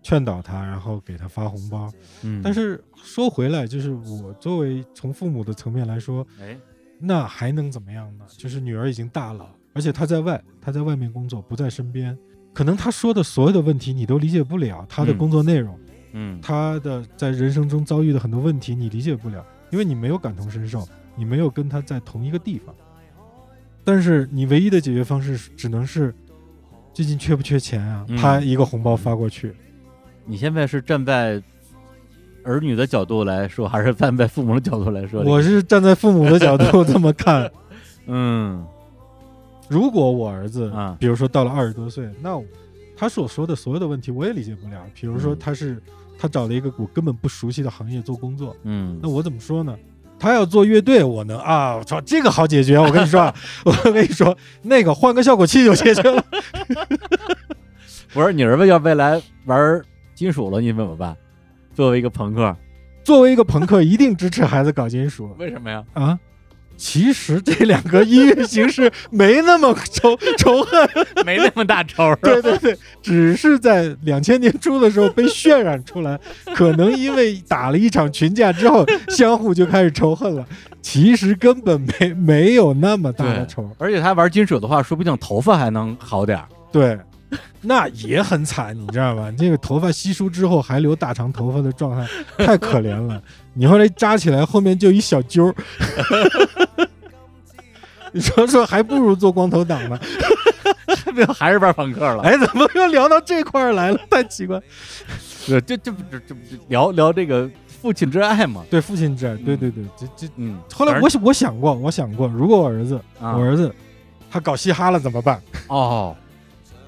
[SPEAKER 6] 劝导他，然后给他发红包。
[SPEAKER 5] 嗯，
[SPEAKER 6] 但是说回来，就是我作为从父母的层面来说，
[SPEAKER 5] 哎，
[SPEAKER 6] 那还能怎么样呢？就是女儿已经大了，而且她在外，她在外面工作，不在身边，可能她说的所有的问题你都理解不了，她的
[SPEAKER 5] 嗯
[SPEAKER 6] 工作内容，
[SPEAKER 5] 嗯，
[SPEAKER 6] 她的在人生中遭遇的很多问题你理解不了，因为你没有感同身受，你没有跟她在同一个地方。但是你唯一的解决方式是只能是最近缺不缺钱啊？
[SPEAKER 5] 嗯
[SPEAKER 6] 啪一个红包发过去，
[SPEAKER 5] 你现在是站在儿女的角度来说，还是站在父母的角度来说？
[SPEAKER 6] 我是站在父母的角度这么看，
[SPEAKER 5] 嗯
[SPEAKER 6] 如果我儿子，
[SPEAKER 5] 啊
[SPEAKER 6] 比如说到了二十多岁，那我他所说的所有的问题我也理解不了。比如说
[SPEAKER 5] 嗯
[SPEAKER 6] 他是、他找了一个我根本不熟悉的行业做工作，
[SPEAKER 5] 嗯，
[SPEAKER 6] 那我怎么说呢？他要做乐队，我能啊！我操，这个好解决。我跟你说，啊，我跟你说，那个换个效果器就解决了。
[SPEAKER 5] 我说你儿子要未来玩金属了，你怎么办？作为一个朋克，
[SPEAKER 6] 作为一个朋克，一定支持孩子搞金属
[SPEAKER 5] 为什么呀？
[SPEAKER 6] 啊！其实这两个音乐形式没那么仇 仇恨，
[SPEAKER 5] 没那么大仇。
[SPEAKER 6] 对对对，只是在两千年初的时候被渲染出来，可能因为打了一场群架之后，相互就开始仇恨了。其实根本没没有那么大的仇，
[SPEAKER 5] 而且他玩金属的话，说不定头发还能好点儿。
[SPEAKER 6] 对，那也 很惨，你知道吧？这个头发稀疏之后还留大长头发的状态，太可怜了。你后来扎起来，后面就一小揪儿。 你说说，还不如做光头党呢。
[SPEAKER 5] 这不还是玩朋克了？
[SPEAKER 6] 哎，怎么又聊到这块儿来了？太奇怪。
[SPEAKER 5] 这这这不这这不聊聊这个父亲之爱嘛？
[SPEAKER 6] 对，父亲之爱，对对对，这这
[SPEAKER 5] 嗯，
[SPEAKER 6] 后来我想我想过，我想过，如果我儿子，
[SPEAKER 5] 啊
[SPEAKER 6] 我儿子他搞嘻哈了怎么办？
[SPEAKER 5] 哦，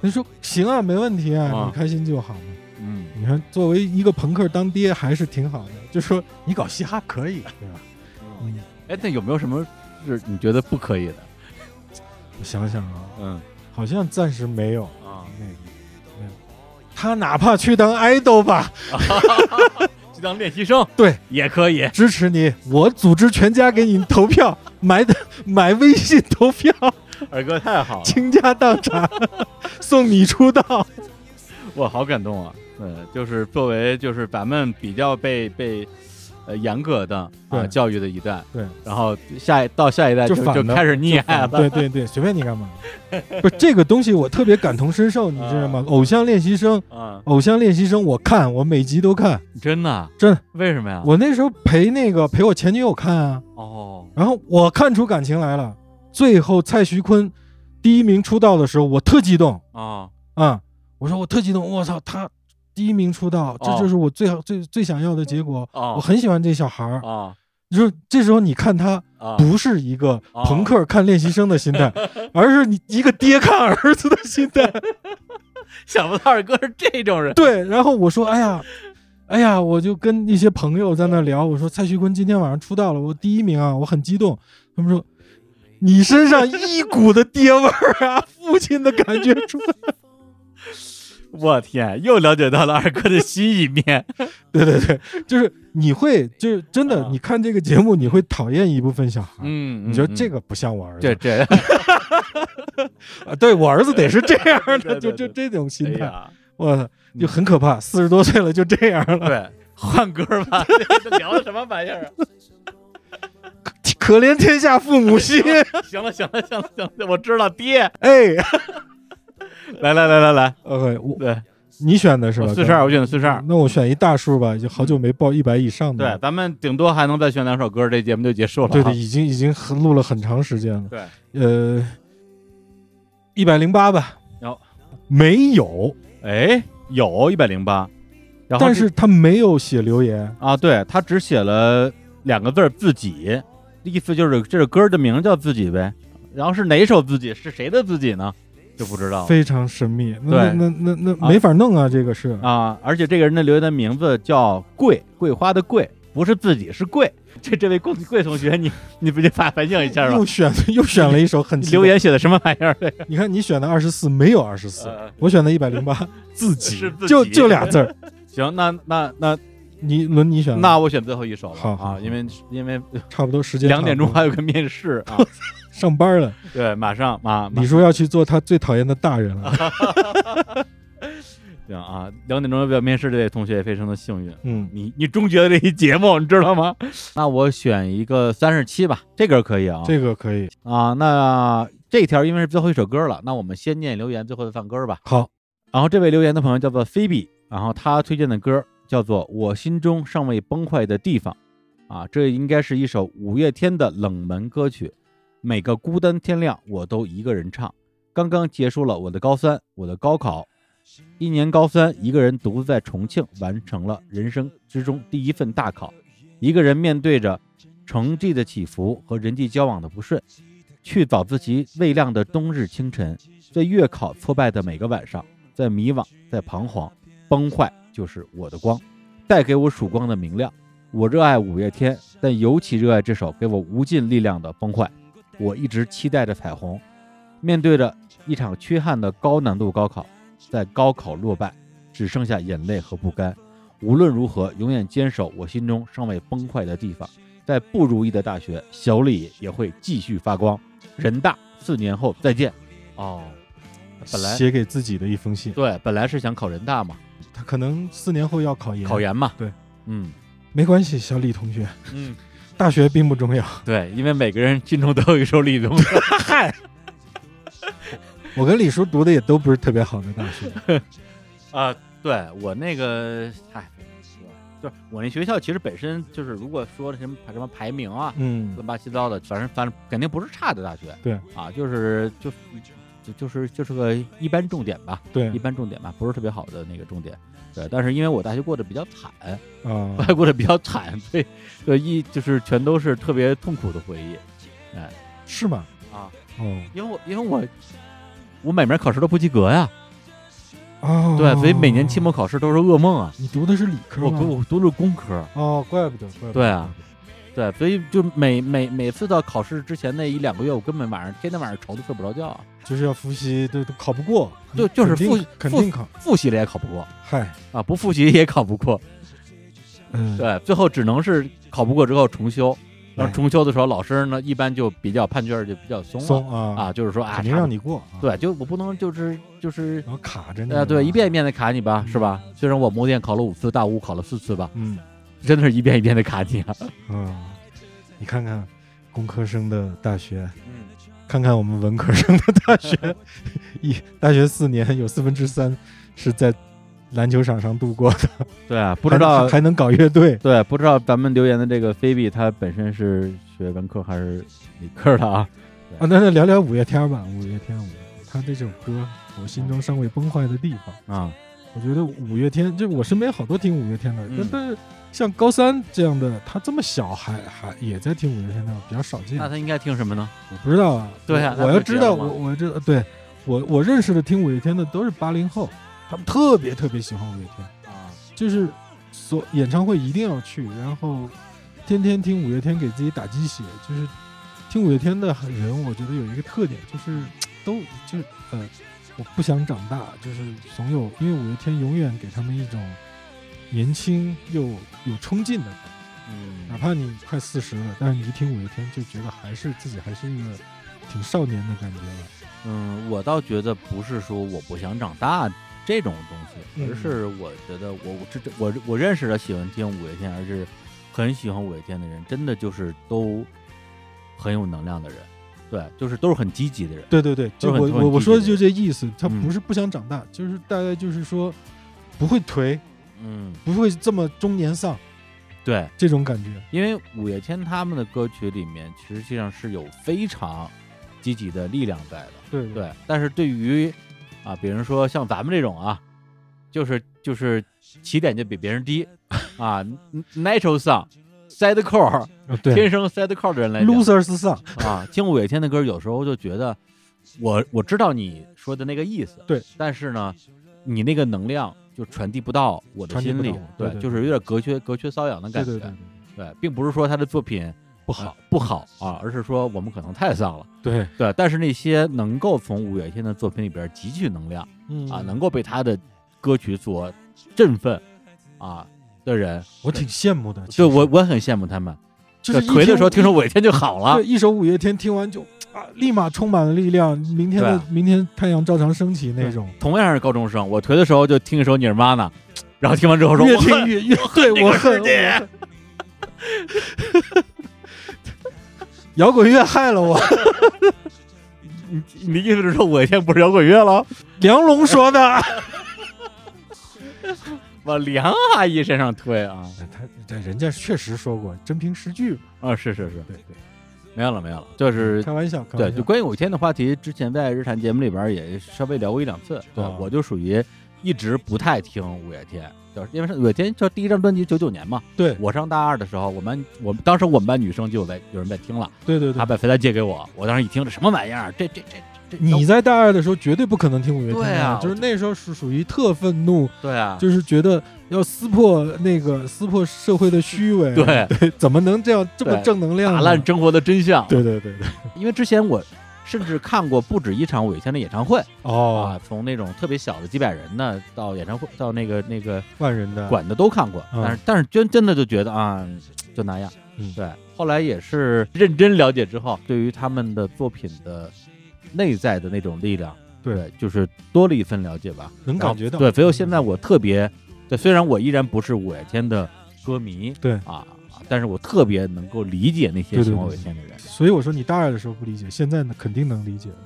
[SPEAKER 6] 他说行啊，没问题啊，
[SPEAKER 5] 啊
[SPEAKER 6] 你开心就好嘛。
[SPEAKER 5] 嗯，
[SPEAKER 6] 你看，作为一个朋克当爹还是挺好的，就说你搞嘻哈可以，对吧？嗯，
[SPEAKER 5] 哎，那有没有什么是你觉得不可以的？
[SPEAKER 6] 我想想啊，
[SPEAKER 5] 嗯，
[SPEAKER 6] 好像暂时没有。
[SPEAKER 5] 啊，
[SPEAKER 6] 他哪怕去当 idol 吧，
[SPEAKER 5] 就当练习生
[SPEAKER 6] 对，
[SPEAKER 5] 也可以。
[SPEAKER 6] 支持你，我组织全家给你投 票，买的买微信投票，
[SPEAKER 5] 二哥太好了，
[SPEAKER 6] 倾家荡 产，送你出道。
[SPEAKER 5] 我好感动啊！嗯，就是作为就是咱们比较被被呃严格的啊
[SPEAKER 6] 对
[SPEAKER 5] 教育的一代，
[SPEAKER 6] 对，
[SPEAKER 5] 然后下一到下一代
[SPEAKER 6] 就
[SPEAKER 5] 哎就
[SPEAKER 6] 反
[SPEAKER 5] 就
[SPEAKER 6] 的
[SPEAKER 5] 开始溺爱了，
[SPEAKER 6] 对对对，随便你干嘛。 不是这个东西，我特别感同身受，你知道吗？偶像练习生，
[SPEAKER 5] 啊，
[SPEAKER 6] 偶像练习生，我看，我每集都看。
[SPEAKER 5] 真的
[SPEAKER 6] 真的，
[SPEAKER 5] 为什么呀？
[SPEAKER 6] 我那时候陪那个陪我前女友看啊，
[SPEAKER 5] 哦，
[SPEAKER 6] 然后我看出感情来了。最后蔡徐坤第一名出道的时候，我特激动
[SPEAKER 5] 啊
[SPEAKER 6] 啊、我说我特激动，我操，他第一名出道，这
[SPEAKER 5] 哦
[SPEAKER 6] 就是我最好最最想要的结果。
[SPEAKER 5] 哦
[SPEAKER 6] 我很喜欢这小孩儿，
[SPEAKER 5] 啊
[SPEAKER 6] 就是这时候你看他
[SPEAKER 5] 啊！
[SPEAKER 6] 不是一个
[SPEAKER 5] 哦
[SPEAKER 6] 朋克看练习生的 心态，而是你一个爹看儿子的心态。
[SPEAKER 5] 想不到二哥是这种人，
[SPEAKER 6] 对，然后我说，哎呀，哎呀，我就跟一些朋友在那聊，我说蔡徐坤今天晚上出道了，我第一名啊，我很激动。他们说，你身上一股的爹味儿啊，父亲的感觉出来。
[SPEAKER 5] 我天，又了解到了二哥的新一面。
[SPEAKER 6] 对对对，就是你会，就是真的，你看这个节目，你会讨厌一部分小孩。
[SPEAKER 5] 啊嗯
[SPEAKER 6] 你觉得
[SPEAKER 5] 嗯
[SPEAKER 6] 这
[SPEAKER 5] 嗯
[SPEAKER 6] 个不像我儿子？
[SPEAKER 5] 这这，
[SPEAKER 6] 啊对我儿子得是这样的，
[SPEAKER 5] 对对
[SPEAKER 6] 就
[SPEAKER 5] 对
[SPEAKER 6] 就这种
[SPEAKER 5] 哎
[SPEAKER 6] 心态，
[SPEAKER 5] 呀，
[SPEAKER 6] 我操，就很可怕。四十多岁了就这样了，
[SPEAKER 5] 对，换歌吧， 这 聊的什么玩意儿啊？
[SPEAKER 6] 可怜天下父 母心。
[SPEAKER 5] 行了行了行了行了，我知道爹。
[SPEAKER 6] 哎
[SPEAKER 5] 来来来来来，
[SPEAKER 6] ，OK，我
[SPEAKER 5] 对，
[SPEAKER 6] 你选的是吧？
[SPEAKER 5] 四十二，我选的四十二。嗯
[SPEAKER 6] 那我选一大数吧，已经好久没报一百以上的
[SPEAKER 5] 对，
[SPEAKER 6] 了。
[SPEAKER 5] 咱们顶多还能再选两首歌，这节目就结束了啊。
[SPEAKER 6] 嗯对对，已经已经很录了很长时间了。
[SPEAKER 5] 对，
[SPEAKER 6] 呃，一百零八吧。
[SPEAKER 5] 有
[SPEAKER 6] 没有？
[SPEAKER 5] 哎，有一百零八，然后这
[SPEAKER 6] 但是他没有写留言。
[SPEAKER 5] 啊，对他只写了两个字儿“自己”，意思就是这首歌的名叫“自己”呗。然后是哪首“自己”，是谁的“自己”呢？就不知道了
[SPEAKER 6] 非常神秘，那
[SPEAKER 5] 对
[SPEAKER 6] 那那那那
[SPEAKER 5] 啊
[SPEAKER 6] 没法弄啊！这个是
[SPEAKER 5] 啊。而且这个人的留言的名字叫“桂”，桂花的“桂”，不是自己，是“桂”。这这位桂桂同学，你你不就反反省一下吧
[SPEAKER 6] 又？选 又选了一首很
[SPEAKER 5] 你
[SPEAKER 6] 奇怪
[SPEAKER 5] 留，言写的什么玩意儿？
[SPEAKER 6] 你看你选的二十四没有二十四，
[SPEAKER 5] 呃
[SPEAKER 6] 我选的一百 零八，自己
[SPEAKER 5] 是自己
[SPEAKER 6] 就就俩 字儿。
[SPEAKER 5] 行，那那那
[SPEAKER 6] 你轮你选，
[SPEAKER 5] 那我选最后一首了
[SPEAKER 6] 好好好
[SPEAKER 5] 啊，因为因为
[SPEAKER 6] 差不多时间
[SPEAKER 5] 两点
[SPEAKER 6] 差不
[SPEAKER 5] 钟
[SPEAKER 6] 多
[SPEAKER 5] 还有个面试 啊，
[SPEAKER 6] 上班了。
[SPEAKER 5] 对，马上啊，马
[SPEAKER 6] 李叔要去做他最讨厌的 大人了。
[SPEAKER 5] 行啊，两点钟要面试这位同学也非常的幸运，
[SPEAKER 6] 嗯，
[SPEAKER 5] 你你终结了这一节目，你知道吗？那我选一个三十七吧，这歌可以啊。
[SPEAKER 6] 这个可以。
[SPEAKER 5] 啊，那这条因为是最后一首歌了，那我们先念留言，最后再放歌吧。
[SPEAKER 6] 好，
[SPEAKER 5] 然后这位留言的朋友叫做菲比，然后他推荐的歌叫做《我心中尚未崩坏的地方》，啊，这应该是一首五月天的冷门歌曲。每个孤单天亮，我都一个人唱。刚刚结束了我的高三，我的高考，一年高三，一个人独自在重庆完成了人生之中第一份大考，一个人面对着成绩的起伏和人际交往的不顺，去早自习未亮的冬日清晨，在月考挫败的每个晚上，在迷惘，在彷徨，崩坏就是我的光，带给我曙光的明亮。我热爱五月天，但尤其热爱这首给我无尽力量的《崩坏》。我一直期待着彩虹，面对着一场缺憾的高难度高考，在高考落败，只剩下眼泪和不甘。无论如何，永远坚守我心中尚未崩坏的地方。在不如意的大学，小李也会继续发光。人大四年后再见。哦，本来
[SPEAKER 6] 写给自己的一封信，
[SPEAKER 5] 对，本来是想考人大嘛，
[SPEAKER 6] 他可能四年后要考研，
[SPEAKER 5] 考研嘛。
[SPEAKER 6] 对，
[SPEAKER 5] 嗯
[SPEAKER 6] 没关系，小李同学，
[SPEAKER 5] 嗯，
[SPEAKER 6] 大学并不重要。
[SPEAKER 5] 对，因为每个人心中都有一首李宗盛。
[SPEAKER 6] 嗨，我跟李叔读的也都不是特别好的大学，
[SPEAKER 5] 啊，对我那个，哎，就是我那学校其实本身就是，如果说什么什么排名啊，
[SPEAKER 6] 嗯，
[SPEAKER 5] 乱八七糟的，反正反正肯定不是差的大学。
[SPEAKER 6] 对
[SPEAKER 5] 啊，就是就就就是就是个一般重点吧，
[SPEAKER 6] 对
[SPEAKER 5] 一般重点吧，不是特别好的那个重点。对，但是因为我大学过得比较惨，
[SPEAKER 6] 啊，
[SPEAKER 5] 我 过得比较惨，所以对一就是全都是特别痛苦的回忆。哎
[SPEAKER 6] 是吗？
[SPEAKER 5] 啊，
[SPEAKER 6] 哦
[SPEAKER 5] 因为我因为我我每门考试都不及格呀，
[SPEAKER 6] 哦，
[SPEAKER 5] 对，所以每年期末考试都是噩梦啊。
[SPEAKER 6] 你读的是理科
[SPEAKER 5] 我
[SPEAKER 6] 吗？
[SPEAKER 5] 读我读的是工科，
[SPEAKER 6] 哦，怪不得，怪不得。
[SPEAKER 5] 对啊，对，所以就每每每次到考试之前那一两个月，我根本晚上天天晚上愁的睡不着觉，啊
[SPEAKER 6] 就是要复习，都都考不过，
[SPEAKER 5] 就就是
[SPEAKER 6] 肯
[SPEAKER 5] 复
[SPEAKER 6] 定肯
[SPEAKER 5] 复
[SPEAKER 6] 定考。
[SPEAKER 5] 复习了也考不过
[SPEAKER 6] 嗨，
[SPEAKER 5] 啊，不复习也考不过，
[SPEAKER 6] 嗯，
[SPEAKER 5] 对，
[SPEAKER 6] 哎
[SPEAKER 5] 最后只能是考不过之后重修，然后重修的时候老师呢一般就比较判卷儿就比较松了
[SPEAKER 6] 松啊
[SPEAKER 5] 啊，就是说啊，
[SPEAKER 6] 肯定
[SPEAKER 5] 差不
[SPEAKER 6] 让你过，啊，
[SPEAKER 5] 对，就我不能就是就是
[SPEAKER 6] 然后卡着你
[SPEAKER 5] 呃，对，
[SPEAKER 6] 嘛
[SPEAKER 5] 一遍一，遍的嗯卡你吧，是吧？虽然我模电考了五次，大五考了四次吧，
[SPEAKER 6] 嗯
[SPEAKER 5] 真的是一遍一遍的卡你啊。
[SPEAKER 6] 嗯，你看看工科生的大学，
[SPEAKER 5] 嗯，
[SPEAKER 6] 看看我们文科生的大学， 一大学四年有四分之三是在篮球场上度过的，
[SPEAKER 5] 对啊，不
[SPEAKER 6] 还
[SPEAKER 5] 知道
[SPEAKER 6] 还，还能搞乐队，
[SPEAKER 5] 对，啊不知道咱们留言的这个菲比，她本身是学文科还是理科的啊？
[SPEAKER 6] 啊，那那聊聊五月天吧，五月天，五月天他这首歌，我心中尚未崩坏的地方，
[SPEAKER 5] 啊，
[SPEAKER 6] 我觉得五月天，就我身边好多听五月天的，
[SPEAKER 5] 嗯
[SPEAKER 6] 但但是像高三这样的，他这么小还还也在听五月天的，比较少见
[SPEAKER 5] 那。他应该听什么呢？
[SPEAKER 6] 我不知道啊，
[SPEAKER 5] 对啊
[SPEAKER 6] 我
[SPEAKER 5] 那
[SPEAKER 6] 我
[SPEAKER 5] 不
[SPEAKER 6] 要
[SPEAKER 5] 是
[SPEAKER 6] 知
[SPEAKER 5] 绝
[SPEAKER 6] 道，
[SPEAKER 5] 了吗
[SPEAKER 6] 我我知道，对我我认识的听五月天的都是八零后，他们特别特别喜欢五月天，
[SPEAKER 5] 啊，
[SPEAKER 6] 就是所演唱会一定要去，然后天天听五月天给自己打鸡血，就是听五月天的人，我觉得有一个特点就是都就是呃，我不想长大，就是总有因为五月天永远给他们一种年轻又有冲劲的感觉，哪
[SPEAKER 5] 嗯，
[SPEAKER 6] 怕你快四十了，但是你一听五月天就觉得还是自己还是一个挺少年的感觉了。
[SPEAKER 5] 嗯，我倒觉得不是说我不想长大这种东西，
[SPEAKER 6] 嗯
[SPEAKER 5] 而是我觉得我我这这我我认识的喜欢听五月天，而是很喜欢五月天的人，真的就是都很有能量的人，对，就是都是很积极的人。
[SPEAKER 6] 对对对，就
[SPEAKER 5] 都很
[SPEAKER 6] 我
[SPEAKER 5] 都很
[SPEAKER 6] 我我
[SPEAKER 5] 积极
[SPEAKER 6] 说的
[SPEAKER 5] 的
[SPEAKER 6] 就这意思，他
[SPEAKER 5] 嗯
[SPEAKER 6] 不是不想长大，就是大概就是说不会颓，
[SPEAKER 5] 嗯，
[SPEAKER 6] 不会这么中年丧
[SPEAKER 5] 对，
[SPEAKER 6] 这种感觉。
[SPEAKER 5] 因为五月天他们的歌曲里面，实际上是有非常积极的力量在的。
[SPEAKER 6] 对
[SPEAKER 5] 对，但是对于啊，比如说像咱们这种啊，就是就是起点就比别人低啊，natural song。sidecore
[SPEAKER 6] 啊对
[SPEAKER 5] 天生 sidecore 的人来讲
[SPEAKER 6] ，losers song，
[SPEAKER 5] 啊，听五月天的歌，有时候就觉得我我知道你说的那个意思，
[SPEAKER 6] 对，
[SPEAKER 5] 但是呢，你那个能量就传递不到我的
[SPEAKER 6] 传递
[SPEAKER 5] 心
[SPEAKER 6] 不
[SPEAKER 5] 里
[SPEAKER 6] 到我，对对
[SPEAKER 5] 就是有点隔靴隔靴搔痒的
[SPEAKER 6] 对
[SPEAKER 5] 感觉，
[SPEAKER 6] 对对
[SPEAKER 5] 对，并不是说他的作品不好不好啊，而是说我们可能太丧了。
[SPEAKER 6] 对，
[SPEAKER 5] 对，但是那些能够从五月天的作品里边汲取能量
[SPEAKER 6] 嗯
[SPEAKER 5] 啊，能够被他的歌曲所振奋啊的人，
[SPEAKER 6] 我挺羡慕的。其
[SPEAKER 5] 对我
[SPEAKER 6] 实
[SPEAKER 5] 我很羡慕他们。
[SPEAKER 6] 就是
[SPEAKER 5] 对颓的时候听说
[SPEAKER 6] 说
[SPEAKER 5] 五月天就好了
[SPEAKER 6] 对，一首五月天听完就啊，立马充满了力量，明天的
[SPEAKER 5] 对啊
[SPEAKER 6] 明天太阳照常升起那种。
[SPEAKER 5] 同样是高中生，我颓的时候就听一首《尼尔玛娜》， 然后听完之后说
[SPEAKER 6] 越
[SPEAKER 5] 我
[SPEAKER 6] 听
[SPEAKER 5] 恨
[SPEAKER 6] 越越对我恨我恨。摇滚乐害了我，
[SPEAKER 5] 你你的意思是说五月天不是摇滚乐了？
[SPEAKER 6] 梁龙说的。
[SPEAKER 5] 往梁阿姨身上推啊
[SPEAKER 6] 哎他对人家确实说过真凭实据嘛，
[SPEAKER 5] 啊！是是是，
[SPEAKER 6] 对对，
[SPEAKER 5] 没有了没有了，就是
[SPEAKER 6] 开玩笑，开
[SPEAKER 5] 对，
[SPEAKER 6] 玩
[SPEAKER 5] 就
[SPEAKER 6] 笑。
[SPEAKER 5] 关于五月天的话题，之前在日坛节目里边也稍微聊过一两次。对，
[SPEAKER 6] 啊
[SPEAKER 5] 我就属于一直不太听五月天，就是因为是五月天就第一张专辑九九年嘛。
[SPEAKER 6] 对
[SPEAKER 5] 我上大二的时候，我们我们当时我们班女生就有在有人在听了，
[SPEAKER 6] 对对
[SPEAKER 5] 她
[SPEAKER 6] 对，
[SPEAKER 5] 把肥皂借给我，我当时一听这什么玩意儿，这这这这这
[SPEAKER 6] 你在大二的时候绝对不可能听五月天
[SPEAKER 5] 对啊
[SPEAKER 6] 的，就是那时候是属于特愤怒，
[SPEAKER 5] 对啊，
[SPEAKER 6] 就是觉得要撕破那个撕破社会的虚伪，
[SPEAKER 5] 对
[SPEAKER 6] 对，怎么能这样这么
[SPEAKER 5] 对
[SPEAKER 6] 正能量呢？
[SPEAKER 5] 打烂生活的真相。
[SPEAKER 6] 对对对对，
[SPEAKER 5] 因为之前我甚至看过不止一场五月天的演唱会
[SPEAKER 6] 哦
[SPEAKER 5] 啊，，从那种特别小的几百人的到演唱会到那个那个
[SPEAKER 6] 万人的，
[SPEAKER 5] 管的都看过，
[SPEAKER 6] 嗯
[SPEAKER 5] 但是但是真真的就觉得啊，就那样。
[SPEAKER 6] 嗯
[SPEAKER 5] 对。后来也是认真了解之后，对于他们的作品的内在的那种力量，
[SPEAKER 6] 对
[SPEAKER 5] 就是多了一份了解吧。
[SPEAKER 6] 能感觉到，嗯
[SPEAKER 5] 对，所以现在我特别，对，虽然我依然不是五月天的歌迷，
[SPEAKER 6] 对
[SPEAKER 5] 啊，但是我特别能够理解那些
[SPEAKER 6] 对
[SPEAKER 5] 喜
[SPEAKER 6] 对
[SPEAKER 5] 欢五
[SPEAKER 6] 对
[SPEAKER 5] 月天的人。
[SPEAKER 6] 所以我说你大二的时候不理解，现在呢肯定能理解了，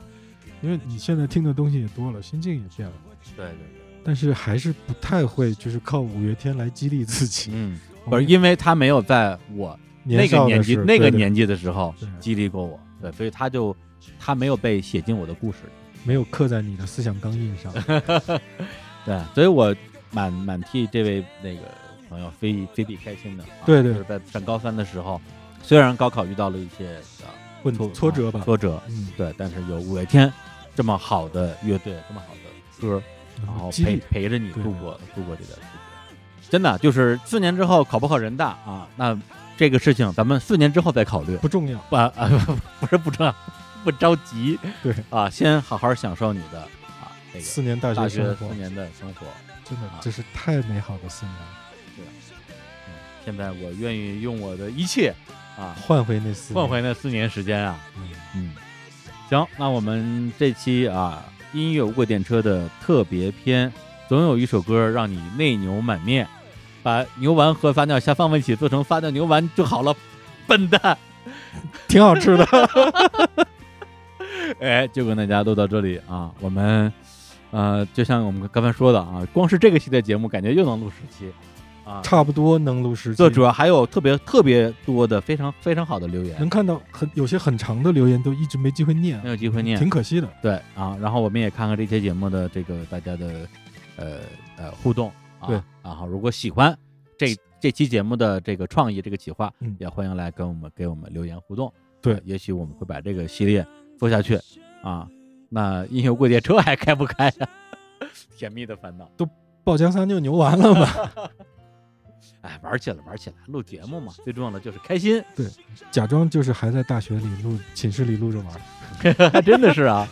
[SPEAKER 6] 因为你现在听的东西也多了，心境也变了，
[SPEAKER 5] 对对对，
[SPEAKER 6] 但是还是不太会就是靠五月天来激励自己。
[SPEAKER 5] 嗯，不是因为他没有在我那
[SPEAKER 6] 年少
[SPEAKER 5] 个
[SPEAKER 6] 的
[SPEAKER 5] 年纪
[SPEAKER 6] 时候
[SPEAKER 5] 那个
[SPEAKER 6] 对对
[SPEAKER 5] 年纪的时候
[SPEAKER 6] 对
[SPEAKER 5] 激励过我，对，所以他就他没有被写进我的故事 里。
[SPEAKER 6] 没有刻在你的思想钢印 上。
[SPEAKER 5] 对，所以我蛮蛮替这位那个朋友菲菲比开心的、啊。
[SPEAKER 6] 对对
[SPEAKER 5] 就是在上高三的时候，虽然高考遇到了一些呃
[SPEAKER 6] 问
[SPEAKER 5] 挫
[SPEAKER 6] 挫折
[SPEAKER 5] 啊
[SPEAKER 6] 吧，
[SPEAKER 5] 挫折，
[SPEAKER 6] 嗯，
[SPEAKER 5] 对，但是有五月天这么好的乐队，这么好的歌，
[SPEAKER 6] 然
[SPEAKER 5] 然后
[SPEAKER 6] 嗯激
[SPEAKER 5] 陪
[SPEAKER 6] 励，
[SPEAKER 5] 陪着你
[SPEAKER 6] 对
[SPEAKER 5] 度过度过这段时间。真的就是四年之后考不考人大啊？那这个事情咱们四年之后再考虑，
[SPEAKER 6] 不重要。
[SPEAKER 5] 不啊不不是不着不着急，
[SPEAKER 6] 对
[SPEAKER 5] 啊，先好好享受你的啊这个
[SPEAKER 6] 四年大
[SPEAKER 5] 大
[SPEAKER 6] 学
[SPEAKER 5] 学
[SPEAKER 6] 生活
[SPEAKER 5] 四，年的生活。
[SPEAKER 6] 真的
[SPEAKER 5] 啊
[SPEAKER 6] 这是太美好的四年了，
[SPEAKER 5] 现在我愿意用我的一切啊，
[SPEAKER 6] 换回那四年，
[SPEAKER 5] 换回那四年时间啊，
[SPEAKER 6] 嗯
[SPEAKER 5] 嗯，行，那我们这期啊音乐无轨电车的特别篇，总有一首歌让你内牛满面，把牛丸和发酵虾放在一起做成发酵牛丸就好了，笨蛋！
[SPEAKER 6] 挺好吃的。
[SPEAKER 5] 哎，就跟大家都到这里啊，我们呃，就像我们刚才说的啊，光是这个系列节目，感觉又能录十期啊。
[SPEAKER 6] 差不多能录十集。
[SPEAKER 5] 这主要还有特别特别多的非常非常好的留言，
[SPEAKER 6] 能看到很有些很长的留言都一直没机会念啊
[SPEAKER 5] 没，有机会念，
[SPEAKER 6] 挺可惜的。
[SPEAKER 5] 对啊，然后我们也看看这期节目的这个大家的呃呃互动啊，
[SPEAKER 6] 对
[SPEAKER 5] 啊，好，如果喜欢这这期节目的这个创意这个企划，
[SPEAKER 6] 嗯
[SPEAKER 5] 也欢迎来跟我们给我们留言互动，
[SPEAKER 6] 对
[SPEAKER 5] 呃也许我们会把这个系列做下去啊。那英雄贵列车还开不开呀、 甜蜜的烦恼，
[SPEAKER 6] 爆浆撒尿牛完了嘛？
[SPEAKER 5] 哎，玩起来，玩起来，录节目嘛，最重要的就是开心，
[SPEAKER 6] 假装就是还在大学里录寝室里录着玩儿。
[SPEAKER 5] 还真的是啊。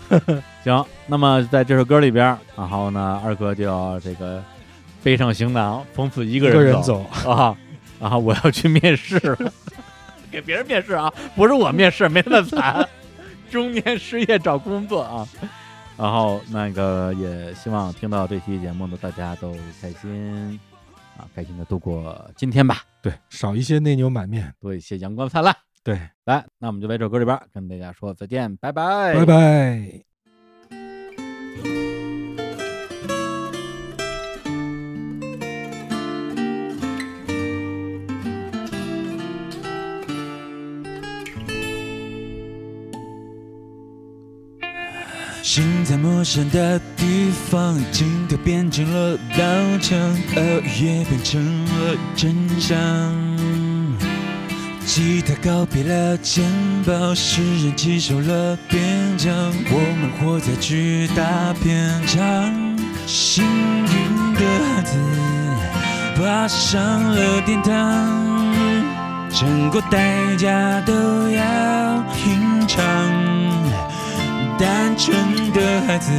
[SPEAKER 5] 行，那么在这首歌里边儿，然后呢，二哥就要这个背上行囊，从此一
[SPEAKER 6] 一
[SPEAKER 5] 个
[SPEAKER 6] 人
[SPEAKER 5] 人
[SPEAKER 6] 走，
[SPEAKER 5] 啊啊！我要去面试了， 给别人面试啊，不是我面试，没那么惨。中年失业找工作啊，然后那个也希望听到这期节目的大家都开心啊，开心的度过今天吧，
[SPEAKER 6] 对，少一些内牛满面。
[SPEAKER 5] 多一些阳光灿烂。
[SPEAKER 6] 对，
[SPEAKER 5] 来，那我们就在这首歌里边儿跟大家说再见，拜拜，
[SPEAKER 6] 拜拜。
[SPEAKER 13] 行在陌生的地方，镜头变成了刀枪，而也变成了真相。吉他告别了肩膀，诗人接受了边疆，我们活在巨大片场。幸运的孩子爬上了殿堂，承过代价都要品尝。单纯的孩子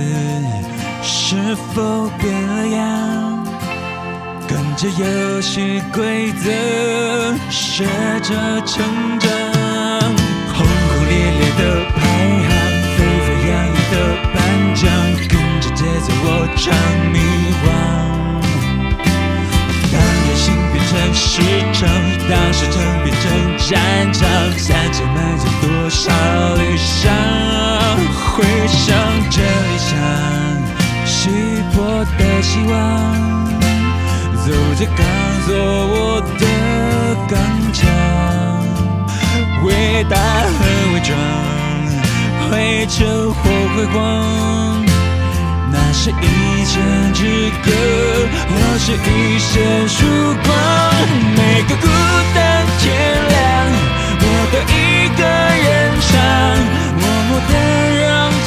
[SPEAKER 13] 是否变了样？跟着游戏规则学着成长，轰轰烈烈的排行，沸沸扬扬的颁奖，跟着节奏我唱迷惘。当人性变成市场，当市场变成战场，战场埋葬多少理想？回想这理想，稀薄的希望，走着钢索我的钢枪，伟大和伪装，会愁或辉煌。那是一线之隔，我是一线曙光。每个孤单天亮，我都一个人唱，默默的让